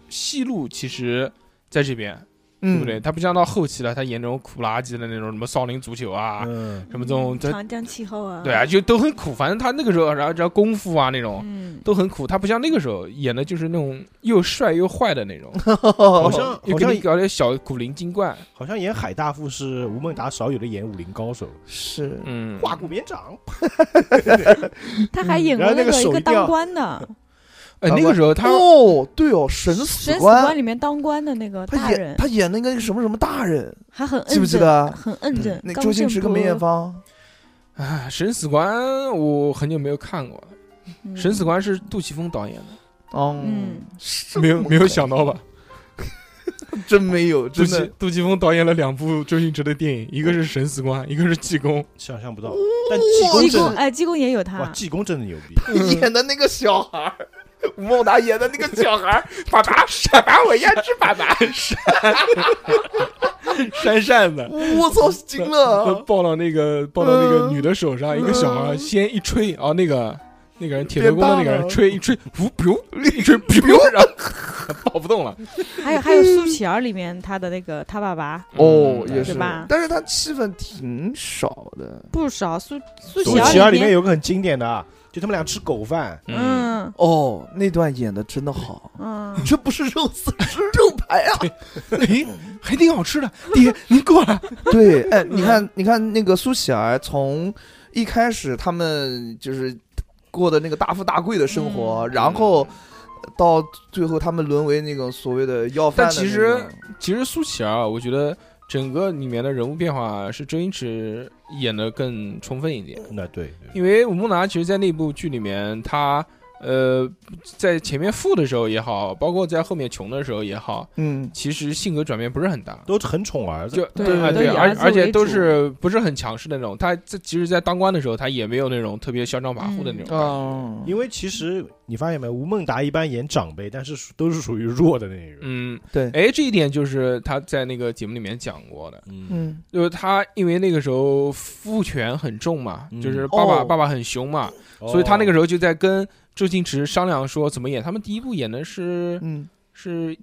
[SPEAKER 5] 戏路其实在这边，对
[SPEAKER 6] 嗯，
[SPEAKER 5] 不对？他不像到后期了，他演这种苦不拉几的那种什么少林足球啊，
[SPEAKER 8] 嗯，
[SPEAKER 5] 什么这种，他
[SPEAKER 7] 长江七号啊，
[SPEAKER 5] 对啊，，就都很苦。反正他那个时候，然后只要功夫啊那种
[SPEAKER 7] 嗯，
[SPEAKER 5] 都很苦。他不像那个时候演的就是那种又帅又坏的那种，
[SPEAKER 8] 好
[SPEAKER 6] 好
[SPEAKER 8] 像
[SPEAKER 5] 又
[SPEAKER 8] 好
[SPEAKER 5] 给你
[SPEAKER 8] 像
[SPEAKER 5] 搞点小古灵精怪，
[SPEAKER 8] 好像演海大富是吴孟达少有的演武林高手，
[SPEAKER 6] 是
[SPEAKER 5] 嗯，
[SPEAKER 8] 挂骨绵掌。
[SPEAKER 7] 他还演过
[SPEAKER 8] 然后那
[SPEAKER 7] 那
[SPEAKER 8] 个
[SPEAKER 7] 个一
[SPEAKER 8] 手
[SPEAKER 7] 个
[SPEAKER 8] 一掉
[SPEAKER 7] 当官的，
[SPEAKER 5] 哎，那个时候他
[SPEAKER 6] 哦，对哦，神
[SPEAKER 7] 生
[SPEAKER 6] 死
[SPEAKER 7] 死观
[SPEAKER 6] 官，
[SPEAKER 7] 里面当官的那个大
[SPEAKER 6] 他
[SPEAKER 7] 人嗯
[SPEAKER 6] 演，他演那个什么什么大人，
[SPEAKER 7] 还很
[SPEAKER 6] 记不
[SPEAKER 7] 摁
[SPEAKER 6] 记
[SPEAKER 7] 着，
[SPEAKER 6] 得啊？
[SPEAKER 7] 很摁着。
[SPEAKER 6] 那
[SPEAKER 7] 刚
[SPEAKER 6] 周星
[SPEAKER 7] 正
[SPEAKER 6] 驰跟
[SPEAKER 7] 不
[SPEAKER 6] 梅艳芳，
[SPEAKER 5] 啊，《审死官》我很久没有看过了，
[SPEAKER 7] 嗯
[SPEAKER 5] 《审死官》是杜琪峰导演的，
[SPEAKER 6] 嗯
[SPEAKER 7] 嗯，
[SPEAKER 6] 是
[SPEAKER 5] 没有
[SPEAKER 6] 我
[SPEAKER 5] 没有
[SPEAKER 6] 靠
[SPEAKER 5] 想到吧？
[SPEAKER 6] 真没有，
[SPEAKER 5] 杜
[SPEAKER 6] 真
[SPEAKER 5] 琪
[SPEAKER 6] 的
[SPEAKER 5] 杜琪峰导演了两部周星驰的电影，一个是《审死官》，一个是《济公》。
[SPEAKER 8] 想象不
[SPEAKER 5] 哦
[SPEAKER 8] 到，但济公
[SPEAKER 7] 济
[SPEAKER 8] 真
[SPEAKER 7] 公
[SPEAKER 8] 的
[SPEAKER 7] 哎，济公也有
[SPEAKER 5] 啊
[SPEAKER 8] 哇，
[SPEAKER 7] 他，
[SPEAKER 8] 济公真的牛逼，
[SPEAKER 6] 演的那个小孩儿，吴孟达演的那个小孩儿，爸爸傻把我要吃 爸爸，
[SPEAKER 5] 扇扇子
[SPEAKER 6] 我操，惊了！
[SPEAKER 5] 抱到那个抱到那个女的手上，
[SPEAKER 6] 哦嗯
[SPEAKER 5] 一个小孩先一吹，啊，那个那个人铁头功的那个
[SPEAKER 6] 变大
[SPEAKER 5] 人
[SPEAKER 6] 了
[SPEAKER 5] 吹一吹，噗噗，一吹噗噗，然后抱不动了。
[SPEAKER 7] 还有还有苏乞儿里面他的那个他爸爸
[SPEAKER 6] 哦，
[SPEAKER 5] 嗯
[SPEAKER 6] 也
[SPEAKER 7] 是吧
[SPEAKER 6] 但是他气氛挺少的。
[SPEAKER 7] 不少，苏苏
[SPEAKER 8] 肚
[SPEAKER 7] 乞
[SPEAKER 8] 脐
[SPEAKER 7] 儿
[SPEAKER 8] 儿里面有个很经典的啊，就他们俩吃狗饭，
[SPEAKER 5] 嗯，
[SPEAKER 7] 嗯
[SPEAKER 6] 哦，那段演的真的好，
[SPEAKER 7] 嗯，
[SPEAKER 6] 这不是肉丝，是肉排啊！
[SPEAKER 5] 哎，
[SPEAKER 6] 嗯
[SPEAKER 5] 还挺好吃的，爹您过来。
[SPEAKER 6] 对，哎，你看，你看那个苏乞儿，从一开始他们就是过的那个大富大贵的生活，然后到最后他们沦为那种所谓的要
[SPEAKER 5] 但
[SPEAKER 6] 饭的
[SPEAKER 5] 其
[SPEAKER 6] 那
[SPEAKER 5] 实
[SPEAKER 6] 种
[SPEAKER 5] 其实苏乞儿啊，我觉得整个里面的人物变化是周星驰演的更充分一点。
[SPEAKER 8] 那对，对
[SPEAKER 5] 嗯因为吴孟达其实，在那部剧里面，他呃，在前面富的时候也好，包括在后面穷的时候也好，
[SPEAKER 6] 嗯，
[SPEAKER 5] 其实性格转变不是很大。
[SPEAKER 8] 都很宠儿子，
[SPEAKER 5] 就
[SPEAKER 7] 对
[SPEAKER 5] 啊
[SPEAKER 7] 都
[SPEAKER 5] 对，
[SPEAKER 7] 以
[SPEAKER 5] 而
[SPEAKER 7] 儿子
[SPEAKER 5] 而且
[SPEAKER 7] 为
[SPEAKER 5] 都
[SPEAKER 7] 主
[SPEAKER 5] 是不是很强势的那种。他这其实，在当官的时候，他也没有那种特别嚣张跋扈的那种感觉。
[SPEAKER 6] 哦，
[SPEAKER 8] 因为其实你发现没，吴孟达一般演长辈，但是属都是属于弱的那一个。
[SPEAKER 5] 嗯，
[SPEAKER 6] 对
[SPEAKER 5] 哎，这一点就是他在那个节目里面讲过的，
[SPEAKER 8] 嗯
[SPEAKER 6] 嗯，
[SPEAKER 5] 就是他因为那个时候父权很重嘛，
[SPEAKER 8] 嗯
[SPEAKER 5] 就是爸爸、
[SPEAKER 6] 哦
[SPEAKER 5] 爸爸很凶嘛，
[SPEAKER 7] 哦
[SPEAKER 5] 所以他那个
[SPEAKER 8] 时
[SPEAKER 5] 时候就在跟周星驰商量说怎么演。他们第一部演的 是
[SPEAKER 6] 嗯，
[SPEAKER 5] 是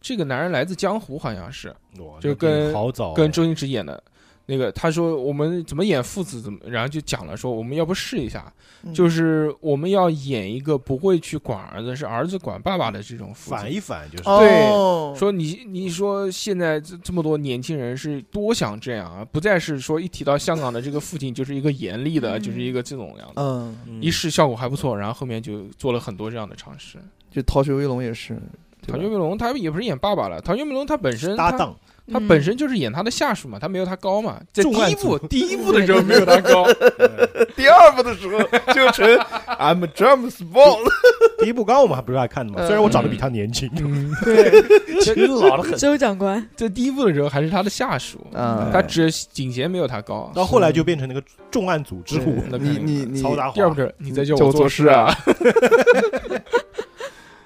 [SPEAKER 5] 这个男人来自江湖，好像是
[SPEAKER 8] 候
[SPEAKER 5] 就跟
[SPEAKER 8] 好早
[SPEAKER 5] 跟周星驰演的。那个他说我们怎么演父子怎么，然后就讲了说我们要不试一下，
[SPEAKER 6] 嗯
[SPEAKER 5] 就是是我们要演一个不会去管儿子，是儿子管爸爸的这种父
[SPEAKER 8] 反
[SPEAKER 5] 亲。
[SPEAKER 8] 一反就是
[SPEAKER 6] 哦，
[SPEAKER 5] 说你你说现在这这么多年轻人是多想这样啊，不再是说一提到香港的这个父亲就是一个严厉的，
[SPEAKER 7] 嗯
[SPEAKER 5] 就是一个这种样子。
[SPEAKER 6] 嗯，
[SPEAKER 8] 嗯
[SPEAKER 5] 一试效果还不错，然后后面就做了很多这样的尝试。
[SPEAKER 6] 就《逃学威龙》也是，对吧
[SPEAKER 5] 唐学明龙他也不是演爸爸了，唐学明龙他本身
[SPEAKER 8] 搭
[SPEAKER 5] 他
[SPEAKER 8] 档，
[SPEAKER 5] 他
[SPEAKER 7] 嗯
[SPEAKER 5] 本身就是演他的下属嘛，他没有他高嘛。在第
[SPEAKER 8] 重案
[SPEAKER 5] 一部
[SPEAKER 8] 组
[SPEAKER 5] 第一部的时候没有他高，
[SPEAKER 6] 第二部的时候就 成 I'm James Bond，
[SPEAKER 8] 第一部刚我们还不是还看的嘛，
[SPEAKER 6] 嗯
[SPEAKER 8] 虽然我长得比他年轻，
[SPEAKER 5] 嗯
[SPEAKER 6] 其实老的 很
[SPEAKER 7] 嗯周长官，
[SPEAKER 5] 在第一部的时候还是他的下属，
[SPEAKER 6] 啊
[SPEAKER 5] 他只仅嫌没有他高。啊
[SPEAKER 8] 到后来就变成那个重案组之虎，
[SPEAKER 5] 那肯
[SPEAKER 6] 你
[SPEAKER 5] 定
[SPEAKER 6] 你
[SPEAKER 5] 的
[SPEAKER 6] 你，
[SPEAKER 8] 曹达
[SPEAKER 5] 第二
[SPEAKER 8] 华
[SPEAKER 5] 部，的时候你在
[SPEAKER 6] 叫
[SPEAKER 5] 叫
[SPEAKER 6] 我
[SPEAKER 5] 我
[SPEAKER 6] 做
[SPEAKER 5] 做
[SPEAKER 6] 事
[SPEAKER 5] 事
[SPEAKER 6] 啊！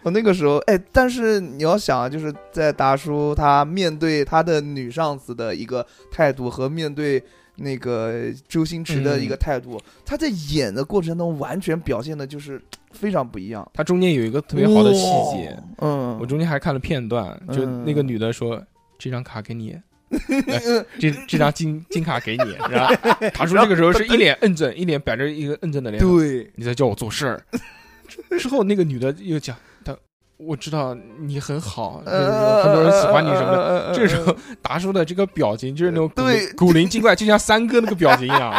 [SPEAKER 6] 我那个时候，哎，但是你要想啊，就是在达叔他面对他的女上司的一个态度和面对那个周星驰的一个态度，他在演的过程中完全表现的就是非常不一样，
[SPEAKER 5] 他中间有一个特别好的细节，
[SPEAKER 6] 嗯，
[SPEAKER 5] 我中间还看了片段，就那个女的说：“这张卡给 你，哎这这张金金卡给你。”然 后他说这个时候是一脸摁正，一脸摆着一个摁正的脸，
[SPEAKER 6] 对，
[SPEAKER 5] 你在叫我做事儿。 之后那个女的又讲：“她我知道你很好，就是
[SPEAKER 6] 呃
[SPEAKER 5] 说很多人喜欢你什么的。”
[SPEAKER 6] 的
[SPEAKER 5] 这时候达叔的这个表情就是那种古
[SPEAKER 6] 呃对
[SPEAKER 5] 古灵精怪，就像三哥那个表情一样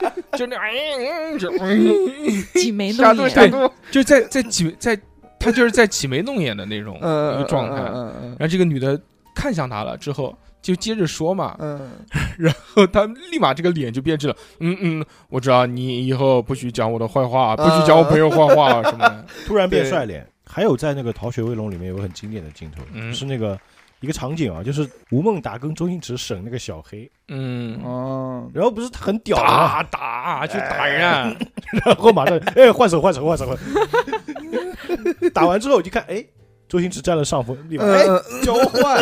[SPEAKER 5] 的， 就那哎嗯就嗯
[SPEAKER 7] 挤眉
[SPEAKER 6] 下
[SPEAKER 7] 弄
[SPEAKER 6] 肚
[SPEAKER 7] 眼，
[SPEAKER 6] 下肚，
[SPEAKER 5] 就在在挤在他就是在挤眉弄眼的那种一
[SPEAKER 6] 嗯
[SPEAKER 5] 个状态。
[SPEAKER 6] 嗯嗯
[SPEAKER 5] 然后这个女的看向他了之后，就接着说嘛，
[SPEAKER 6] 嗯，
[SPEAKER 5] 然后他立马这个脸就变质了。嗯嗯，我知道你以后不许讲我的坏话，不许讲我朋友坏话什么 的。
[SPEAKER 8] 突然变
[SPEAKER 6] 对
[SPEAKER 8] 帅脸。还有在那个《逃学威龙》里面有个很经典的镜头，
[SPEAKER 5] 嗯
[SPEAKER 8] 就是那个一个场景啊，就是吴孟达跟周星驰审那个小黑，
[SPEAKER 5] 嗯，
[SPEAKER 6] 哦，
[SPEAKER 8] 然后不是他很屌的吗
[SPEAKER 5] 打打去打人啊，
[SPEAKER 8] 然后马上 哎换手换手换手换手， 打完之后我就看哎周星驰占了上风，立马哎
[SPEAKER 6] 嗯，
[SPEAKER 8] 交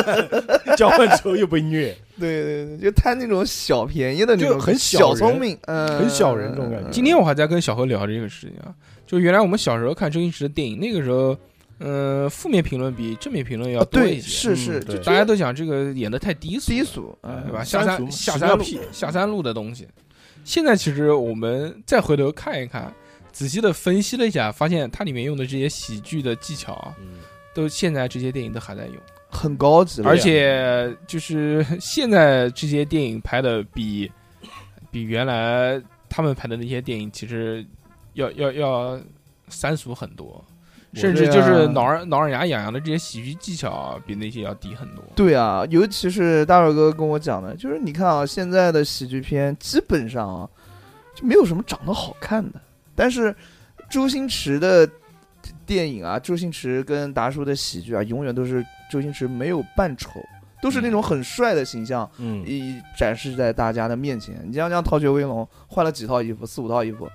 [SPEAKER 8] 换交换之后又被虐，
[SPEAKER 6] 对对对，就贪那种小便宜的那
[SPEAKER 8] 就
[SPEAKER 6] 种，
[SPEAKER 8] 很小
[SPEAKER 6] 小
[SPEAKER 8] 人
[SPEAKER 6] 聪明，嗯，
[SPEAKER 8] 很小人这种感觉
[SPEAKER 5] 今天我还在跟小何聊这个事情啊，就原来我们小时候看周星驰的电影，那个时候，嗯，负面评论比正面评论要
[SPEAKER 6] 啊，
[SPEAKER 5] 多
[SPEAKER 6] 对，
[SPEAKER 5] 一些，
[SPEAKER 6] 是
[SPEAKER 8] 嗯
[SPEAKER 6] 是，
[SPEAKER 8] 对
[SPEAKER 6] 就
[SPEAKER 5] 大家都讲这个演的太低俗了，
[SPEAKER 6] 低俗，嗯
[SPEAKER 5] 对吧？下
[SPEAKER 8] 三俗
[SPEAKER 5] 三下
[SPEAKER 8] 嘛屎
[SPEAKER 5] 三
[SPEAKER 8] 尿
[SPEAKER 5] 路
[SPEAKER 8] 屁
[SPEAKER 5] 下三路的东西。现在其实我们再回头看一看，仔细的分析了一下，发现它里面用的这些喜剧的技巧啊，
[SPEAKER 8] 嗯，
[SPEAKER 5] 都现在这些电影都还在用，
[SPEAKER 6] 很高级了，
[SPEAKER 5] 而且就是现在这些电影拍的比比原来他们拍的那些电影其实要要要三俗很多，甚
[SPEAKER 6] 啊
[SPEAKER 5] 至就是挠耳挠耳牙痒痒的这些喜剧技巧啊、比那些要低很多。
[SPEAKER 6] 对啊，尤其是大帅哥跟我讲的，就是你看啊，现在的喜剧片基本上啊，就没有什么长得好看的，但是周星驰的电影啊，周星驰跟达叔的喜剧啊，永远都是周星驰没有扮丑，都是那种很帅的形象。
[SPEAKER 8] 嗯，
[SPEAKER 6] 一展示在大家的面前。你像像《逃学威龙》，换了几套衣服，四五套衣服，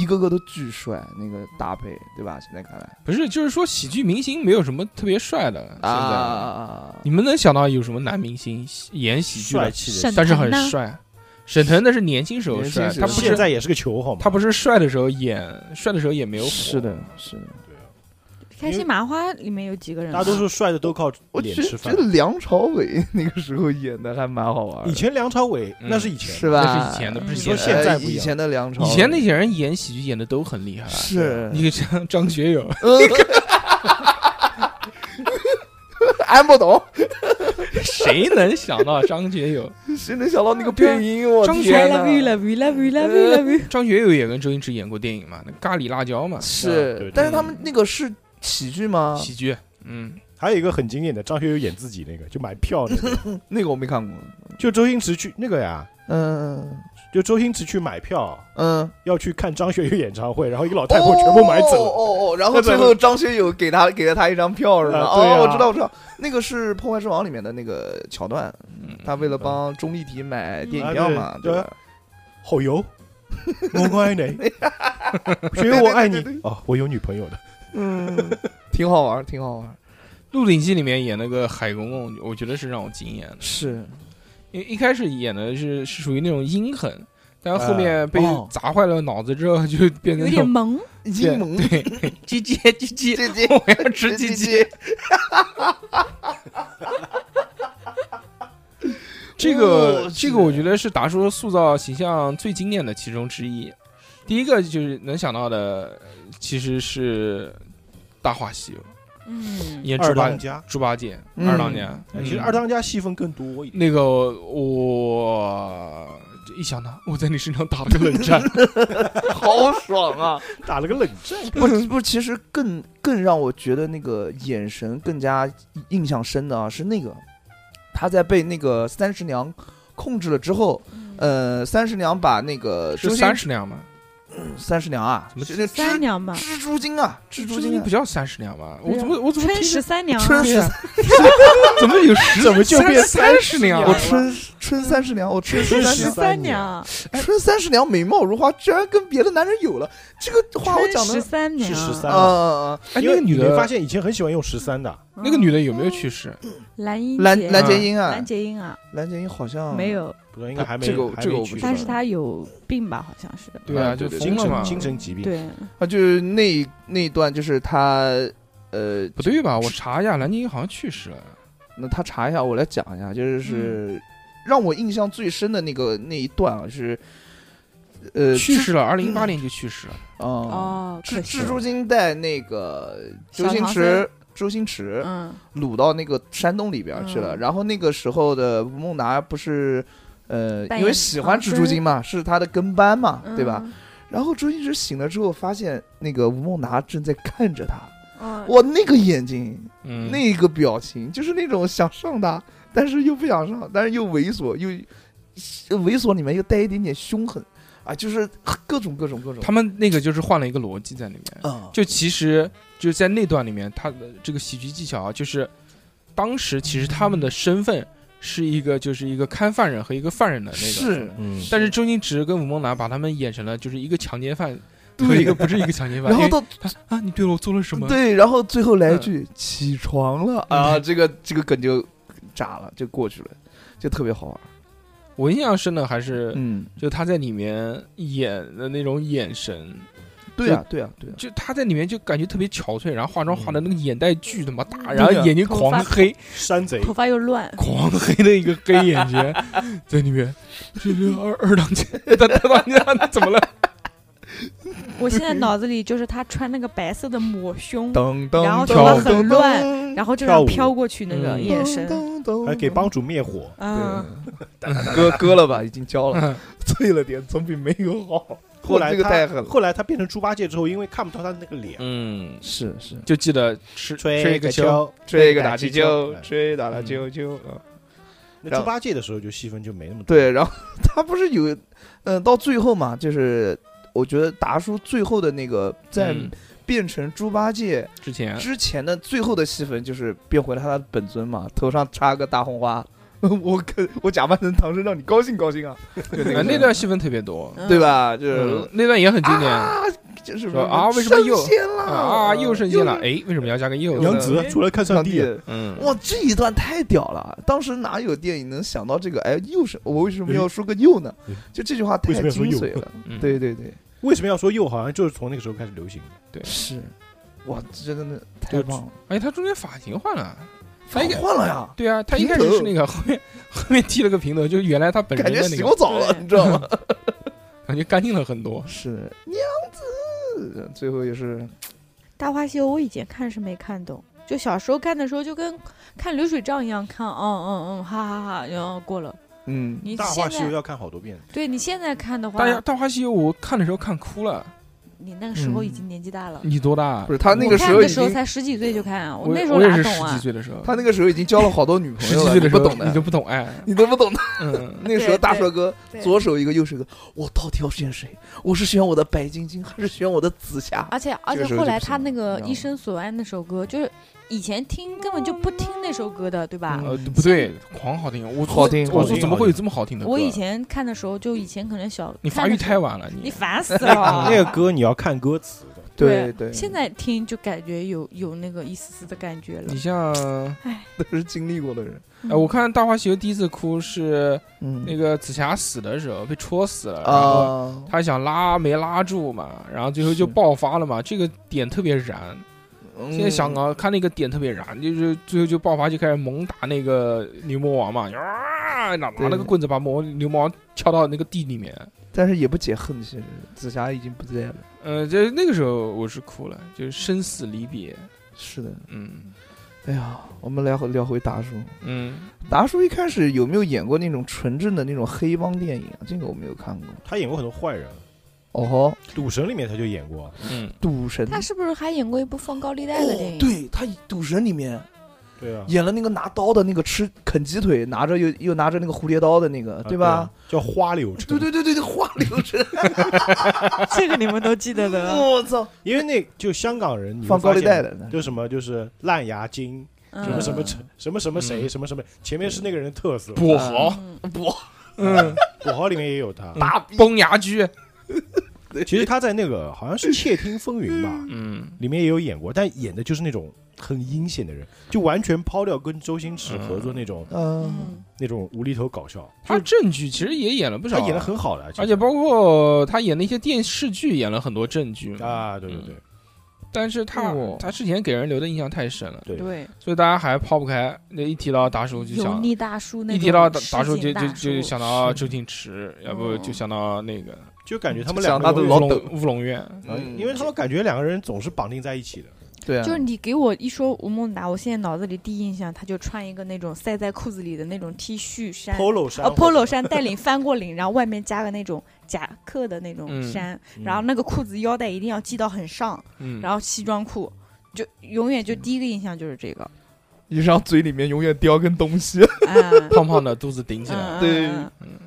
[SPEAKER 6] 一个个都巨帅，那个搭配，对吧？现在看来，
[SPEAKER 5] 不是，就是说喜剧明星没有什么特别帅的。现在、
[SPEAKER 6] 啊，
[SPEAKER 5] 你们能想到有什么男明星喜演喜剧
[SPEAKER 8] 帅
[SPEAKER 5] 的，
[SPEAKER 8] 气的
[SPEAKER 7] 沈
[SPEAKER 5] 但是
[SPEAKER 7] 腾
[SPEAKER 5] 很
[SPEAKER 7] 呢
[SPEAKER 5] 帅？沈腾那是年轻时候
[SPEAKER 6] 年轻
[SPEAKER 5] 帅，
[SPEAKER 6] 时
[SPEAKER 5] 他
[SPEAKER 6] 候
[SPEAKER 5] 不
[SPEAKER 8] 现
[SPEAKER 5] 是
[SPEAKER 8] 在也是个球好吗？
[SPEAKER 5] 他不是帅的时候演，帅的时候也没有火。
[SPEAKER 6] 是的，是的，
[SPEAKER 7] 开心麻花里面有几个人啊？
[SPEAKER 8] 大多数帅的都靠
[SPEAKER 6] 我
[SPEAKER 8] 脸
[SPEAKER 6] 觉
[SPEAKER 8] 吃
[SPEAKER 6] 觉
[SPEAKER 8] 饭
[SPEAKER 6] 得。梁朝伟 那个时候演的还蛮好玩的，
[SPEAKER 8] 以前梁朝伟
[SPEAKER 5] 嗯
[SPEAKER 8] 那是以前
[SPEAKER 6] 是
[SPEAKER 5] 那
[SPEAKER 6] 吧？
[SPEAKER 5] 是以前的，不是
[SPEAKER 7] 嗯
[SPEAKER 5] 现在。
[SPEAKER 8] 说现在
[SPEAKER 6] 呃
[SPEAKER 8] 不一
[SPEAKER 6] 以
[SPEAKER 8] 样
[SPEAKER 6] 前的梁朝伟，
[SPEAKER 5] 以
[SPEAKER 6] 啊
[SPEAKER 5] 前那些人演喜剧演的都很厉害，
[SPEAKER 6] 是呃
[SPEAKER 5] 你像张 学友，
[SPEAKER 6] 俺不懂，
[SPEAKER 5] 谁能想到张学友？
[SPEAKER 6] 谁能想到那个
[SPEAKER 8] 啊
[SPEAKER 6] 配音？我
[SPEAKER 5] 张学
[SPEAKER 6] 天啊
[SPEAKER 7] I
[SPEAKER 6] 哪
[SPEAKER 7] love you, love you, love you, love you, love you。
[SPEAKER 5] 张学友也跟周星驰演过电影嘛，那《咖喱辣椒》嘛，
[SPEAKER 8] 啊对
[SPEAKER 6] 是啊
[SPEAKER 8] 对，
[SPEAKER 6] 但是他们那个是喜剧吗？
[SPEAKER 5] 喜剧，嗯，
[SPEAKER 8] 还有一个很经典的，张学友演自己那个，就买票那个，
[SPEAKER 6] 那个我没看过，
[SPEAKER 8] 就周星驰去那个呀，
[SPEAKER 6] 嗯
[SPEAKER 8] 就周星驰去买票
[SPEAKER 6] 嗯，
[SPEAKER 8] 要去看张学友演唱会，然后一个老太婆全部买走了。
[SPEAKER 6] 哦哦，然后
[SPEAKER 8] 那怎
[SPEAKER 6] 最
[SPEAKER 8] 么
[SPEAKER 6] 后张学友给他给了他一张票是吧？
[SPEAKER 8] 啊对啊
[SPEAKER 6] 哦，我知道我知道，那个是《破坏之王》里面的那个桥段，
[SPEAKER 5] 嗯
[SPEAKER 6] 他为了帮钟丽缇买电影票嘛，
[SPEAKER 8] 嗯
[SPEAKER 6] 对
[SPEAKER 8] 啊
[SPEAKER 6] 吧？
[SPEAKER 8] 好油，我爱你，学友我爱你
[SPEAKER 6] 对对对对
[SPEAKER 8] 哦，我有女朋友 的。
[SPEAKER 6] 嗯，挺好玩，挺好玩，
[SPEAKER 5] 《鹿鼎记》里面演那个海公公，我觉得是让我惊艳的，
[SPEAKER 6] 是
[SPEAKER 5] 因为一开始演的是是属于那种阴狠，但是后
[SPEAKER 8] 啊
[SPEAKER 5] 面被
[SPEAKER 6] 哦
[SPEAKER 5] 砸坏了脑子之后，就变成
[SPEAKER 7] 有
[SPEAKER 5] 那
[SPEAKER 7] 点
[SPEAKER 5] 种
[SPEAKER 7] 萌，
[SPEAKER 6] 阴谋
[SPEAKER 5] 对鸡鸡鸡鸡，
[SPEAKER 6] 姐 姐。
[SPEAKER 5] 我要吃鸡
[SPEAKER 6] 鸡
[SPEAKER 5] 鸡。这个
[SPEAKER 6] 哦
[SPEAKER 5] 这
[SPEAKER 6] 是
[SPEAKER 5] 个，我觉得是达叔塑造形象最经典的其中之一。第一个就是能想到的，其实是《大话西游》
[SPEAKER 7] 嗯，
[SPEAKER 5] 演猪
[SPEAKER 8] 二
[SPEAKER 5] 八
[SPEAKER 8] 当家，
[SPEAKER 5] 猪八戒
[SPEAKER 6] 嗯
[SPEAKER 5] 二当家。
[SPEAKER 8] 哎
[SPEAKER 5] 嗯
[SPEAKER 8] 其实二当家戏份更多一点。
[SPEAKER 5] 那个我一想到我在你身上打了个冷战，
[SPEAKER 6] 好爽啊！
[SPEAKER 8] 打了个冷战，
[SPEAKER 6] 不不，其实更更让我觉得那个眼神更加印象深的啊，是那个他在被那个三十娘控制了之后，呃，三十娘把那个
[SPEAKER 5] 是
[SPEAKER 6] 周星
[SPEAKER 5] 三十两吗？
[SPEAKER 6] 三十娘啊，
[SPEAKER 5] 什么
[SPEAKER 6] 是那
[SPEAKER 7] 三
[SPEAKER 6] 蜘
[SPEAKER 7] 娘吧，
[SPEAKER 6] 蜘蛛精啊，蜘蛛精啊
[SPEAKER 5] 不叫三十两吧？我
[SPEAKER 6] 对啊
[SPEAKER 5] 怎么我怎么
[SPEAKER 7] 春
[SPEAKER 5] 听
[SPEAKER 7] 十
[SPEAKER 5] 着
[SPEAKER 7] 三娘啊，
[SPEAKER 6] 春
[SPEAKER 5] 对
[SPEAKER 6] 十
[SPEAKER 5] 啊，怎么有十
[SPEAKER 8] 怎么就变
[SPEAKER 5] 三十两？
[SPEAKER 6] 我春春三十娘，我春
[SPEAKER 8] 春
[SPEAKER 6] 三
[SPEAKER 7] 十
[SPEAKER 6] 娘，
[SPEAKER 7] 三娘，
[SPEAKER 6] 哎春三十娘美貌如花，居然跟别的男人有了，这个话我
[SPEAKER 7] 春
[SPEAKER 6] 讲
[SPEAKER 7] 十
[SPEAKER 6] 的，
[SPEAKER 7] 三娘，
[SPEAKER 8] 是十三
[SPEAKER 6] 啊啊啊，
[SPEAKER 5] 哎，
[SPEAKER 8] 因
[SPEAKER 5] 那
[SPEAKER 8] 为
[SPEAKER 5] 个女
[SPEAKER 8] 你没
[SPEAKER 5] 的
[SPEAKER 8] 发现以前很喜欢用十三的，
[SPEAKER 7] 嗯
[SPEAKER 5] 那个女的有没有去世？
[SPEAKER 7] 蓝英
[SPEAKER 6] 蓝
[SPEAKER 7] 姐
[SPEAKER 6] 蓝
[SPEAKER 5] 洁
[SPEAKER 6] 洁瑛啊嗯
[SPEAKER 7] 蓝，洁瑛啊，
[SPEAKER 6] 蓝洁瑛好像
[SPEAKER 7] 没，有，
[SPEAKER 8] 不然应该还没
[SPEAKER 6] 这个
[SPEAKER 8] 还
[SPEAKER 6] 这个
[SPEAKER 8] 没
[SPEAKER 6] 我不
[SPEAKER 8] 去
[SPEAKER 6] 知道
[SPEAKER 7] 但是她有病吧，好像是，
[SPEAKER 5] 对啊，
[SPEAKER 6] 嗯
[SPEAKER 5] 就
[SPEAKER 6] 对对
[SPEAKER 5] 疯
[SPEAKER 8] 精
[SPEAKER 5] 了嘛
[SPEAKER 8] 神，精神疾病。
[SPEAKER 7] 对，
[SPEAKER 6] 啊，就是那一那一段，就是他，呃，
[SPEAKER 5] 不对吧？我查一下，蓝鲸好像去世了。
[SPEAKER 6] 那他查一下，我来讲一下，就是
[SPEAKER 7] 嗯
[SPEAKER 6] 是让我印象最深的那个那一段啊，是，呃，
[SPEAKER 5] 去世了，二零一八年就去世了。
[SPEAKER 6] 啊，
[SPEAKER 7] 哦，
[SPEAKER 6] 蜘
[SPEAKER 7] 可惜
[SPEAKER 6] 蜘，蛛精带那个
[SPEAKER 7] 小
[SPEAKER 6] 周星
[SPEAKER 7] 唐
[SPEAKER 6] 驰。周星驰
[SPEAKER 7] 嗯，
[SPEAKER 6] 掳到那个山洞里边去了，
[SPEAKER 7] 嗯
[SPEAKER 6] 然后那个时候的吴孟达不是，呃，
[SPEAKER 7] 扮演
[SPEAKER 6] 因为喜欢蜘蛛精嘛，是他的跟班嘛，对吧？
[SPEAKER 7] 嗯？
[SPEAKER 6] 然后周星驰醒了之后，发现那个吴孟达正在看着他，
[SPEAKER 7] 嗯，
[SPEAKER 6] 哇，那个眼睛，
[SPEAKER 5] 嗯，
[SPEAKER 6] 那个表情，就是那种想上他，但是又不想上，但是又猥琐，又猥琐里面又带一点点凶狠啊，就是各种各种各种。
[SPEAKER 5] 他们那个就是换了一个逻辑在里面。
[SPEAKER 6] 啊，
[SPEAKER 5] 就其实就在那段里面，他的这个喜剧技巧啊，就是当时其实他们的身份是一个就是一个看犯人和一个犯人的那个。
[SPEAKER 6] 是。
[SPEAKER 8] 嗯，
[SPEAKER 5] 但是周星驰跟吴孟达把他们演成了就是一个强奸犯和
[SPEAKER 6] 对
[SPEAKER 5] 一个不是一个强奸犯。
[SPEAKER 6] 然后
[SPEAKER 5] 因为
[SPEAKER 6] 到
[SPEAKER 5] 啊，你对我做了什么？
[SPEAKER 6] 对，然后最后来一句“起床了”嗯啊，这个这个梗就炸了，就过去了，就特别好玩。
[SPEAKER 5] 我印象深的还是
[SPEAKER 6] 嗯，
[SPEAKER 5] 就他在里面演的那种眼神，
[SPEAKER 6] 对啊，对啊，对啊，
[SPEAKER 5] 就他在里面就感觉特别憔悴，然后化妆化的那个眼袋巨他妈大，
[SPEAKER 7] 嗯
[SPEAKER 5] 然后
[SPEAKER 6] 嗯对啊
[SPEAKER 5] 眼睛
[SPEAKER 7] 头
[SPEAKER 5] 狂
[SPEAKER 7] 发
[SPEAKER 5] 黑，
[SPEAKER 8] 山贼
[SPEAKER 7] 头发又乱，
[SPEAKER 5] 狂黑的一个黑眼 圈在里面，这是二二当家，他他当家怎么了？
[SPEAKER 7] 我现在脑子里就是她穿那个白色的抹胸，
[SPEAKER 6] 噔
[SPEAKER 7] 然后
[SPEAKER 6] 噔
[SPEAKER 7] 头
[SPEAKER 5] 发
[SPEAKER 6] 噔
[SPEAKER 7] 很
[SPEAKER 6] 噔
[SPEAKER 7] 乱
[SPEAKER 6] 噔
[SPEAKER 7] 然后就
[SPEAKER 8] 跳
[SPEAKER 7] 让
[SPEAKER 8] 舞
[SPEAKER 7] 飘过去那个
[SPEAKER 5] 嗯
[SPEAKER 7] 眼神，
[SPEAKER 6] 噔噔
[SPEAKER 8] 还给帮主灭火，
[SPEAKER 7] 嗯，
[SPEAKER 6] 割割了吧，已经交了，
[SPEAKER 5] 嗯
[SPEAKER 6] 醉了点，总比没有好。
[SPEAKER 8] 后来
[SPEAKER 6] 这个
[SPEAKER 8] 他
[SPEAKER 6] 太狠了，
[SPEAKER 8] 后来他变成猪八戒之后，因为看不到他的那个脸，
[SPEAKER 5] 嗯，
[SPEAKER 6] 是是，
[SPEAKER 5] 就记得吃一个球，，
[SPEAKER 6] 追个打气球，
[SPEAKER 8] 哎
[SPEAKER 6] 追打打球球啊。
[SPEAKER 8] 那猪八戒的时候就戏份就没那么多。
[SPEAKER 6] 对，然后他不是有，嗯，到最后嘛，就是我觉得达叔最后的那个在
[SPEAKER 5] 嗯
[SPEAKER 6] 变成猪八戒
[SPEAKER 5] 之前
[SPEAKER 6] 之前的最后的戏份，就是变回了他的本尊嘛，头上插个大红花， 我跟我假扮成唐僧，让你高兴高兴啊，就那
[SPEAKER 5] 呃
[SPEAKER 6] 个
[SPEAKER 5] 那段戏份特别多，
[SPEAKER 7] 嗯
[SPEAKER 6] 对？吧？就
[SPEAKER 5] 嗯
[SPEAKER 6] 是，
[SPEAKER 5] 那段也很经典啊，
[SPEAKER 6] 就是
[SPEAKER 5] 说啊为什么又
[SPEAKER 6] 升仙了
[SPEAKER 5] 啊又升仙了，
[SPEAKER 6] 又
[SPEAKER 5] 哎，为什么要加个又？
[SPEAKER 8] 杨紫除了看上
[SPEAKER 6] 上
[SPEAKER 8] 帝，
[SPEAKER 6] 帝。
[SPEAKER 5] 嗯，
[SPEAKER 6] 哇，这一段太屌了！当时哪有电影能想到这个？哎，又是我为什么要说个又呢
[SPEAKER 8] 哎？
[SPEAKER 6] 就这句话太
[SPEAKER 8] 为什么要说
[SPEAKER 6] 精
[SPEAKER 8] 又
[SPEAKER 6] 髓了。
[SPEAKER 5] 嗯
[SPEAKER 6] 对对对，
[SPEAKER 8] 为什么要说又好像就是从那个时候开始流行的？
[SPEAKER 6] 是，哇，这真的
[SPEAKER 5] 就
[SPEAKER 6] 太棒了！
[SPEAKER 5] 哎，他中间发型换了，他
[SPEAKER 6] 反
[SPEAKER 5] 一个
[SPEAKER 6] 换了呀，
[SPEAKER 5] 对啊，他一
[SPEAKER 6] 平
[SPEAKER 5] 开始是
[SPEAKER 6] 头
[SPEAKER 5] 那个，后面后面剃了个平头，就原来他本
[SPEAKER 6] 感
[SPEAKER 5] 人
[SPEAKER 6] 觉
[SPEAKER 5] 的那
[SPEAKER 6] 洗
[SPEAKER 5] 个
[SPEAKER 6] 过，澡了，
[SPEAKER 7] 对
[SPEAKER 6] 你知 道吗？
[SPEAKER 5] 感觉干净了很多。
[SPEAKER 6] 是的，娘子，最后也是
[SPEAKER 7] 嗯大话西游我以前看是没看懂，就小时候看的时候就跟看流水账一样看，嗯嗯嗯，哈哈哈，然后过了。
[SPEAKER 6] 嗯，
[SPEAKER 7] 你
[SPEAKER 8] 大话
[SPEAKER 7] 现
[SPEAKER 8] 西游
[SPEAKER 7] 在
[SPEAKER 8] 要看好多遍，
[SPEAKER 7] 对你现在看的话
[SPEAKER 5] 大，家《大话西游》，我看的时候看哭了，
[SPEAKER 7] 你那个时候已
[SPEAKER 6] 嗯
[SPEAKER 7] 经年纪大了。
[SPEAKER 5] 你多大啊？
[SPEAKER 6] 不是他那
[SPEAKER 7] 我
[SPEAKER 6] 个
[SPEAKER 7] 看
[SPEAKER 6] 时候已
[SPEAKER 7] 的时候
[SPEAKER 6] 经，
[SPEAKER 7] 才十几岁就看啊，
[SPEAKER 5] 我
[SPEAKER 7] 那时候
[SPEAKER 5] 我也
[SPEAKER 7] 哪
[SPEAKER 5] 是
[SPEAKER 7] 懂
[SPEAKER 5] 十几
[SPEAKER 7] 啊？
[SPEAKER 5] 岁的时候，
[SPEAKER 6] 他那个时候已经交了好多女朋
[SPEAKER 5] 十
[SPEAKER 6] 友
[SPEAKER 5] 几岁
[SPEAKER 6] 了，
[SPEAKER 5] 的
[SPEAKER 6] 你
[SPEAKER 5] 时
[SPEAKER 6] 不
[SPEAKER 5] 候
[SPEAKER 6] 懂的，
[SPEAKER 5] 你都不懂哎爱，
[SPEAKER 6] 你都不懂的。
[SPEAKER 5] 嗯，
[SPEAKER 6] 那个时候
[SPEAKER 7] 对
[SPEAKER 6] 大
[SPEAKER 7] 对
[SPEAKER 6] 帅哥
[SPEAKER 7] 对
[SPEAKER 6] 左手一个，右手一个，我到底要选谁？我是选我的白晶晶，还是选我的紫霞？
[SPEAKER 7] 而且而
[SPEAKER 6] 这个
[SPEAKER 7] 且
[SPEAKER 6] 时候
[SPEAKER 7] 后
[SPEAKER 6] 就
[SPEAKER 7] 来
[SPEAKER 6] 不
[SPEAKER 7] 他
[SPEAKER 6] 行
[SPEAKER 7] 那
[SPEAKER 6] 了
[SPEAKER 7] 个
[SPEAKER 6] 你知道
[SPEAKER 7] 一
[SPEAKER 6] 吗
[SPEAKER 7] 生所爱那首歌，就是以前听根本就不听那首歌的，对吧？
[SPEAKER 5] 呃，不对，狂好听，我说
[SPEAKER 6] 好听
[SPEAKER 5] 我
[SPEAKER 8] 好
[SPEAKER 5] 说
[SPEAKER 8] 听
[SPEAKER 5] 怎么会有这么好听的歌？
[SPEAKER 7] 我以前看的时候，就以前可能小
[SPEAKER 5] 你
[SPEAKER 7] 看
[SPEAKER 5] 发育
[SPEAKER 7] 的时
[SPEAKER 5] 太
[SPEAKER 7] 候，
[SPEAKER 5] 晚了，
[SPEAKER 7] 你
[SPEAKER 5] 你
[SPEAKER 7] 烦死了。
[SPEAKER 8] 那个歌你要看歌词的，
[SPEAKER 6] 对对，
[SPEAKER 7] 现在听就感觉有有那个一丝丝的感觉了
[SPEAKER 5] 你。像
[SPEAKER 6] 都是经历过的人。
[SPEAKER 5] 哎，
[SPEAKER 7] 嗯
[SPEAKER 5] 我看《大话西游》第一次哭是
[SPEAKER 6] 嗯
[SPEAKER 5] 那个紫霞死的时候被戳死了，然后
[SPEAKER 6] 啊，
[SPEAKER 5] 他想拉没拉住嘛，然后最后就是爆发了嘛，这个点特别燃。现在想
[SPEAKER 6] 嗯
[SPEAKER 5] 啊，看那个点特别燃，就是最后就爆发，就开始猛打那个牛魔王嘛，啊，拿拿那个
[SPEAKER 6] 对
[SPEAKER 5] 棍子把魔牛魔王敲到那个地里面。
[SPEAKER 6] 但是也不解恨，其实紫霞已经不在了。
[SPEAKER 5] 呃，就那个时候我是哭了，就是生死离别。
[SPEAKER 6] 是的，
[SPEAKER 5] 嗯
[SPEAKER 6] 哎呀，我们聊回聊回达叔。
[SPEAKER 5] 嗯，
[SPEAKER 6] 达叔一开始有没有演过那种纯正的那种黑帮电影啊？这个我没有看过。
[SPEAKER 8] 他演过很多坏人，
[SPEAKER 6] 哦吼，
[SPEAKER 8] 赌神里面他就演过，
[SPEAKER 5] 嗯，
[SPEAKER 6] 赌神，
[SPEAKER 7] 他是不是还演过一部放高利贷的电影？
[SPEAKER 6] 哦，对他赌神里面
[SPEAKER 8] 对啊，
[SPEAKER 6] 演了那个拿刀的那个吃啃鸡腿，拿着又又拿着那个蝴蝶刀的那个，
[SPEAKER 8] 啊
[SPEAKER 6] 对吧？？
[SPEAKER 8] 叫花柳城，
[SPEAKER 6] 对对对对对，花柳城，
[SPEAKER 7] 这个你们都记得的。
[SPEAKER 6] 我操，
[SPEAKER 8] 因为那就香港人你会
[SPEAKER 6] 放高利贷
[SPEAKER 8] 发
[SPEAKER 6] 的
[SPEAKER 8] 现，就什么就是烂牙精，
[SPEAKER 7] 嗯
[SPEAKER 8] 什么什么
[SPEAKER 6] 嗯
[SPEAKER 8] 陈什么什么谁
[SPEAKER 5] 嗯
[SPEAKER 8] 什么什么，前面是那个人的特色。
[SPEAKER 5] 跛豪，
[SPEAKER 7] 嗯
[SPEAKER 5] 嗯，
[SPEAKER 8] 土豪里面也有他，
[SPEAKER 5] 大崩牙驹，
[SPEAKER 8] 其实他在那个好像是《窃听风云》吧，
[SPEAKER 5] 嗯，
[SPEAKER 8] 里面也有演过，但演的就是那种很阴险的人，就完全抛掉跟周星驰合作那种
[SPEAKER 6] 嗯，
[SPEAKER 7] 嗯
[SPEAKER 8] 那种无厘头搞笑，
[SPEAKER 5] 他正剧其实也演了不
[SPEAKER 6] 啊
[SPEAKER 8] 他
[SPEAKER 5] 少，啊
[SPEAKER 8] 演的很好的，其实
[SPEAKER 5] 而且包括他演那些电视剧，演了很多正剧嘛。
[SPEAKER 8] 啊，对对
[SPEAKER 6] 嗯
[SPEAKER 8] 对
[SPEAKER 5] 但是他、
[SPEAKER 6] 哦
[SPEAKER 5] 他之前给人留的印象太深了，
[SPEAKER 8] 对，
[SPEAKER 7] 对，
[SPEAKER 5] 所以大家还抛不开。那一提到达叔就
[SPEAKER 7] 油
[SPEAKER 5] 想，
[SPEAKER 7] 腻大叔那
[SPEAKER 5] 一
[SPEAKER 7] 种
[SPEAKER 5] 提到达
[SPEAKER 7] 市
[SPEAKER 5] 达叔哦就
[SPEAKER 7] 井大
[SPEAKER 5] 就就想到周星驰，要不
[SPEAKER 7] 嗯
[SPEAKER 5] 就想到那个
[SPEAKER 8] 就感觉他们
[SPEAKER 6] 想
[SPEAKER 8] 两
[SPEAKER 6] 到
[SPEAKER 8] 个人
[SPEAKER 6] 老
[SPEAKER 5] 乌龙
[SPEAKER 8] 会
[SPEAKER 6] 抖
[SPEAKER 5] 乌龙院。
[SPEAKER 8] 啊
[SPEAKER 6] 嗯
[SPEAKER 8] 因为他们感觉两个人总是绑定在一起的，
[SPEAKER 6] 对啊，
[SPEAKER 7] 就是你给我一说吴孟达，我现在脑子里第一印象，他就穿一个那种塞在裤子里的那种 T 恤衫，
[SPEAKER 8] polo 衫
[SPEAKER 7] 呃 polo 衫，带领翻过领，然后外面加个那种夹克的那种
[SPEAKER 5] 嗯
[SPEAKER 7] 衫，
[SPEAKER 8] 嗯
[SPEAKER 7] 然后那个裤子腰带一定要系到很上，
[SPEAKER 5] 嗯，
[SPEAKER 7] 然后西装裤，就永远就第一个印象就是这 个，
[SPEAKER 6] 你让嘴里面永远叼根东西。
[SPEAKER 7] 嗯
[SPEAKER 5] 胖胖的肚子顶起来。
[SPEAKER 7] 嗯，
[SPEAKER 6] 对
[SPEAKER 7] 嗯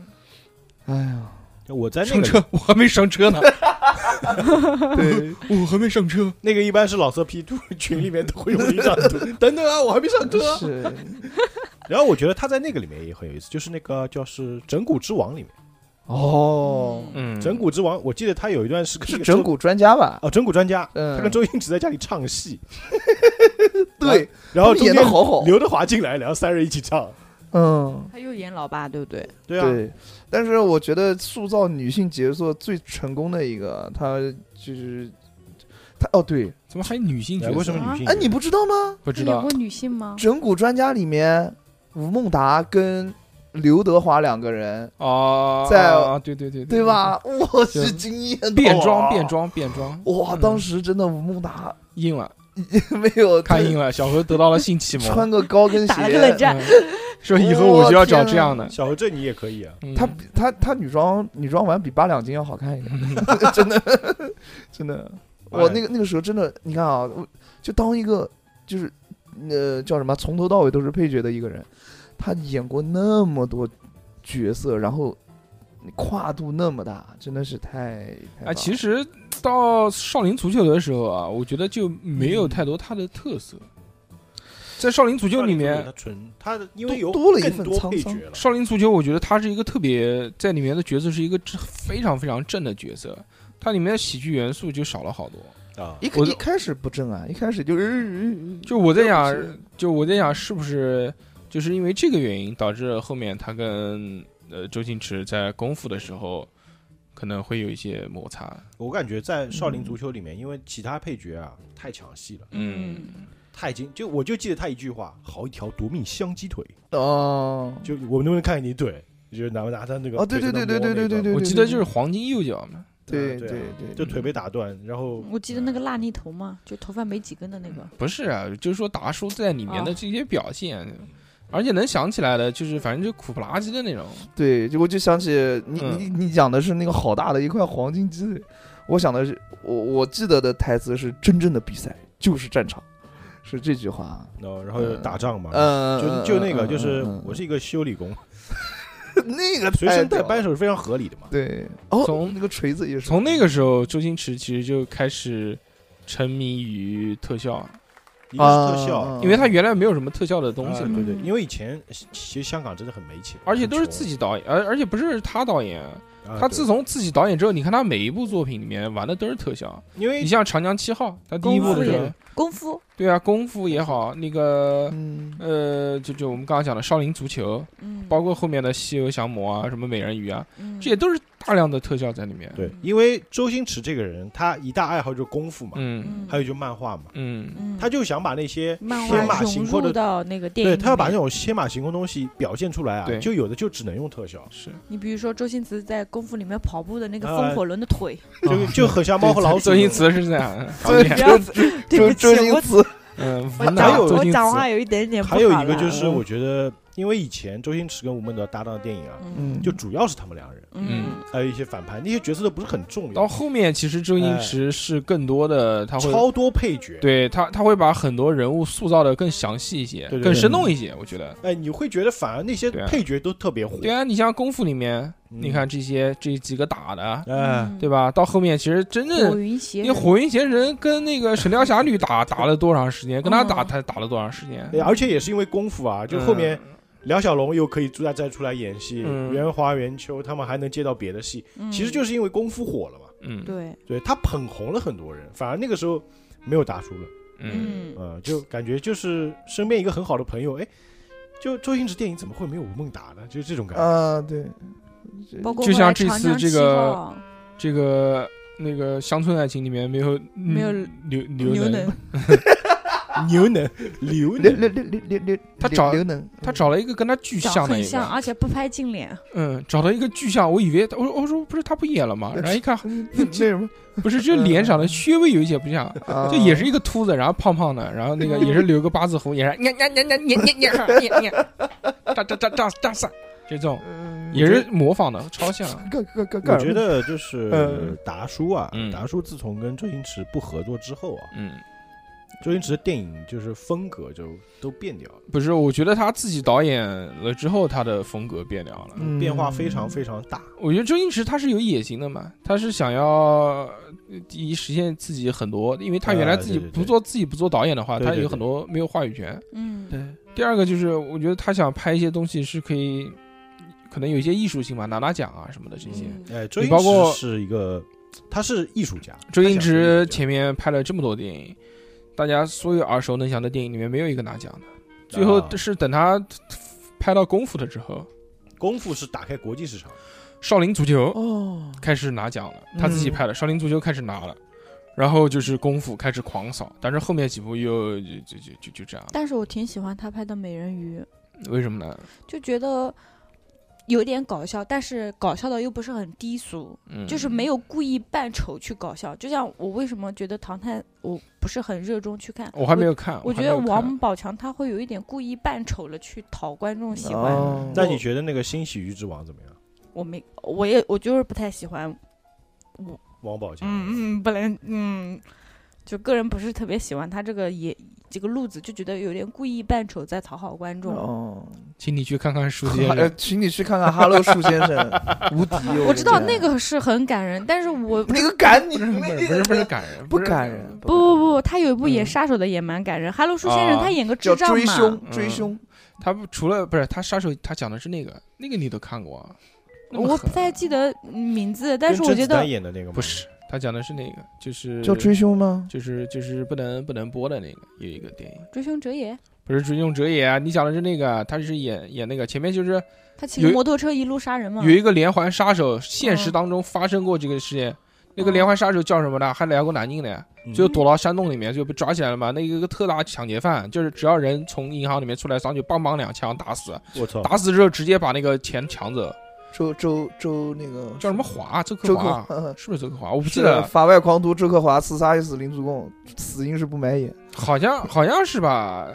[SPEAKER 6] 哎呀，
[SPEAKER 8] 我在那
[SPEAKER 5] 上
[SPEAKER 8] 个
[SPEAKER 5] 车， 我还没上车呢，
[SPEAKER 6] 对，
[SPEAKER 5] 我还没上车。
[SPEAKER 8] 那个一般是老色批图群里面都会有一张 图，
[SPEAKER 5] 等等啊，我还没 上车。
[SPEAKER 6] 是，
[SPEAKER 8] 然后我觉得他在那个里面也很有意思，就是那个叫是《整蛊之王》里面，
[SPEAKER 6] 哦，
[SPEAKER 5] 嗯，
[SPEAKER 8] 《整蛊之王》我记得他有一段是跟
[SPEAKER 6] 是
[SPEAKER 8] 那个
[SPEAKER 6] 整
[SPEAKER 8] 周
[SPEAKER 6] 蛊专家吧？
[SPEAKER 8] 哦，整蛊专家，
[SPEAKER 6] 嗯
[SPEAKER 8] 他跟周星驰在家里唱戏，
[SPEAKER 6] 对，
[SPEAKER 8] 然后
[SPEAKER 6] 他
[SPEAKER 8] 中
[SPEAKER 6] 们演
[SPEAKER 8] 间
[SPEAKER 6] 的好好，
[SPEAKER 8] 刘德华进来，然后三人一起唱，
[SPEAKER 6] 嗯。
[SPEAKER 7] 他又演老爸，对不对？
[SPEAKER 8] 对啊，
[SPEAKER 6] 对，但是我觉得塑造女性角色最成功的一个，她就是她哦，对，
[SPEAKER 5] 怎么还有女性角
[SPEAKER 8] 哎
[SPEAKER 5] 色？
[SPEAKER 8] 为什么女性？
[SPEAKER 6] 哎，你不知道吗？
[SPEAKER 5] 不知
[SPEAKER 7] 有
[SPEAKER 5] 道
[SPEAKER 7] 过？女性吗？
[SPEAKER 6] 整蛊专家里面，吴孟达跟刘德华两个人，
[SPEAKER 5] 哦，
[SPEAKER 6] 在
[SPEAKER 5] 啊对对对
[SPEAKER 6] 对？吧？我
[SPEAKER 5] 就是
[SPEAKER 6] 惊艳到
[SPEAKER 5] 变装
[SPEAKER 6] 啊
[SPEAKER 5] 变，装变装，
[SPEAKER 6] 哇！
[SPEAKER 5] 嗯
[SPEAKER 6] 当时真的吴孟达
[SPEAKER 5] 硬了，
[SPEAKER 6] 没有
[SPEAKER 5] 看硬了，小何得到了性启蒙。嗯
[SPEAKER 6] 穿个高跟
[SPEAKER 7] 打了个冷
[SPEAKER 6] 鞋，
[SPEAKER 7] 战，
[SPEAKER 5] 说以后我就要找这样的。
[SPEAKER 8] 小何这你也可以啊，
[SPEAKER 5] 嗯
[SPEAKER 6] 她比她她女装女装完比八两金要好看一 点，真的真的。我那个
[SPEAKER 8] 个
[SPEAKER 6] 那个时候真的，你看啊，我就当一个就是呃叫什么，从头到尾都是配角的一个人，他演过那么多角色，然后跨度那么大，真的是太太
[SPEAKER 5] 啊，其
[SPEAKER 6] 实
[SPEAKER 5] 实到少林足球的时候啊，我觉得就没有太多它的特色。在少林足球里面
[SPEAKER 8] 他，纯他的因为有
[SPEAKER 6] 多多了一份
[SPEAKER 8] 更多
[SPEAKER 6] 沧
[SPEAKER 8] 配
[SPEAKER 6] 桑
[SPEAKER 8] 角了，
[SPEAKER 5] 少林足球我觉得它是一个特别在里面的角色是一个正非常非常正的角色，它里面的喜剧元素就少了好多。
[SPEAKER 8] 啊，
[SPEAKER 6] 一
[SPEAKER 5] 我
[SPEAKER 6] 一开始不正啊，一开始就是
[SPEAKER 5] 就我在想
[SPEAKER 6] 对不起，
[SPEAKER 5] 就我在想，是不是就是因为这个原因，导致后面他跟呃周星驰在功夫的时候可能会有一些摩擦。
[SPEAKER 8] 我感觉在少林
[SPEAKER 6] 嗯
[SPEAKER 8] 足球里面，因为其他配角啊太抢戏了，
[SPEAKER 5] 嗯，
[SPEAKER 8] 太精，就我就记得他一句话：“好一条夺命香鸡腿。
[SPEAKER 6] 哦”
[SPEAKER 8] 就我们能不能看看你腿？就是拿拿他那个
[SPEAKER 6] 哦对
[SPEAKER 8] 腿在那
[SPEAKER 6] 对对对
[SPEAKER 8] 摸
[SPEAKER 6] 对
[SPEAKER 8] 那段
[SPEAKER 6] 对
[SPEAKER 5] 我记得就是黄金右脚嘛，
[SPEAKER 6] 对对
[SPEAKER 8] 对啊
[SPEAKER 6] 对，嗯
[SPEAKER 8] 就腿被打断，然后
[SPEAKER 5] 嗯
[SPEAKER 7] 我记得那个辣泥头嘛，就头发没几根的那个。
[SPEAKER 5] 不是啊，就是说达叔在里面的
[SPEAKER 7] 哦
[SPEAKER 5] 这些表现，而且能想起来的，就是反正就苦不拉几的那种。
[SPEAKER 6] 对，就我就想起你、
[SPEAKER 5] 嗯
[SPEAKER 6] 你你讲的是那个好大的一块黄金鸡腿，我想的是，我我记得的台词是真正的比赛就是战场，是这句话啊。
[SPEAKER 8] 然哦后然后打仗嘛，
[SPEAKER 6] 嗯，
[SPEAKER 8] 就就那个
[SPEAKER 6] 嗯
[SPEAKER 8] 就是
[SPEAKER 6] 嗯嗯哎
[SPEAKER 8] 我是一个修理工，
[SPEAKER 6] 那个
[SPEAKER 8] 随身
[SPEAKER 6] 太
[SPEAKER 8] 带
[SPEAKER 6] 屌
[SPEAKER 8] 扳
[SPEAKER 6] 了。
[SPEAKER 8] 手是非常合理的嘛。
[SPEAKER 6] 对，哦，
[SPEAKER 5] 从
[SPEAKER 6] 那个锤子也是
[SPEAKER 5] 从那个时候，周星驰其实就开始沉迷于特效，
[SPEAKER 8] 一
[SPEAKER 6] 啊
[SPEAKER 8] 个是特效，
[SPEAKER 5] 因为他原来没有什么特效的东西
[SPEAKER 8] 啊
[SPEAKER 5] 嘛，
[SPEAKER 8] 对对，因为以前其实香港真的很没钱，
[SPEAKER 5] 而且都是
[SPEAKER 8] 很穷
[SPEAKER 5] 自己导演，而而且不是他导演，
[SPEAKER 8] 啊
[SPEAKER 5] 他
[SPEAKER 8] 对
[SPEAKER 5] 自从自己导演之后，你看他每一部作品里面玩的都是特效。
[SPEAKER 8] 因为
[SPEAKER 5] 你像《长江七号》，他第一部的
[SPEAKER 7] 功夫
[SPEAKER 5] 时候
[SPEAKER 7] 也，功夫，
[SPEAKER 5] 对啊，功夫也好，那个
[SPEAKER 6] 嗯
[SPEAKER 5] 呃，就就我们刚刚讲的《少林足球》，
[SPEAKER 7] 嗯，
[SPEAKER 5] 包括后面的《西游降魔》啊，什么美人鱼啊，
[SPEAKER 7] 嗯
[SPEAKER 5] 这些都是大量的特效在里面。
[SPEAKER 8] 对，因为周星驰这个人，他一大爱好就是功夫嘛，
[SPEAKER 5] 嗯
[SPEAKER 7] 嗯
[SPEAKER 8] 还有就漫画嘛，
[SPEAKER 5] 嗯
[SPEAKER 7] 嗯
[SPEAKER 8] 他就想把那些
[SPEAKER 7] 漫
[SPEAKER 8] 天
[SPEAKER 7] 画
[SPEAKER 8] 马
[SPEAKER 7] 融
[SPEAKER 8] 行空
[SPEAKER 7] 入
[SPEAKER 8] 的，
[SPEAKER 7] 到那个电影
[SPEAKER 8] 对
[SPEAKER 7] 里面，
[SPEAKER 8] 他要把那种天马行空的东西表现出来啊
[SPEAKER 5] 对，
[SPEAKER 8] 就有的就只能用特效，
[SPEAKER 5] 是
[SPEAKER 7] 你比如说周星驰在功夫里面跑步的那个
[SPEAKER 8] 啊
[SPEAKER 7] 风火轮的 腿，
[SPEAKER 8] 就就很像猫和老
[SPEAKER 5] 嗯
[SPEAKER 8] 鼠。
[SPEAKER 5] 周星，驰是这样，导
[SPEAKER 6] 对
[SPEAKER 5] 演
[SPEAKER 7] 不要 对
[SPEAKER 6] 周
[SPEAKER 7] 不起
[SPEAKER 6] 周，星
[SPEAKER 7] 我
[SPEAKER 6] 驰，
[SPEAKER 5] 嗯，
[SPEAKER 7] 我
[SPEAKER 5] 无脑
[SPEAKER 8] 还有
[SPEAKER 5] 周
[SPEAKER 7] 我
[SPEAKER 5] 星驰
[SPEAKER 7] 讲话有一点点不好
[SPEAKER 8] 还有一个就
[SPEAKER 7] 了
[SPEAKER 8] 是我觉
[SPEAKER 5] 嗯
[SPEAKER 8] 得，因为以前周星驰跟吴孟德搭档的电影啊，
[SPEAKER 7] 嗯
[SPEAKER 6] 嗯，
[SPEAKER 8] 就主要是他们两人，
[SPEAKER 7] 嗯
[SPEAKER 8] 还有一些反派，那些角色都不是很重
[SPEAKER 5] 到
[SPEAKER 8] 要，
[SPEAKER 5] 后面，其实周星驰是更多的，他会
[SPEAKER 8] 哎超多配角。，
[SPEAKER 5] 对他他会把很多人物塑造的更详细一些，
[SPEAKER 8] 对对
[SPEAKER 5] 更
[SPEAKER 8] 对
[SPEAKER 5] 生动一些。我觉得，
[SPEAKER 8] 哎，你会觉得反而那些
[SPEAKER 5] 对啊
[SPEAKER 8] 配角都特别火。
[SPEAKER 5] 对啊，你像功夫里面，
[SPEAKER 8] 嗯
[SPEAKER 5] 你看这些这几个打的，
[SPEAKER 8] 哎，
[SPEAKER 5] 对吧？到后面其实真正
[SPEAKER 7] 火嗯云邪
[SPEAKER 5] 因
[SPEAKER 7] 人
[SPEAKER 5] 为火云邪人跟那个神雕侠侣 打打了多长时间，跟他打
[SPEAKER 7] 嗯
[SPEAKER 5] 他打了多长时间？
[SPEAKER 8] 哎而且也是因为功夫啊，就后面梁小龙又可以再再出来演戏，
[SPEAKER 5] 嗯
[SPEAKER 8] 袁华、袁秋他们还能接到别的戏，其实就是因为功夫火了嘛，
[SPEAKER 5] 嗯，嗯
[SPEAKER 7] 嗯对，
[SPEAKER 8] 对他捧红了很多人，反而那个时候没有达叔了，
[SPEAKER 5] 嗯，
[SPEAKER 7] 嗯，
[SPEAKER 8] 呃，就感觉就是身边一个很好的朋友，哎，就周星驰电影怎么会没有吴孟达呢？就是这种感
[SPEAKER 5] 呃
[SPEAKER 6] 啊，
[SPEAKER 8] 觉，
[SPEAKER 6] 对，
[SPEAKER 7] 包括
[SPEAKER 5] 就
[SPEAKER 7] 后
[SPEAKER 5] 像
[SPEAKER 7] 来
[SPEAKER 5] 这
[SPEAKER 7] 长
[SPEAKER 5] 次
[SPEAKER 7] 江
[SPEAKER 5] 这
[SPEAKER 7] 七
[SPEAKER 5] 个
[SPEAKER 7] 号
[SPEAKER 5] 这个那个乡村爱情里面没有没
[SPEAKER 7] 有
[SPEAKER 5] 刘
[SPEAKER 7] 牛
[SPEAKER 5] 刘
[SPEAKER 7] 能，
[SPEAKER 8] 牛 能，刘
[SPEAKER 6] 刘
[SPEAKER 8] 能
[SPEAKER 6] 刘刘刘刘刘，
[SPEAKER 5] 他找
[SPEAKER 6] 刘能，
[SPEAKER 5] 他找了一个跟他巨像
[SPEAKER 7] 长
[SPEAKER 5] 的
[SPEAKER 7] 很
[SPEAKER 5] 一
[SPEAKER 7] 像，
[SPEAKER 5] 个，
[SPEAKER 7] 而且不拍近 脸，
[SPEAKER 5] 嗯，找到一个巨像，我以为我说我说不是他不演了吗？然后一看
[SPEAKER 6] 嗯那那什么，
[SPEAKER 5] 不是，这脸长得稍微有一些不像，
[SPEAKER 8] 嗯
[SPEAKER 6] 啊
[SPEAKER 5] 就也是一个秃子，然后胖胖的，然后那个也是留个八字胡，也是呀呀呀呀呀呀呀呀呀，炸炸炸炸炸散，就这种
[SPEAKER 6] 嗯
[SPEAKER 5] 也是啊模仿的，超像。
[SPEAKER 6] 干干干干，
[SPEAKER 8] 我觉得就是
[SPEAKER 6] 嗯
[SPEAKER 8] 达叔啊
[SPEAKER 5] 呃嗯，
[SPEAKER 8] 达叔自从跟周星驰不合作之后啊，
[SPEAKER 5] 嗯，
[SPEAKER 8] 周星驰的电影就是风格就都变掉了，
[SPEAKER 5] 不是，我觉得他自己导演了之后，他的风格变了了。
[SPEAKER 6] 嗯
[SPEAKER 8] 变化非常非常大。
[SPEAKER 5] 我觉得周星驰他是有野心的嘛，他是想要呃第一实现自己很多，因为他原来
[SPEAKER 8] 啊
[SPEAKER 5] 自己
[SPEAKER 8] 对对
[SPEAKER 5] 不
[SPEAKER 8] 对
[SPEAKER 5] 做自己不做导演的话，
[SPEAKER 8] 对对
[SPEAKER 5] 他有
[SPEAKER 8] 对
[SPEAKER 5] 很多没有话语权。
[SPEAKER 7] 嗯，
[SPEAKER 6] 对，
[SPEAKER 5] 第二个就是，我觉得他想拍一些东西是可以，可能有一些艺术性吧，拿拿奖啊什么的这些。
[SPEAKER 7] 嗯
[SPEAKER 8] 哎，周星
[SPEAKER 5] 包括
[SPEAKER 8] 驰是一个，他是艺术家。
[SPEAKER 5] 周星驰
[SPEAKER 8] 他想是艺术家
[SPEAKER 5] 前面拍了这么多电影，大家所有耳熟能详的电影里面没有一个拿奖
[SPEAKER 8] 啊
[SPEAKER 5] 的。最后是等他拍到功夫了之后，
[SPEAKER 8] 功夫是打开国际市场，
[SPEAKER 5] 少林足球
[SPEAKER 6] 哦，
[SPEAKER 5] 开始拿奖
[SPEAKER 7] 嗯
[SPEAKER 5] 了，他自己拍了，少林足球开始拿了，然后就是功夫开始狂扫，但是后面几部又就就就就就这样，
[SPEAKER 7] 但是我挺喜欢他拍的《美人鱼》，
[SPEAKER 5] 为什么呢？
[SPEAKER 7] 就觉得有点搞笑，但是搞笑的又不是很低俗，
[SPEAKER 5] 嗯，
[SPEAKER 7] 就是没有故意扮丑去搞笑。就像我为什么觉得唐探我不是很热衷去看，
[SPEAKER 5] 我还没有看，
[SPEAKER 7] 我。我觉
[SPEAKER 5] 还没有
[SPEAKER 7] 得
[SPEAKER 5] 看
[SPEAKER 7] 王宝强他会有一点故意扮丑了去讨观众喜欢。
[SPEAKER 6] 哦
[SPEAKER 8] 那你觉得那个新喜剧之王怎么样？
[SPEAKER 7] 我没，我也我就是不太喜欢，
[SPEAKER 8] 王宝强，
[SPEAKER 7] 嗯嗯，本来嗯，就个人不是特别喜欢他这个也这个路子，就觉得有点故意扮丑在讨好观众。
[SPEAKER 6] 哦，
[SPEAKER 5] 请你去看 看书先
[SPEAKER 6] 呃
[SPEAKER 5] 生，
[SPEAKER 6] 请你去看看《哈喽，树先生》，无敌。哦
[SPEAKER 7] 我知道那
[SPEAKER 6] 个
[SPEAKER 7] 个是很感人，但是我
[SPEAKER 6] 那个感你
[SPEAKER 5] 不是不是不是不是感人，
[SPEAKER 6] 不
[SPEAKER 5] 是
[SPEAKER 6] 感人，
[SPEAKER 7] 不不不，他有一部演
[SPEAKER 6] 嗯
[SPEAKER 7] 杀手的也蛮感人。哈喽，树先生
[SPEAKER 5] 啊
[SPEAKER 7] 他演个智
[SPEAKER 6] 叫
[SPEAKER 7] 障
[SPEAKER 6] 追
[SPEAKER 7] 嘛，
[SPEAKER 6] 凶追凶，
[SPEAKER 5] 他不除了不是他杀手，他讲的是那个那个你都看过啊？那么
[SPEAKER 7] 我不
[SPEAKER 5] 狠啊
[SPEAKER 7] 太记得名字，但
[SPEAKER 8] 跟
[SPEAKER 7] 是我
[SPEAKER 8] 甄
[SPEAKER 7] 觉
[SPEAKER 8] 子
[SPEAKER 7] 得
[SPEAKER 8] 丹演的那个吗
[SPEAKER 5] 不是，他讲的是那个就是
[SPEAKER 6] 叫追凶吗？
[SPEAKER 5] 就是就是不能不能播的那个有一个电影，
[SPEAKER 7] 追凶者也，
[SPEAKER 5] 不是《追凶者也》啊，你讲的是那个，他是演演那个前面就是
[SPEAKER 7] 他骑个
[SPEAKER 5] 有
[SPEAKER 7] 摩托车一路杀人嘛
[SPEAKER 5] 有。一个连环杀手，现实
[SPEAKER 7] 嗯
[SPEAKER 5] 当中发生过这个事件。那个连环杀手叫什么呢？还来过南京的，
[SPEAKER 8] 嗯
[SPEAKER 5] 最后躲到山洞里面，最后被抓起来了嘛。那一个特大抢劫犯，就是只要人从银行里面出来，上去梆梆两枪打死，
[SPEAKER 8] 我
[SPEAKER 6] 哦
[SPEAKER 8] 操，
[SPEAKER 5] 打死之后直接把那个钱抢走，
[SPEAKER 6] 周周周那个
[SPEAKER 5] 叫什么华？周克
[SPEAKER 6] 周
[SPEAKER 5] 华
[SPEAKER 6] 克，嗯
[SPEAKER 5] 是不是周克华？我不记
[SPEAKER 6] 是
[SPEAKER 5] 得
[SPEAKER 6] 的，
[SPEAKER 5] 了，
[SPEAKER 6] 法外狂徒周克华刺杀一死零主共，死因是不买眼。
[SPEAKER 5] 好像好像是吧？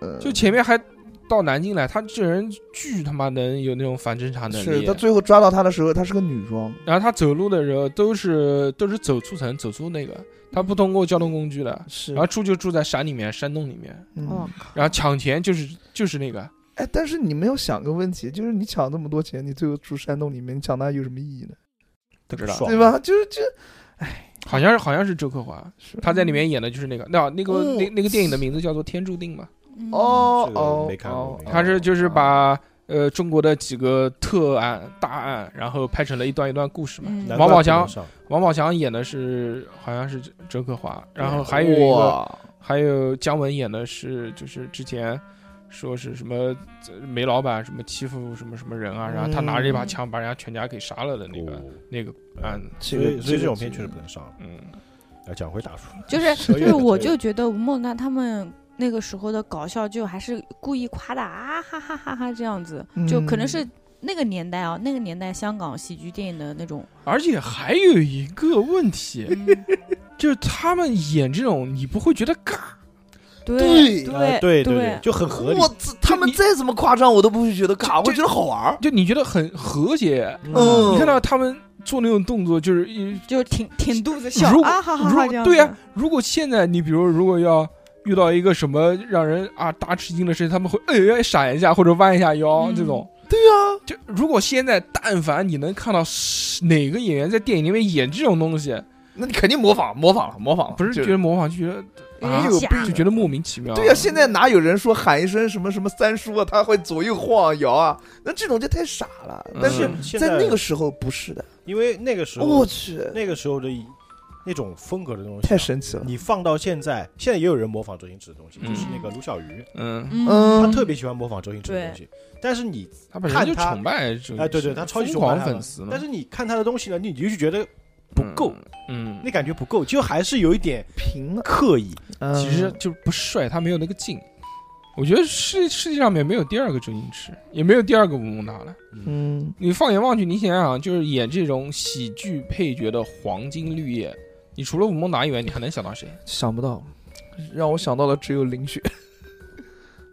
[SPEAKER 6] 嗯
[SPEAKER 5] 就前面还到南京来，他这人巨他妈能有那种反侦查能
[SPEAKER 6] 是
[SPEAKER 5] 力
[SPEAKER 6] 他。最后抓到他的时候，他是个女装，
[SPEAKER 5] 然后他走路的时候都是都是走出城，走出那个，他不通过交通工具的。
[SPEAKER 6] 是
[SPEAKER 5] 然后住就住在山里面，山洞里面，
[SPEAKER 7] 我
[SPEAKER 8] 哦
[SPEAKER 6] 嗯，
[SPEAKER 7] 靠，
[SPEAKER 5] 然后抢钱就是就是那个，
[SPEAKER 6] 哎，但是你没有想个问题，就是你抢那么多钱，你最后住山洞里面，你抢它有什么意义呢？
[SPEAKER 5] 不知道，
[SPEAKER 8] 爽啊
[SPEAKER 6] 对吧？就是这，
[SPEAKER 5] 好像是好像是周克华，
[SPEAKER 6] 是
[SPEAKER 5] 他在里面演的就是那个，那那个
[SPEAKER 6] 哦
[SPEAKER 5] 那那个电影的名字叫做《天注定》嘛，
[SPEAKER 7] 嗯
[SPEAKER 6] 哦
[SPEAKER 8] 这个我
[SPEAKER 6] 哦，
[SPEAKER 8] 没看过
[SPEAKER 6] 哦
[SPEAKER 8] 没看过啊
[SPEAKER 5] 他是就是
[SPEAKER 6] 哦
[SPEAKER 5] 把呃中国的几个特案大案，然后拍成了一段一段故事嘛。
[SPEAKER 7] 嗯
[SPEAKER 8] 难
[SPEAKER 5] 王宝
[SPEAKER 8] 怪不能
[SPEAKER 5] 强
[SPEAKER 8] 上
[SPEAKER 5] 王宝强演的是好像是周克华，然后还有一个
[SPEAKER 6] 哇
[SPEAKER 5] 还有姜文演的是就是之前说是什么呃煤老板什么欺负什么什么人啊，然后他拿着一把枪把人家全家给杀了的那个
[SPEAKER 8] 哦
[SPEAKER 5] 那个案子，
[SPEAKER 6] 这
[SPEAKER 8] 所
[SPEAKER 6] 个
[SPEAKER 8] 以所以这种片确实
[SPEAKER 6] 个
[SPEAKER 8] 不能上。
[SPEAKER 5] 嗯，
[SPEAKER 8] 要讲回大叔，
[SPEAKER 7] 就是
[SPEAKER 8] 蛇
[SPEAKER 7] 就
[SPEAKER 8] 月
[SPEAKER 7] 是，
[SPEAKER 8] 的
[SPEAKER 7] 我
[SPEAKER 8] 这个
[SPEAKER 7] 就觉得吴孟达他们那个时候的搞笑，就还是故意夸大啊哈哈哈哈这样子，
[SPEAKER 8] 嗯
[SPEAKER 7] 就可能是那个年代啊，那个年代香港喜剧电影的那种，
[SPEAKER 5] 而且还有一个问题。
[SPEAKER 8] 嗯
[SPEAKER 5] 就是他们演这种，你不会觉得尬，
[SPEAKER 7] 对
[SPEAKER 6] 对
[SPEAKER 8] 啊对对，就很合理。
[SPEAKER 6] 我操，他们再怎么夸张，我都不会觉得尬，我
[SPEAKER 5] 就
[SPEAKER 6] 觉得好玩儿。
[SPEAKER 5] 就你觉得很和谐。
[SPEAKER 6] 嗯
[SPEAKER 5] 你看到他们做那种动作，就是一
[SPEAKER 7] 就挺挺肚子笑
[SPEAKER 5] 如果
[SPEAKER 7] 啊哈哈
[SPEAKER 5] 如
[SPEAKER 7] 哈
[SPEAKER 5] 果
[SPEAKER 7] 这样子。
[SPEAKER 5] 对呀、如果现在你比如如果要遇到一个什么让人啊大吃惊的事情，他们会哎哎闪一下或者弯一下腰、
[SPEAKER 7] 嗯
[SPEAKER 5] 这种。
[SPEAKER 6] 对啊呀，
[SPEAKER 5] 就如果现在但凡你能看到哪个演员在电影里面演这种东西，
[SPEAKER 6] 那你肯定模仿，模仿了，模仿了，
[SPEAKER 5] 不是
[SPEAKER 6] 就
[SPEAKER 5] 觉得模仿，就觉得
[SPEAKER 7] 有
[SPEAKER 5] 啊
[SPEAKER 7] 点
[SPEAKER 6] 有
[SPEAKER 7] 哎假
[SPEAKER 6] 病
[SPEAKER 5] 就觉得莫名其妙。
[SPEAKER 6] 对呀、啊现在哪有人说喊一声什么什么三叔啊，他会左右晃摇啊？那这种就太傻了。但是
[SPEAKER 5] 嗯
[SPEAKER 8] 现
[SPEAKER 6] 在那个
[SPEAKER 8] 时，
[SPEAKER 6] 时候不是的，
[SPEAKER 8] 因为那个时
[SPEAKER 6] 我
[SPEAKER 8] 候
[SPEAKER 6] 去，
[SPEAKER 8] 那个时候的那种风格的东西
[SPEAKER 6] 太
[SPEAKER 8] 啊，
[SPEAKER 6] 神奇了。
[SPEAKER 8] 你放到现在，现在也有人模仿周星驰的东西，就是
[SPEAKER 5] 嗯
[SPEAKER 8] 那个卢小鱼，
[SPEAKER 5] 嗯，
[SPEAKER 8] 他
[SPEAKER 6] 嗯
[SPEAKER 8] 特别喜欢模仿周星驰的东西。但是你，
[SPEAKER 5] 他本身就
[SPEAKER 8] 看他
[SPEAKER 5] 崇拜这个，
[SPEAKER 8] 哎对对他超级
[SPEAKER 5] 疯
[SPEAKER 8] 崇拜
[SPEAKER 5] 狂
[SPEAKER 8] 他的
[SPEAKER 5] 粉丝嘛，
[SPEAKER 8] 但是你看他的东西呢，你就觉得不够，
[SPEAKER 5] 嗯，
[SPEAKER 8] 那感觉不够，就还是有一点
[SPEAKER 6] 平了，
[SPEAKER 8] 刻意。
[SPEAKER 6] 嗯
[SPEAKER 5] 其实就是不帅，他没有那个劲。我觉得世世界上面没有第二个周星驰，也没有第二个吴孟达了。
[SPEAKER 6] 嗯，
[SPEAKER 5] 你放眼望去，你想想，就是演这种喜剧配角的黄金绿叶，你除了吴孟达以外，你还能想到谁？
[SPEAKER 6] 想不到，让我想到的只有林雪。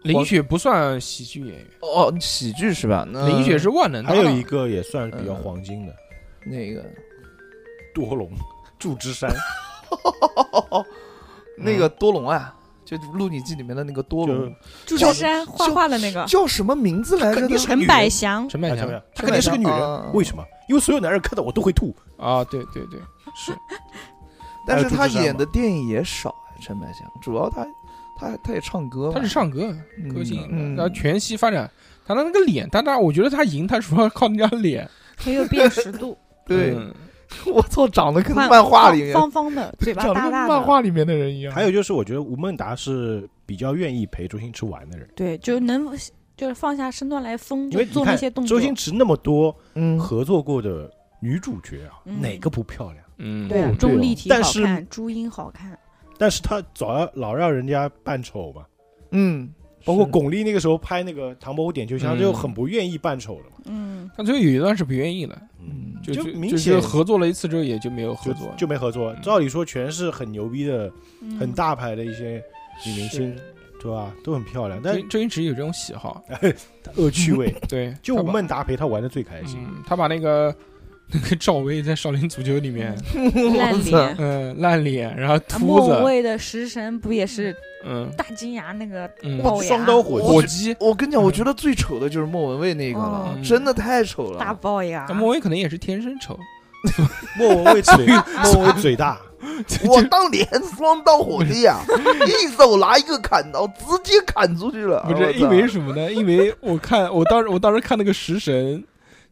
[SPEAKER 5] 林雪不算喜剧演员，
[SPEAKER 6] 哦，喜剧是吧？那
[SPEAKER 5] 林雪是万能搭
[SPEAKER 8] 嗯还
[SPEAKER 5] 档。
[SPEAKER 8] 有一个也算是比较黄金的，
[SPEAKER 5] 嗯
[SPEAKER 6] 那个
[SPEAKER 8] 多隆、祝 枝山，
[SPEAKER 6] 那个多隆啊，就《鹿鼎记》里面的那个多啊隆，
[SPEAKER 7] 祝
[SPEAKER 6] 叫
[SPEAKER 7] 枝山画
[SPEAKER 6] 就
[SPEAKER 7] 画的那个
[SPEAKER 6] 叫什么名字来着
[SPEAKER 8] 肯定
[SPEAKER 6] 的？
[SPEAKER 8] 是
[SPEAKER 7] 陈
[SPEAKER 8] 女
[SPEAKER 7] 百
[SPEAKER 8] 人
[SPEAKER 7] 祥，
[SPEAKER 5] 陈百
[SPEAKER 8] 哎怎
[SPEAKER 5] 强
[SPEAKER 8] 么样她肯定是个女
[SPEAKER 6] 啊
[SPEAKER 5] 嗯
[SPEAKER 8] 人，为什么？因为所有男人看到我都会吐。
[SPEAKER 5] 啊，对对对， 是
[SPEAKER 6] 但是他
[SPEAKER 8] 还有朱之山
[SPEAKER 6] 演的电影也少，陈百祥主要他他他也唱歌嘛，
[SPEAKER 5] 他是唱歌
[SPEAKER 6] 嗯
[SPEAKER 5] 歌星，啊
[SPEAKER 6] 嗯
[SPEAKER 5] 然后全息发展。他的那个脸，但他我觉得他赢，他主要靠人家脸。
[SPEAKER 7] 很有辨识度，
[SPEAKER 6] 对，
[SPEAKER 5] 嗯
[SPEAKER 6] 我操，长 得跟
[SPEAKER 7] 宽
[SPEAKER 6] 漫画里面
[SPEAKER 7] 方方方 的，嘴巴
[SPEAKER 6] 长得
[SPEAKER 7] 大
[SPEAKER 6] 跟
[SPEAKER 7] 大
[SPEAKER 5] 漫
[SPEAKER 7] 的，
[SPEAKER 5] 画里面的人一样。
[SPEAKER 8] 还有就是，我觉得吴孟达是比较愿意陪周星驰玩的人，
[SPEAKER 7] 对，就能就是放下身段来疯，
[SPEAKER 8] 因
[SPEAKER 7] 就
[SPEAKER 8] 为你
[SPEAKER 7] 做那
[SPEAKER 8] 看
[SPEAKER 7] 些动作
[SPEAKER 8] 周。星驰那么多
[SPEAKER 6] 嗯，
[SPEAKER 8] 合作过的女主角啊，
[SPEAKER 7] 嗯
[SPEAKER 8] 哪个不漂亮？
[SPEAKER 5] 嗯，
[SPEAKER 7] 对啊
[SPEAKER 6] 哦，对
[SPEAKER 7] 钟
[SPEAKER 6] 哦
[SPEAKER 7] 丽缇
[SPEAKER 8] 但
[SPEAKER 7] 好
[SPEAKER 8] 是
[SPEAKER 7] 看，朱茵好看，
[SPEAKER 8] 但是她早要老让人家扮丑嘛，
[SPEAKER 6] 嗯，
[SPEAKER 8] 包括
[SPEAKER 6] 是
[SPEAKER 8] 巩俐那个时候拍那个《唐伯虎点秋香》，
[SPEAKER 5] 嗯
[SPEAKER 8] 就很不愿意扮丑的嘛，
[SPEAKER 7] 嗯，
[SPEAKER 5] 他最后有一段是不愿意的，
[SPEAKER 6] 嗯
[SPEAKER 5] 就
[SPEAKER 8] 就
[SPEAKER 5] 就
[SPEAKER 8] 明
[SPEAKER 5] 就是
[SPEAKER 8] 显
[SPEAKER 5] 合作了一次之后也就没有合
[SPEAKER 8] 就
[SPEAKER 5] 作了，
[SPEAKER 8] 就没合作。
[SPEAKER 5] 嗯
[SPEAKER 8] 照理说，全是很牛逼的、
[SPEAKER 7] 嗯
[SPEAKER 8] 很大牌的一些女明星，对吧？都很漂亮，但
[SPEAKER 5] 周周星驰有这种喜好，
[SPEAKER 8] 恶趣味。
[SPEAKER 5] 对，
[SPEAKER 8] 哎 就
[SPEAKER 5] 他
[SPEAKER 8] 吴
[SPEAKER 5] 把
[SPEAKER 8] 孟达陪他玩的最开心。
[SPEAKER 5] 嗯，他把那个 那个赵薇在少林足球里
[SPEAKER 8] 嗯
[SPEAKER 5] 面，
[SPEAKER 7] 烂脸。
[SPEAKER 5] 嗯，烂脸，然后
[SPEAKER 7] 啊
[SPEAKER 5] 秃
[SPEAKER 7] 莫文
[SPEAKER 5] 子，
[SPEAKER 7] 蔚的食神不也是
[SPEAKER 5] 嗯
[SPEAKER 7] 大金牙那个
[SPEAKER 5] 嗯，
[SPEAKER 7] 龅牙、
[SPEAKER 8] 双刀火
[SPEAKER 5] 火
[SPEAKER 8] 鸡，
[SPEAKER 7] 啊
[SPEAKER 5] 鸡，
[SPEAKER 6] 我跟你讲，我觉得最丑的就是莫文蔚那个了，
[SPEAKER 5] 哦
[SPEAKER 6] 真的太丑
[SPEAKER 7] 嗯大
[SPEAKER 6] 了。
[SPEAKER 7] 龅牙
[SPEAKER 5] 啊那？莫文蔚可能也是天生丑，
[SPEAKER 8] 莫文蔚嘴，莫文蔚嘴大，
[SPEAKER 6] 我当年双刀火鸡呀，一手拿一个砍刀，直接砍出去了。
[SPEAKER 5] 不是因为什么呢？因为我看我当时我当时看那个食神，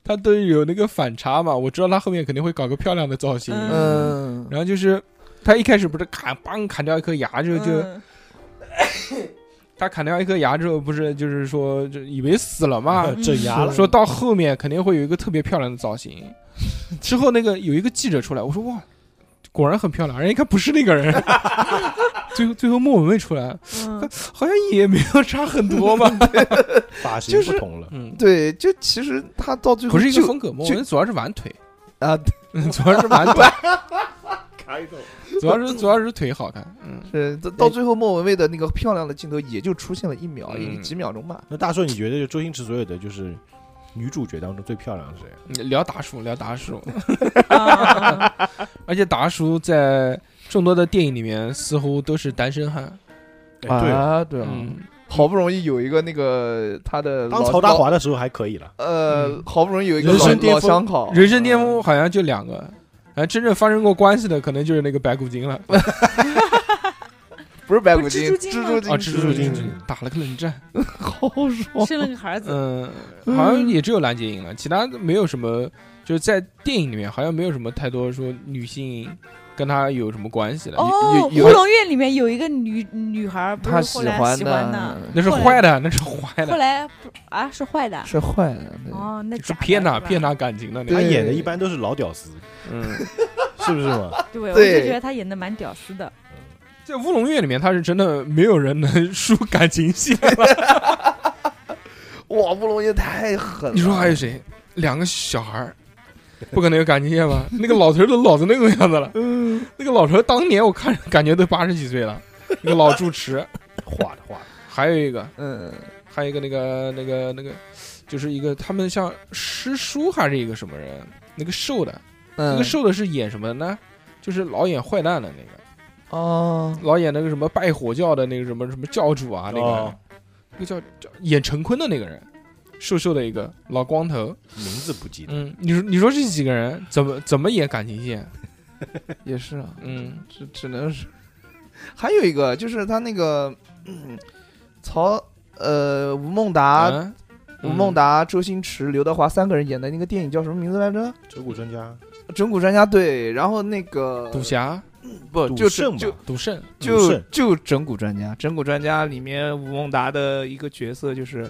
[SPEAKER 5] 他都有那个反差嘛，我知道他后面肯定会搞个漂亮的造型，
[SPEAKER 7] 嗯
[SPEAKER 6] 嗯，
[SPEAKER 5] 然后就是他一开始不是砍梆砍掉一颗牙之后就。
[SPEAKER 7] 嗯
[SPEAKER 5] 他砍掉一颗牙之后，不是就是说，就以为死了嘛，
[SPEAKER 8] 整牙了。
[SPEAKER 5] 说到后面肯定会有一个特别漂亮的造型。 之后那个有一个记者出来，我说哇，果然很漂亮，人家一看不是那个人。 最后最后莫文蔚出来，
[SPEAKER 7] 嗯
[SPEAKER 5] 好像也没有差很多吧。
[SPEAKER 8] 发型
[SPEAKER 6] 就是
[SPEAKER 8] 不同了。
[SPEAKER 5] 嗯，
[SPEAKER 6] 对，就其实他到最后
[SPEAKER 5] 不是一个
[SPEAKER 6] 就
[SPEAKER 5] 风格，莫文蔚主要是玩腿，
[SPEAKER 6] 啊，
[SPEAKER 5] 主要是玩腿。
[SPEAKER 8] 开头，
[SPEAKER 5] 主要是主要是腿好看，嗯，
[SPEAKER 6] 是到到最后莫文蔚的那个漂亮的镜头也就出现了一秒，
[SPEAKER 5] 嗯
[SPEAKER 6] 也就几秒钟吧。
[SPEAKER 8] 那大硕，你觉得周星驰所有的就是女主角当中最漂亮是谁？
[SPEAKER 5] 聊达叔聊达 叔，
[SPEAKER 7] 啊
[SPEAKER 5] 而且达叔在众多的电影里面似乎都是单身汉，
[SPEAKER 8] 哎对，
[SPEAKER 6] 啊，对啊，
[SPEAKER 5] 嗯，
[SPEAKER 6] 好不容易有一个那个他的
[SPEAKER 8] 当
[SPEAKER 6] 老
[SPEAKER 8] 曹达，
[SPEAKER 6] 老
[SPEAKER 8] 华的时候还可以了，
[SPEAKER 6] 呃
[SPEAKER 5] 嗯，
[SPEAKER 6] 好不容易有一个
[SPEAKER 5] 人
[SPEAKER 6] 老
[SPEAKER 5] 生巅
[SPEAKER 6] 老
[SPEAKER 5] 峰
[SPEAKER 6] 相好，
[SPEAKER 5] 人生巅峰好像就两个，然后真正发生过关系的可能就是那个白骨精了，
[SPEAKER 6] 不是白
[SPEAKER 7] 不
[SPEAKER 6] 骨
[SPEAKER 7] 是
[SPEAKER 6] 精，
[SPEAKER 7] 蜘蛛
[SPEAKER 6] 蜘
[SPEAKER 7] 精吗
[SPEAKER 6] 蛛
[SPEAKER 5] 啊，
[SPEAKER 6] 精，
[SPEAKER 5] 蜘蛛精
[SPEAKER 8] 蜘蛛精
[SPEAKER 5] 打了个冷战，哦
[SPEAKER 6] 好爽，
[SPEAKER 7] 生了个孩子，
[SPEAKER 5] 嗯，好像也只有蓝洁瑛了，其他没有什么，就是在电影里面好像没有什么太多说女性跟他 有什么关系的，
[SPEAKER 7] 哦，
[SPEAKER 6] 有有
[SPEAKER 7] 《乌龙院》里面有一个女女孩儿，不
[SPEAKER 6] 他
[SPEAKER 7] 是后
[SPEAKER 6] 喜
[SPEAKER 7] 来
[SPEAKER 6] 欢
[SPEAKER 7] 喜欢的，
[SPEAKER 6] 的
[SPEAKER 5] 那是坏的，那是坏
[SPEAKER 7] 后
[SPEAKER 5] 的，
[SPEAKER 7] 来不啊是坏的，
[SPEAKER 6] 是坏的，对
[SPEAKER 7] 哦，那
[SPEAKER 5] 是
[SPEAKER 7] 假的
[SPEAKER 5] 骗他
[SPEAKER 7] 是吧
[SPEAKER 5] 骗，他感情的那
[SPEAKER 6] 对
[SPEAKER 8] 他
[SPEAKER 5] 个，
[SPEAKER 8] 演的一般都是老屌丝，
[SPEAKER 5] 嗯。
[SPEAKER 8] 是不是嘛？
[SPEAKER 7] 对，我
[SPEAKER 6] 对
[SPEAKER 7] 就觉得他演的蛮屌丝的，
[SPEAKER 5] 在《乌龙院》里面，他是真的没有人能输感情戏了。
[SPEAKER 6] 哇，乌龙也太狠了。
[SPEAKER 5] 你说还有谁？两个小孩儿，不可能有感情线吧？那个老头儿都老成那个样子了。那个老头儿当年我看感觉都八十几岁了。那个老住持，
[SPEAKER 8] 画的画的，
[SPEAKER 5] 还有一个，
[SPEAKER 6] 嗯，
[SPEAKER 5] 还有一个那个那个那个，就是一个他们像师叔还是一个什么人？那个瘦的，那
[SPEAKER 6] 那
[SPEAKER 5] 个瘦的是演什么呢？就是老演坏蛋的那个，
[SPEAKER 6] 哦，
[SPEAKER 5] 老演那个什么拜火教的那个什么什么教主啊，那个、
[SPEAKER 8] 哦
[SPEAKER 5] 那个叫叫演陈坤的那个人，瘦瘦的一个老光头。
[SPEAKER 8] 名字不记得。
[SPEAKER 5] 嗯，你说你说这几个人怎么怎么演感情线？
[SPEAKER 6] 也是啊，
[SPEAKER 5] 嗯，
[SPEAKER 6] 只只能是。还有一个就是他那个、嗯曹呃吴孟达、
[SPEAKER 5] 嗯
[SPEAKER 6] 吴孟，达、周星驰、刘德华三个人演的那个电影叫什么名字来着？
[SPEAKER 8] 周古专家，
[SPEAKER 6] 《整蛊专家队》。然后那个
[SPEAKER 5] 嗯赌侠、
[SPEAKER 6] 不
[SPEAKER 8] 赌
[SPEAKER 6] 就
[SPEAKER 8] 圣
[SPEAKER 6] 就
[SPEAKER 8] 吧
[SPEAKER 6] 就
[SPEAKER 5] 赌圣，
[SPEAKER 8] 赌
[SPEAKER 6] 就
[SPEAKER 8] 圣
[SPEAKER 6] 就《整蛊专家》。《整蛊专家》里面吴孟达的一个角色就是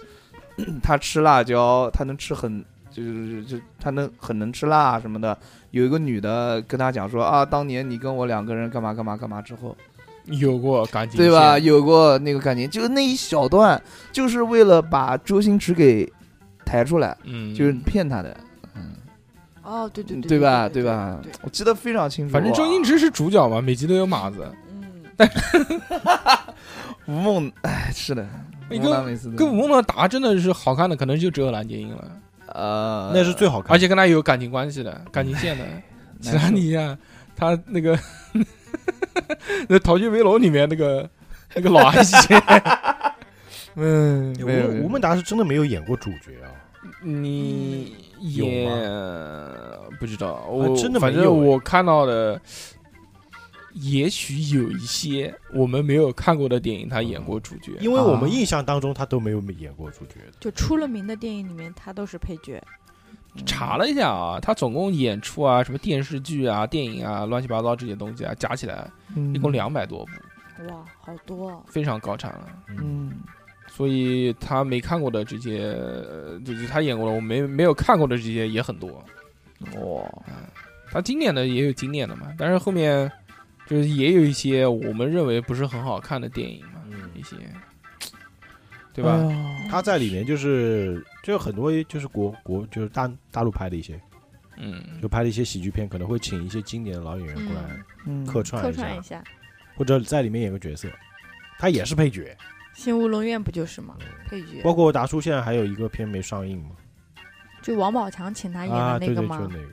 [SPEAKER 6] 咳他吃辣椒，他能吃很。就是就他能很能吃辣什么的，有一个女的跟他讲说啊，当年你跟我两个人干嘛干嘛干嘛之后，
[SPEAKER 5] 有过感情
[SPEAKER 6] 对吧？
[SPEAKER 5] 线？
[SPEAKER 6] 有过那个感情，就那一小段，就是为了把周星驰给抬出来，
[SPEAKER 5] 嗯，
[SPEAKER 6] 就是骗他的，
[SPEAKER 7] 哦，对对
[SPEAKER 6] 嗯
[SPEAKER 7] 对，
[SPEAKER 6] 对吧？
[SPEAKER 7] 对
[SPEAKER 6] 吧
[SPEAKER 7] 对对？
[SPEAKER 6] 我记得非常清楚。
[SPEAKER 5] 反正周星驰是主角嘛，每集都有马子。
[SPEAKER 7] 嗯，
[SPEAKER 6] 吴孟，哎，是的，
[SPEAKER 5] 你
[SPEAKER 6] 吴
[SPEAKER 5] 跟
[SPEAKER 6] 孟达每次都
[SPEAKER 5] 跟吴孟达真的是好看的，可能就只有蓝洁瑛了，
[SPEAKER 6] 呃，
[SPEAKER 8] 那是最好看
[SPEAKER 5] 而
[SPEAKER 8] 的。
[SPEAKER 5] 且跟他有感情关系的、感情线的。其他你呀，他那个 那《逃学威龙》里面那个那个老阿姨，
[SPEAKER 6] 嗯，没有没
[SPEAKER 8] 吴
[SPEAKER 6] 有
[SPEAKER 8] 吴孟达是真的没有演过主角啊，
[SPEAKER 5] 你
[SPEAKER 8] 有啊
[SPEAKER 5] 也不知道，我
[SPEAKER 8] 真的没
[SPEAKER 5] 反正
[SPEAKER 8] 有哎
[SPEAKER 5] 我看到的，也许有一些我们没有看过的电影，他演过主角。
[SPEAKER 8] 因为我们印象当中他都没有演过主角的。
[SPEAKER 7] 就出了名的电影里面，他都是配角，
[SPEAKER 5] 查了一下啊，他总共演出啊，什么电视剧啊、电影啊、乱七八糟这些东西啊，加起来
[SPEAKER 6] 嗯
[SPEAKER 8] 嗯
[SPEAKER 5] 一共，两百多部，
[SPEAKER 7] 哇，好多哦，
[SPEAKER 5] 非常高产
[SPEAKER 8] 啊
[SPEAKER 5] 了。
[SPEAKER 6] 嗯
[SPEAKER 5] 所以他没看过的这些，呃就是他演过的，我没没有看过的这些也很多。
[SPEAKER 6] 嗯，哇，
[SPEAKER 5] 他经典的也有经典的嘛，但是后面就是也有一些我们认为不是很好看的电影嘛，一
[SPEAKER 8] 嗯，
[SPEAKER 5] 些，对吧？
[SPEAKER 6] 哎呀？
[SPEAKER 7] 嗯
[SPEAKER 8] 他在里面就是就很多就是国国就是大大陆拍的一些，
[SPEAKER 5] 嗯，
[SPEAKER 8] 就拍的一些喜剧片，可能会请一些经典的老演员过来
[SPEAKER 6] 嗯
[SPEAKER 8] 客串
[SPEAKER 7] 客
[SPEAKER 8] 一
[SPEAKER 7] 串
[SPEAKER 8] 下
[SPEAKER 7] 一，下，
[SPEAKER 8] 或者在里面演个角色，他也是配角。
[SPEAKER 7] 新乌龙院不就是吗？配角，
[SPEAKER 8] 嗯包括达叔现在还有一个片没上映嘛，
[SPEAKER 7] 就王宝强请他演
[SPEAKER 8] 啊，
[SPEAKER 7] 的
[SPEAKER 8] 对
[SPEAKER 7] 那个
[SPEAKER 8] 对，
[SPEAKER 7] 吗？
[SPEAKER 8] 就那个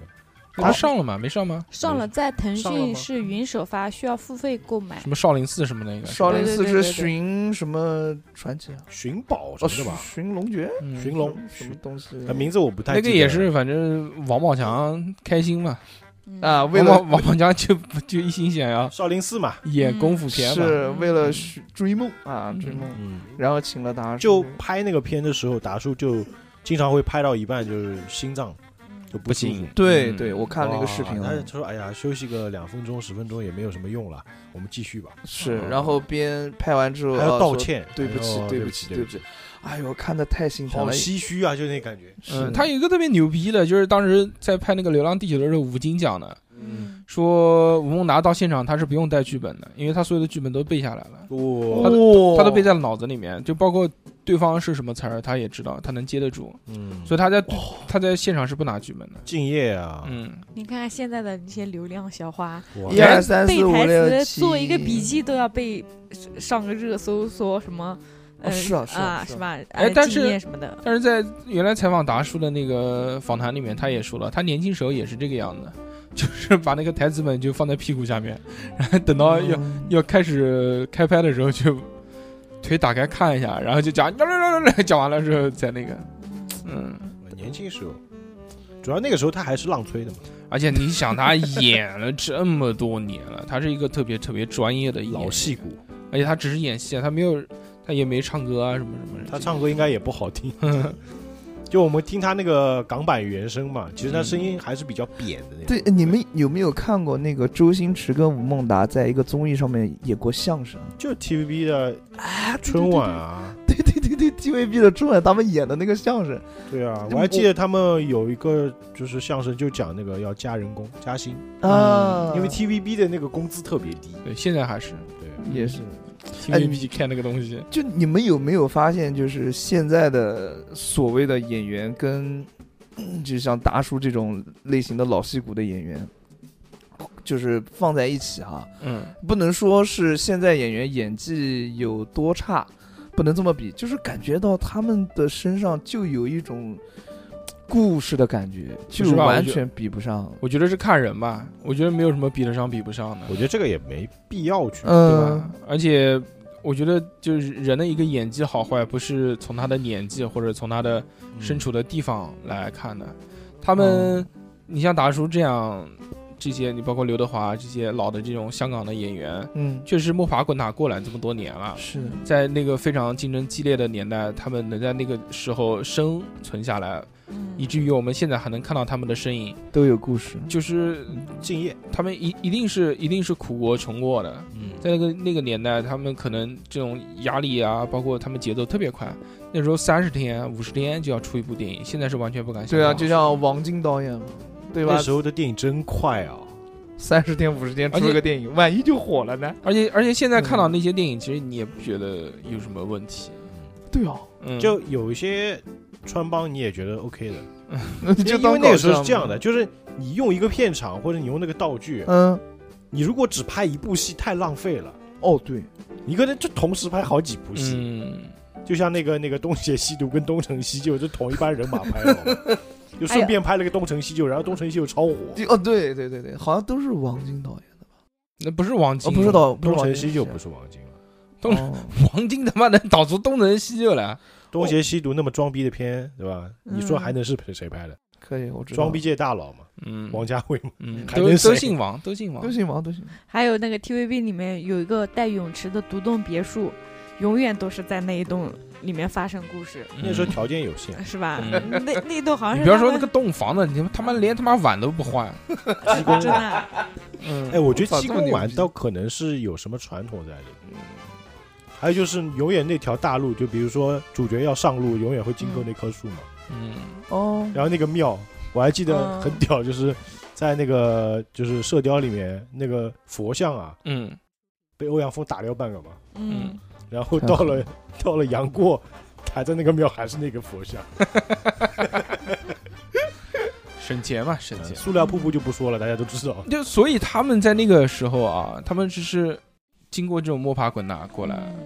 [SPEAKER 5] 他上了吗？没上吗？
[SPEAKER 7] 上了，在腾
[SPEAKER 5] 上了吗
[SPEAKER 7] 讯是云首发，需要付费购买
[SPEAKER 5] 什。么少林寺什么那个？
[SPEAKER 6] 少林
[SPEAKER 7] 对
[SPEAKER 6] 寺
[SPEAKER 7] 对
[SPEAKER 6] 是
[SPEAKER 7] 对对
[SPEAKER 6] 寻什么传奇啊？
[SPEAKER 8] 寻宝
[SPEAKER 6] 哦，寻
[SPEAKER 8] 什么的吧，
[SPEAKER 6] 寻龙诀，
[SPEAKER 5] 嗯
[SPEAKER 8] 寻龙
[SPEAKER 6] 什么东西？
[SPEAKER 8] 呃名字我不太
[SPEAKER 5] 那个
[SPEAKER 8] 记得
[SPEAKER 5] 也是，反正王宝强开心嘛，
[SPEAKER 7] 嗯
[SPEAKER 6] 啊，，为
[SPEAKER 5] 王
[SPEAKER 6] 了
[SPEAKER 5] 宝王 宝强就就一心想要
[SPEAKER 8] 少林寺嘛，
[SPEAKER 5] 演功夫片嘛，
[SPEAKER 6] 嗯是为了寻追梦啊，追梦，
[SPEAKER 8] 嗯，
[SPEAKER 6] 然后请了达
[SPEAKER 8] 就
[SPEAKER 6] 叔
[SPEAKER 8] 拍那个片的时候，达叔就经常会拍到一半就是心脏就
[SPEAKER 5] 不
[SPEAKER 8] 舒服
[SPEAKER 5] 行，
[SPEAKER 6] 对
[SPEAKER 5] 嗯
[SPEAKER 6] 对，我看了那个视频
[SPEAKER 8] 哇他
[SPEAKER 6] 了，
[SPEAKER 8] 说：“哎呀，休息个两分钟、十分钟也没有什么用了，我们继续吧。
[SPEAKER 6] 是，然后边拍完之”后
[SPEAKER 8] 哦还要
[SPEAKER 6] 哦
[SPEAKER 8] 道
[SPEAKER 6] 说
[SPEAKER 8] 歉，
[SPEAKER 6] 对不起
[SPEAKER 8] 哎呦，
[SPEAKER 6] 对
[SPEAKER 8] 不
[SPEAKER 6] 起，
[SPEAKER 8] 对
[SPEAKER 6] 对不起，，哎呦，看的太心疼
[SPEAKER 8] 好
[SPEAKER 6] 了，
[SPEAKER 8] 唏嘘啊，就那感觉。
[SPEAKER 5] 嗯，
[SPEAKER 6] 是
[SPEAKER 5] 他有一个特别牛逼的，就是当时在拍那个《流浪地球》的时候，吴京讲的，
[SPEAKER 7] 嗯，
[SPEAKER 5] 说吴孟达到现场他是不用带剧本的，因为他所有的剧本都背下来了。
[SPEAKER 8] 哇
[SPEAKER 5] 他
[SPEAKER 6] 哇
[SPEAKER 5] 他都背在脑子里面，就包括对方是什么词儿，他也知道，他能接得住，
[SPEAKER 8] 嗯，
[SPEAKER 5] 所以他在他在现场是不拿剧本的。
[SPEAKER 8] 敬业啊，
[SPEAKER 5] 嗯，
[SPEAKER 7] 你看看现在的那些流量小花，
[SPEAKER 8] 我
[SPEAKER 6] 一二三
[SPEAKER 7] 背
[SPEAKER 6] 四五
[SPEAKER 7] 哎台
[SPEAKER 6] 六
[SPEAKER 7] 词
[SPEAKER 6] 七，
[SPEAKER 7] 做一个笔记都要被上个热搜，说什么？呃
[SPEAKER 6] 哦是啊是啊
[SPEAKER 7] 啊，
[SPEAKER 6] 是啊
[SPEAKER 7] 是吧？
[SPEAKER 5] 哎
[SPEAKER 7] 呃
[SPEAKER 5] 但
[SPEAKER 7] 经
[SPEAKER 5] 是
[SPEAKER 7] 验什么的，
[SPEAKER 5] 但是在原来采访达叔的那个访谈里面，他也说了，他年轻时候也是这个样子，就是把那个台词本就放在屁股下面，然后等
[SPEAKER 8] 哎
[SPEAKER 5] 到要、要开始开拍的时候就腿打开看一下，然后就讲， 讲完了之后再那个，嗯。
[SPEAKER 8] 年轻时候，主要那个时候他还是浪吹的嘛，
[SPEAKER 5] 而且你想，他演了这么多年了，他是一个特别特别专业的演员
[SPEAKER 8] 老戏骨，
[SPEAKER 5] 而且他只是演戏啊，他没有，他也没唱歌啊，什么什么的。
[SPEAKER 8] 他唱歌应该也不好听。就我们听他那个港版原声嘛，其实他声音还是比较扁的那
[SPEAKER 6] 嗯
[SPEAKER 8] 种。
[SPEAKER 6] 对，哎你们有没有看过那个周星驰跟吴孟达在一个综艺上面演过相声？
[SPEAKER 8] 就 TVB 的
[SPEAKER 6] 啊，
[SPEAKER 8] 春晚啊，
[SPEAKER 6] 对对对对，TVB 的春晚他们演的那个相声，
[SPEAKER 8] 对啊，
[SPEAKER 6] 那
[SPEAKER 8] 我
[SPEAKER 6] 么
[SPEAKER 8] 还
[SPEAKER 6] 我
[SPEAKER 8] 记得他们有一个就是相声，就讲那个要加人工加薪，
[SPEAKER 7] 嗯
[SPEAKER 6] 啊，
[SPEAKER 5] 嗯
[SPEAKER 8] 因为 TVB 的那个工资特别低。 嗯
[SPEAKER 5] 对，现在还是
[SPEAKER 8] 对，
[SPEAKER 6] 也是。哎
[SPEAKER 5] TVB 看那个东西，
[SPEAKER 6] 就你们有没有发现，就是现在的所谓的演员跟，嗯就像达叔这种类型的老戏骨的演员，就是放在一起哈，
[SPEAKER 5] 嗯，
[SPEAKER 6] 不能说是现在演员演技有多差，不能这么比，就是感觉到他们的身上就有一种故事的感觉，就是
[SPEAKER 5] 吧
[SPEAKER 6] 完
[SPEAKER 5] 我觉
[SPEAKER 6] 全比不上。
[SPEAKER 5] 我觉得是看人吧，我觉得没有什么比得上比不上的
[SPEAKER 8] 我，觉得这个也没必要去。
[SPEAKER 5] 对
[SPEAKER 6] 嗯
[SPEAKER 5] 吧，？而且我觉得就是人的一个演技好坏，不是从他的年纪或者从他的
[SPEAKER 6] 嗯
[SPEAKER 5] 身处的地方来看的。他们，你像达叔这样，这些你包括刘德华这些老的这种香港的演员，
[SPEAKER 6] 嗯，
[SPEAKER 5] 确实摸爬滚打过来这么多年了，
[SPEAKER 6] 是的，
[SPEAKER 5] 在那个非常竞争激烈的年代，他们能在那个时候生存下来，以
[SPEAKER 7] 嗯，
[SPEAKER 5] 至于我们现在还能看到他们的身影，
[SPEAKER 6] 都有故事。
[SPEAKER 5] 就是
[SPEAKER 8] 敬业，
[SPEAKER 5] 他们一一定是一定是苦过、穷过的。
[SPEAKER 8] 嗯，
[SPEAKER 5] 在那个那个年代，他们可能这种压力啊，包括他们节奏特别快，那时候三十天、五十天就要出一部电影，现在是完全不敢想象。
[SPEAKER 6] 对啊，就像王晶导演嘛，对吧
[SPEAKER 8] 那？时候的电影真快啊，
[SPEAKER 6] 三十天、五十天
[SPEAKER 5] 而
[SPEAKER 6] 出
[SPEAKER 5] 且
[SPEAKER 6] 个电影，万一就火了呢？
[SPEAKER 5] 而且而且现在看到那些电影，其实你也不觉得有什么问题。
[SPEAKER 6] 对啊，
[SPEAKER 5] 嗯，
[SPEAKER 8] 就有一些穿帮你也觉得 OK 的，
[SPEAKER 6] 那就
[SPEAKER 8] 因为
[SPEAKER 6] 当
[SPEAKER 8] 那
[SPEAKER 6] 搞
[SPEAKER 8] 个时候
[SPEAKER 6] 笑
[SPEAKER 8] 是这样
[SPEAKER 6] 嘛
[SPEAKER 8] 的，。就是你用一个片场或者你用那个道具，
[SPEAKER 6] 嗯，
[SPEAKER 8] 你如果只拍一部戏太浪费了，
[SPEAKER 6] 哦对，
[SPEAKER 8] 你可能就同时拍好几部戏，
[SPEAKER 5] 嗯，
[SPEAKER 8] 就像那个那个东邪西毒跟东成西就就同一班人马拍了，就顺便拍了个东成西就，然后东成西就超火，
[SPEAKER 6] 就哦对对对对，好像都是王晶导演的。
[SPEAKER 5] 那不是王晶，
[SPEAKER 6] 哦，不是导，不是
[SPEAKER 8] 东
[SPEAKER 6] 王
[SPEAKER 8] 成
[SPEAKER 6] 晶
[SPEAKER 8] 西就不
[SPEAKER 6] 是
[SPEAKER 8] 是王晶哦了，
[SPEAKER 5] 东
[SPEAKER 6] 哦
[SPEAKER 5] 王晶他妈能导出东成西就来，
[SPEAKER 8] 东邪西毒那么装逼的片，对吧？你说还能是谁拍的？
[SPEAKER 6] 可以，我知道。
[SPEAKER 8] 装逼界大佬嘛，
[SPEAKER 5] 嗯，
[SPEAKER 8] 王家卫嘛，
[SPEAKER 5] 嗯，
[SPEAKER 8] 还
[SPEAKER 5] 都
[SPEAKER 8] 能
[SPEAKER 5] 都
[SPEAKER 8] 谁
[SPEAKER 5] 姓王，都姓王
[SPEAKER 6] 都，姓王，都姓王。
[SPEAKER 7] 还有那个 TVB 里面有一个带泳池的独栋别墅，永远都是在那一栋里面发生故事，
[SPEAKER 8] 那时候条件有限，
[SPEAKER 7] 是吧？
[SPEAKER 5] 嗯
[SPEAKER 7] 那那栋好像
[SPEAKER 5] 你
[SPEAKER 7] 是
[SPEAKER 5] 不要说
[SPEAKER 7] 他们
[SPEAKER 5] 那个洞房的，你他妈连他妈碗都不换。
[SPEAKER 8] 鸡 公
[SPEAKER 7] 真的
[SPEAKER 5] 嗯，
[SPEAKER 8] 哎，我觉
[SPEAKER 5] 操
[SPEAKER 8] 得鸡
[SPEAKER 5] 这么
[SPEAKER 8] 公
[SPEAKER 5] 牛
[SPEAKER 8] 碗
[SPEAKER 5] 逼
[SPEAKER 8] 倒可能是有什么传统在里面。还有就是，永远那条大路，就比如说主角要上路，永远会经过那棵树嘛。
[SPEAKER 5] 嗯，
[SPEAKER 6] 哦，
[SPEAKER 8] 然后那个庙，我还记得
[SPEAKER 7] 嗯
[SPEAKER 8] 很屌，就是在那个就是射雕里面那个佛像啊，
[SPEAKER 5] 嗯，
[SPEAKER 8] 被欧阳锋打掉半个嘛，
[SPEAKER 7] 嗯，
[SPEAKER 8] 然后
[SPEAKER 6] 太
[SPEAKER 8] 到
[SPEAKER 6] 狠
[SPEAKER 8] 了 到了杨过，还在那个庙还是那个佛像。
[SPEAKER 5] 省钱嘛，省钱。
[SPEAKER 8] 嗯塑料瀑布就不说了，大家都知道。
[SPEAKER 5] 就所以他们在那个时候啊，他们只是经过这种摸爬滚打过来，
[SPEAKER 7] 嗯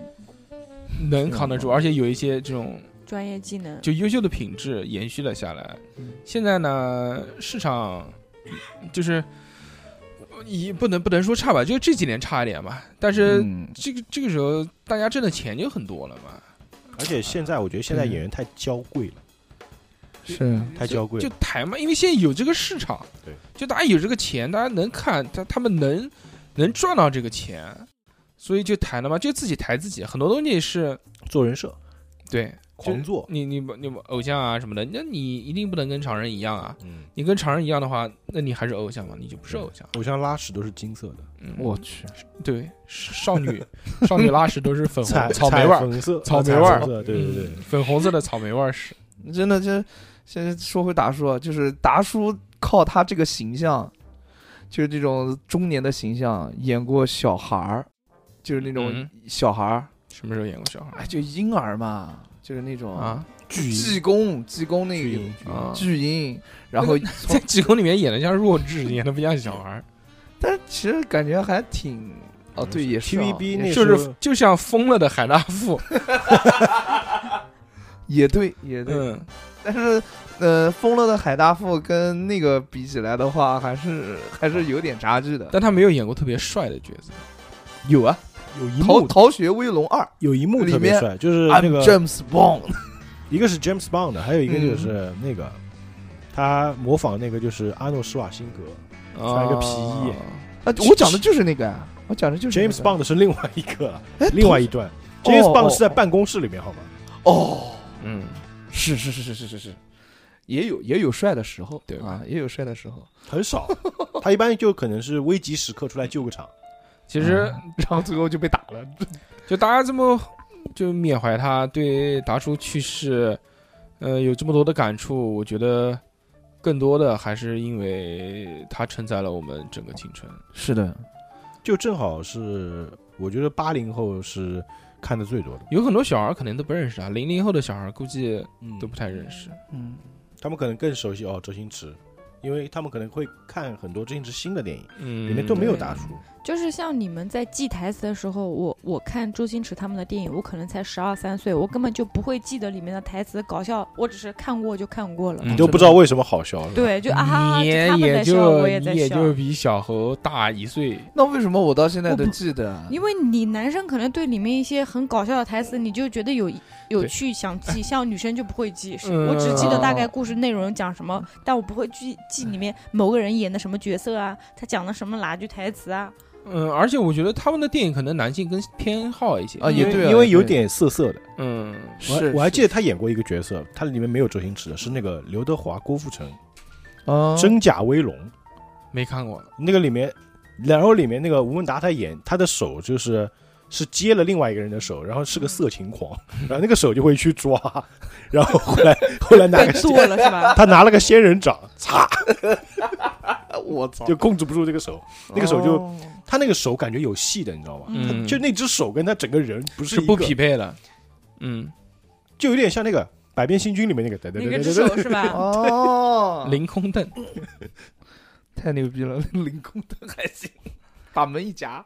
[SPEAKER 5] 能扛得住，而且有一些这种
[SPEAKER 7] 专业技能，
[SPEAKER 5] 就优秀的品质延续了下来
[SPEAKER 6] 嗯。
[SPEAKER 5] 现在呢，市场就是也不能不能说差吧，就这几年差一点吧。但是
[SPEAKER 6] 嗯
[SPEAKER 5] 这个这个时候，大家挣的钱就很多了嘛，
[SPEAKER 8] 而且现在我觉得现在演员太娇贵了，
[SPEAKER 6] 是
[SPEAKER 8] 太娇贵
[SPEAKER 5] 就
[SPEAKER 8] 了。
[SPEAKER 5] 台嘛，因为现在有这个市场，
[SPEAKER 8] 对，
[SPEAKER 5] 就大家有这个钱，大家能看他他们能能赚到这个钱，所以就抬了嘛，就自己抬自己，很多东西是
[SPEAKER 8] 做人设，
[SPEAKER 5] 对
[SPEAKER 8] 狂做。
[SPEAKER 5] 你你你偶像啊什么的，那你一定不能跟常人一样啊。
[SPEAKER 8] 嗯，
[SPEAKER 5] 你跟常人一样的话，那你还是偶像嘛，你就不是偶像。
[SPEAKER 8] 偶像拉屎都是金色的，
[SPEAKER 5] 嗯，
[SPEAKER 6] 我去，
[SPEAKER 5] 对少 女少女拉屎都是粉
[SPEAKER 8] 彩
[SPEAKER 5] 红草莓味儿，
[SPEAKER 8] 粉色，啊
[SPEAKER 5] 草莓味儿
[SPEAKER 8] 彩色对对对
[SPEAKER 5] 嗯，粉红色的草莓味儿屎。
[SPEAKER 6] 真的这现在说回达叔啊，就是达叔靠他这个形象，就是这种中年的形象，演过小孩儿，就是那种
[SPEAKER 5] 嗯
[SPEAKER 6] 小孩儿，
[SPEAKER 5] 什么时候演过小孩？
[SPEAKER 6] 哎，就婴儿嘛，就是那种
[SPEAKER 5] 啊，巨婴
[SPEAKER 6] 济公，济公那
[SPEAKER 8] 巨
[SPEAKER 6] 个
[SPEAKER 8] 婴
[SPEAKER 5] 啊，
[SPEAKER 6] 巨婴，然后
[SPEAKER 5] 在
[SPEAKER 6] 从，
[SPEAKER 5] 济公里面演的像弱智，演的不像小孩儿，
[SPEAKER 6] 但是其实感觉还挺哦，对，也是啊
[SPEAKER 8] TVB
[SPEAKER 6] 也
[SPEAKER 8] 那
[SPEAKER 5] 就是
[SPEAKER 8] 时候
[SPEAKER 5] 就像疯了的海大富，
[SPEAKER 6] 也对，也对，
[SPEAKER 5] 嗯，
[SPEAKER 6] 但是，呃，疯了的海大富跟那个比起来的话，还是还是有点差距的。
[SPEAKER 5] 但他没有演过特别帅的角色，
[SPEAKER 6] 有啊，
[SPEAKER 8] 有一
[SPEAKER 6] 《逃
[SPEAKER 8] 幕
[SPEAKER 6] 逃学威龙二
[SPEAKER 8] 有一幕特
[SPEAKER 6] 里
[SPEAKER 8] 别
[SPEAKER 6] 面
[SPEAKER 8] 帅，就是》那
[SPEAKER 6] ，I'm
[SPEAKER 8] 个
[SPEAKER 6] James Bond，
[SPEAKER 8] 一个是 James Bond 的，还有一个
[SPEAKER 6] 嗯
[SPEAKER 8] 就是那个他模仿那个就是阿诺施瓦辛格穿一个皮衣
[SPEAKER 6] 啊，我讲的就是那个啊，我讲的就是那个
[SPEAKER 8] ，James Bond 是另外一个了，
[SPEAKER 6] 哎
[SPEAKER 8] 另外
[SPEAKER 6] 同
[SPEAKER 8] 一段 James
[SPEAKER 6] 哦
[SPEAKER 8] Bond 是在
[SPEAKER 6] 哦
[SPEAKER 8] 办公室里面好吗？
[SPEAKER 6] 哦，
[SPEAKER 5] 嗯，
[SPEAKER 6] 是是是是是是是，也有也有帅的时候，
[SPEAKER 5] 对
[SPEAKER 6] 啊，也有帅的时 候，
[SPEAKER 8] 很少，他一般就可能是危急时刻出来救个场。
[SPEAKER 5] 其实
[SPEAKER 6] 然后最后就被打了。
[SPEAKER 5] 就大家这么就缅怀他，对达叔去世，呃，有这么多的感触，我觉得更多的还是因为他承载了我们整个青春。
[SPEAKER 6] 是的，
[SPEAKER 8] 就正好是，我觉得八零后是看的最多的，
[SPEAKER 5] 有很多小孩可能都不认识他，零零后的小孩估计
[SPEAKER 8] 嗯
[SPEAKER 5] 都不太认识。
[SPEAKER 6] 嗯，
[SPEAKER 8] 他们可能更熟悉哦周星驰，因为他们可能会看很多周星驰新的电影，
[SPEAKER 5] 嗯，
[SPEAKER 8] 里面都没有
[SPEAKER 7] 对
[SPEAKER 8] 达叔，
[SPEAKER 6] 嗯
[SPEAKER 7] 就是像你们在记台词的时候，我我看周星驰他们的电影，我可能才十二三岁，我根本就不会记得里面的台词，搞笑，我只是看过就看过了。
[SPEAKER 5] 嗯
[SPEAKER 8] 你都不知道为什么好笑。是吧，
[SPEAKER 7] 对，就啊哈，
[SPEAKER 5] 你
[SPEAKER 7] 就他们
[SPEAKER 5] 也
[SPEAKER 7] 在笑，
[SPEAKER 5] 就
[SPEAKER 7] 我
[SPEAKER 5] 你
[SPEAKER 7] 在
[SPEAKER 5] 也
[SPEAKER 7] 笑。
[SPEAKER 5] 就比小猴大一岁，
[SPEAKER 6] 那为什么我到现在
[SPEAKER 7] 我
[SPEAKER 6] 都
[SPEAKER 7] 不
[SPEAKER 6] 记得啊？
[SPEAKER 7] 因为你男生可能对里面一些很搞笑的台词，你就觉得有有
[SPEAKER 5] 对
[SPEAKER 7] 趣想记，像女生就不会记。是
[SPEAKER 5] 嗯
[SPEAKER 7] 我只记得大概故事内容讲什么，但我不会记记里面某个人演的什么角色啊，他讲的什么哪句台词啊。
[SPEAKER 5] 嗯，而且我觉得他们的电影可能男性更偏好一些
[SPEAKER 6] 啊也
[SPEAKER 8] 因为
[SPEAKER 6] 对啊
[SPEAKER 8] 因为
[SPEAKER 6] 也
[SPEAKER 8] 有
[SPEAKER 6] 对
[SPEAKER 8] 点涩涩的。
[SPEAKER 5] 嗯，
[SPEAKER 8] 我还
[SPEAKER 6] 是
[SPEAKER 8] 我还
[SPEAKER 6] 是
[SPEAKER 8] 记得他演过一个角色，他里面没有周星驰的，是那个刘德华、郭富城
[SPEAKER 6] 啊
[SPEAKER 8] 《真假威龙》
[SPEAKER 5] 没看过，
[SPEAKER 8] 那个里面，然后里面那个吴孟达他演他的手就是是接了另外一个人的手，然后是个色情狂，然后那个手就会去抓，然后后来后来拿
[SPEAKER 7] 被
[SPEAKER 8] 个
[SPEAKER 7] 剁了是吧？
[SPEAKER 8] 他拿了个仙人掌，擦
[SPEAKER 6] 我操，
[SPEAKER 8] 就控制不住这个手，那个手就
[SPEAKER 6] 哦
[SPEAKER 8] 他那个手感觉有戏的，你知道吗？
[SPEAKER 5] 嗯，
[SPEAKER 8] 就那只手跟他整个人不
[SPEAKER 5] 是
[SPEAKER 8] 一
[SPEAKER 5] 不
[SPEAKER 8] 个
[SPEAKER 5] 匹配的，嗯，
[SPEAKER 8] 就有点像那个《百变星君》里面那个， 对对
[SPEAKER 7] 那
[SPEAKER 8] 对
[SPEAKER 7] 个只
[SPEAKER 8] 对
[SPEAKER 7] 手
[SPEAKER 8] 对，
[SPEAKER 7] 是 吧？
[SPEAKER 6] 哦，
[SPEAKER 5] 凌空凳，
[SPEAKER 6] 太牛逼了， 凌空灯还行，把门一夹，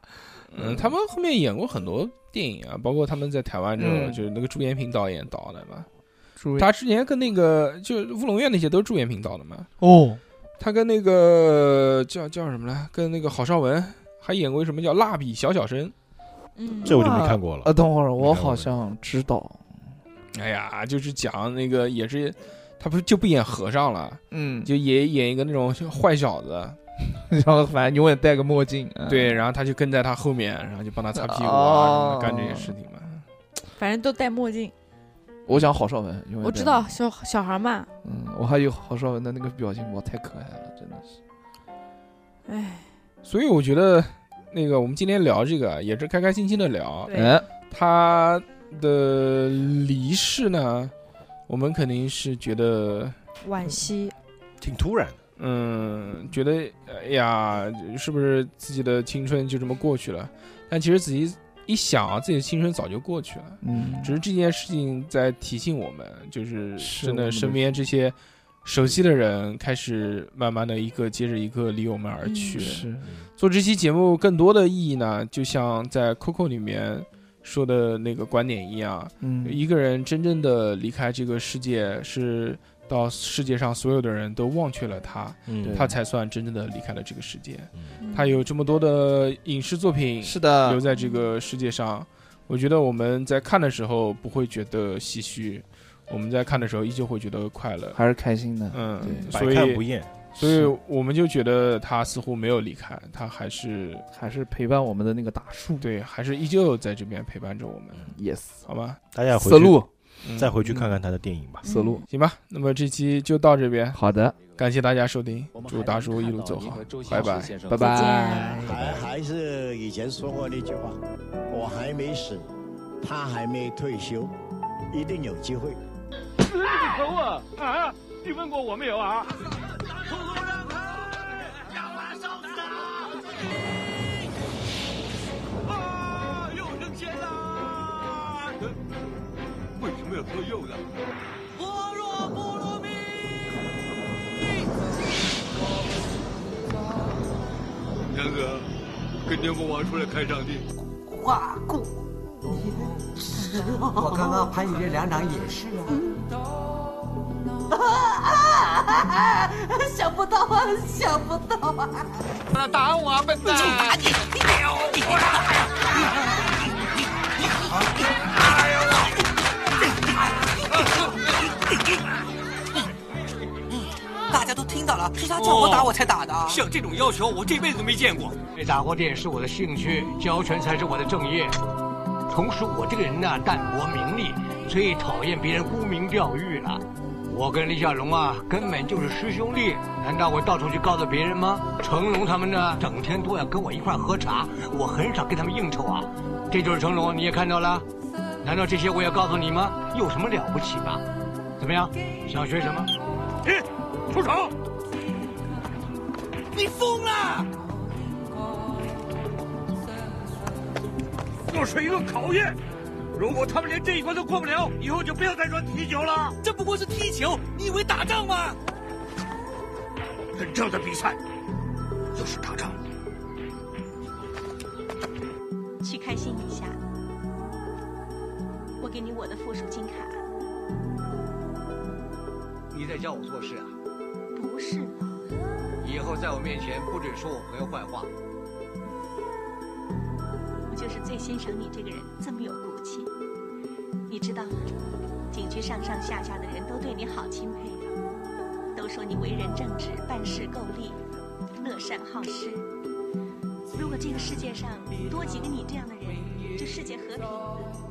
[SPEAKER 5] 嗯，他们后面演过很多电影啊，包括他们在台湾之后，
[SPEAKER 6] 嗯
[SPEAKER 5] 就是那个朱延平导演导的嘛，
[SPEAKER 6] 注
[SPEAKER 5] 他之前跟那个就是《乌龙院》那些都是朱延平导的嘛，
[SPEAKER 6] 哦，
[SPEAKER 5] 他跟那个叫叫什么来，跟那个郝邵文还演过什么叫《蜡笔小小生
[SPEAKER 7] 嗯，
[SPEAKER 8] 这我就没看过了
[SPEAKER 6] 呃，。等会儿我
[SPEAKER 8] 没看过
[SPEAKER 6] 好像知道，》，
[SPEAKER 5] 哎呀，就是讲那个也是他不就不演和尚了，
[SPEAKER 6] 嗯，
[SPEAKER 5] 就也演一个那种坏小子，
[SPEAKER 6] 然后反正永远戴个墨镜，嗯
[SPEAKER 5] 对，，然后他就跟在他后面，然后就帮他擦屁股啊，什么
[SPEAKER 6] 哦
[SPEAKER 5] 干这些事情嘛。
[SPEAKER 7] 反正都戴墨镜。
[SPEAKER 6] 我讲郝邵文，永远戴
[SPEAKER 7] 我知道，小小孩嘛，
[SPEAKER 6] 嗯，我还有郝邵文的那个表情包，太可爱了，真的是，
[SPEAKER 7] 哎，
[SPEAKER 5] 所以我觉得，那个我们今天聊这个啊也是开开心心的聊。
[SPEAKER 7] 对
[SPEAKER 6] 哎，
[SPEAKER 5] 他的离世呢，我们肯定是觉得，
[SPEAKER 7] 惋惜。
[SPEAKER 8] 挺突然的。
[SPEAKER 5] 嗯，觉得哎呀，是不是自己的青春就这么过去了？但其实仔细一想啊，自己的青春早就过去了。
[SPEAKER 6] 嗯，
[SPEAKER 5] 只是这件事情在提醒我们，就是
[SPEAKER 6] 是
[SPEAKER 5] 真
[SPEAKER 6] 我
[SPEAKER 5] 的
[SPEAKER 6] 们
[SPEAKER 5] 身
[SPEAKER 6] 的
[SPEAKER 5] 边这些熟悉的人开始慢慢的一个接着一个离我们而去。
[SPEAKER 6] 嗯是，
[SPEAKER 5] 做这期节目更多的意义呢，就像在 Coco 里面说的那个观点一样，
[SPEAKER 6] 嗯，
[SPEAKER 5] 一个人真正的离开这个世界，是到世界上所有的人都忘却了他，
[SPEAKER 8] 嗯
[SPEAKER 6] 对
[SPEAKER 5] 他才算真正的离开了这个世界。
[SPEAKER 7] 嗯
[SPEAKER 5] 他有这么多的影视作品，
[SPEAKER 6] 是的
[SPEAKER 5] 留，在这个世界上。我觉得我们在看的时候不会觉得唏嘘，我们在看的时候依旧会觉得快乐。
[SPEAKER 6] 还是开心的，
[SPEAKER 5] 嗯，
[SPEAKER 6] 对
[SPEAKER 5] 所
[SPEAKER 8] 百看不
[SPEAKER 5] 以
[SPEAKER 8] 厌。
[SPEAKER 5] 所以我们就觉得他似乎没有离开，他还是
[SPEAKER 6] 还是陪伴我们的那个大树
[SPEAKER 5] 对，还是依旧在这边陪伴着我们，
[SPEAKER 6] 嗯，yes，
[SPEAKER 5] 好吧？
[SPEAKER 8] 大家回
[SPEAKER 6] 思
[SPEAKER 8] 去
[SPEAKER 6] 路，
[SPEAKER 5] 嗯
[SPEAKER 8] 再回去看看他的电影吧。
[SPEAKER 6] 思路，
[SPEAKER 5] 行吧，那么这期就到这边，
[SPEAKER 6] 好的，
[SPEAKER 5] 感谢大家收听
[SPEAKER 1] 我，们
[SPEAKER 5] 祝
[SPEAKER 1] 还
[SPEAKER 5] 大
[SPEAKER 1] 能
[SPEAKER 5] 叔
[SPEAKER 1] 看
[SPEAKER 5] 一路
[SPEAKER 1] 到
[SPEAKER 5] 走
[SPEAKER 1] 您
[SPEAKER 5] 好
[SPEAKER 1] 和周，
[SPEAKER 5] 拜
[SPEAKER 1] 星驰
[SPEAKER 5] 拜。
[SPEAKER 1] 先生
[SPEAKER 6] 拜
[SPEAKER 7] 再见
[SPEAKER 6] 拜。
[SPEAKER 1] 还
[SPEAKER 5] 嗯
[SPEAKER 1] 还是以前说过那句话，我还没死，他还没退休，一定有机会。
[SPEAKER 2] 啊为什么要左右的。然哥，跟牛魔王出来看上帝，
[SPEAKER 9] 挂钩。我刚刚拍你这两掌也是啊。想不到啊，想不到啊！
[SPEAKER 2] 那打我笨蛋！
[SPEAKER 9] 大家都听到了，是他叫我打我才打的。
[SPEAKER 2] 哦
[SPEAKER 9] 啊
[SPEAKER 2] 像这种要求，我这辈子都没见过。
[SPEAKER 10] 被打过脸是我的兴趣，教拳才是我的正业。同时，我这个人呢、淡泊名利，最讨厌别人沽名钓誉了。我跟李小龙啊，根本就是师兄弟，难道我到处去告诉别人吗？成龙他们呢，整天都要跟我一块儿喝茶，我很少跟他们应酬啊。这就是成龙，你也看到了。难道这些我要告诉你吗？有什么了不起吗？怎么样，想学什么？
[SPEAKER 2] 哎出手！
[SPEAKER 10] 你疯
[SPEAKER 2] 啊
[SPEAKER 10] 了！
[SPEAKER 2] 又是一个考验。如果他们连这一关都过不了，以后就不要再说踢球了。
[SPEAKER 10] 这不过是踢球，你以为打仗吗？
[SPEAKER 2] 真正的比赛就是打仗。
[SPEAKER 11] 去开心一下。我给你我的附属金卡，
[SPEAKER 10] 你在教我做事啊！
[SPEAKER 11] 不是了，
[SPEAKER 10] 以后在我面前不准说我朋友坏话。
[SPEAKER 11] 我就是最欣赏你这个人这么有骨气。你知道吗？景区上上下下的人都对你好钦佩啊，都说你为人正直，办事够力，乐善好施。如果这个世界上多几个你这样的人，这世界和平。啊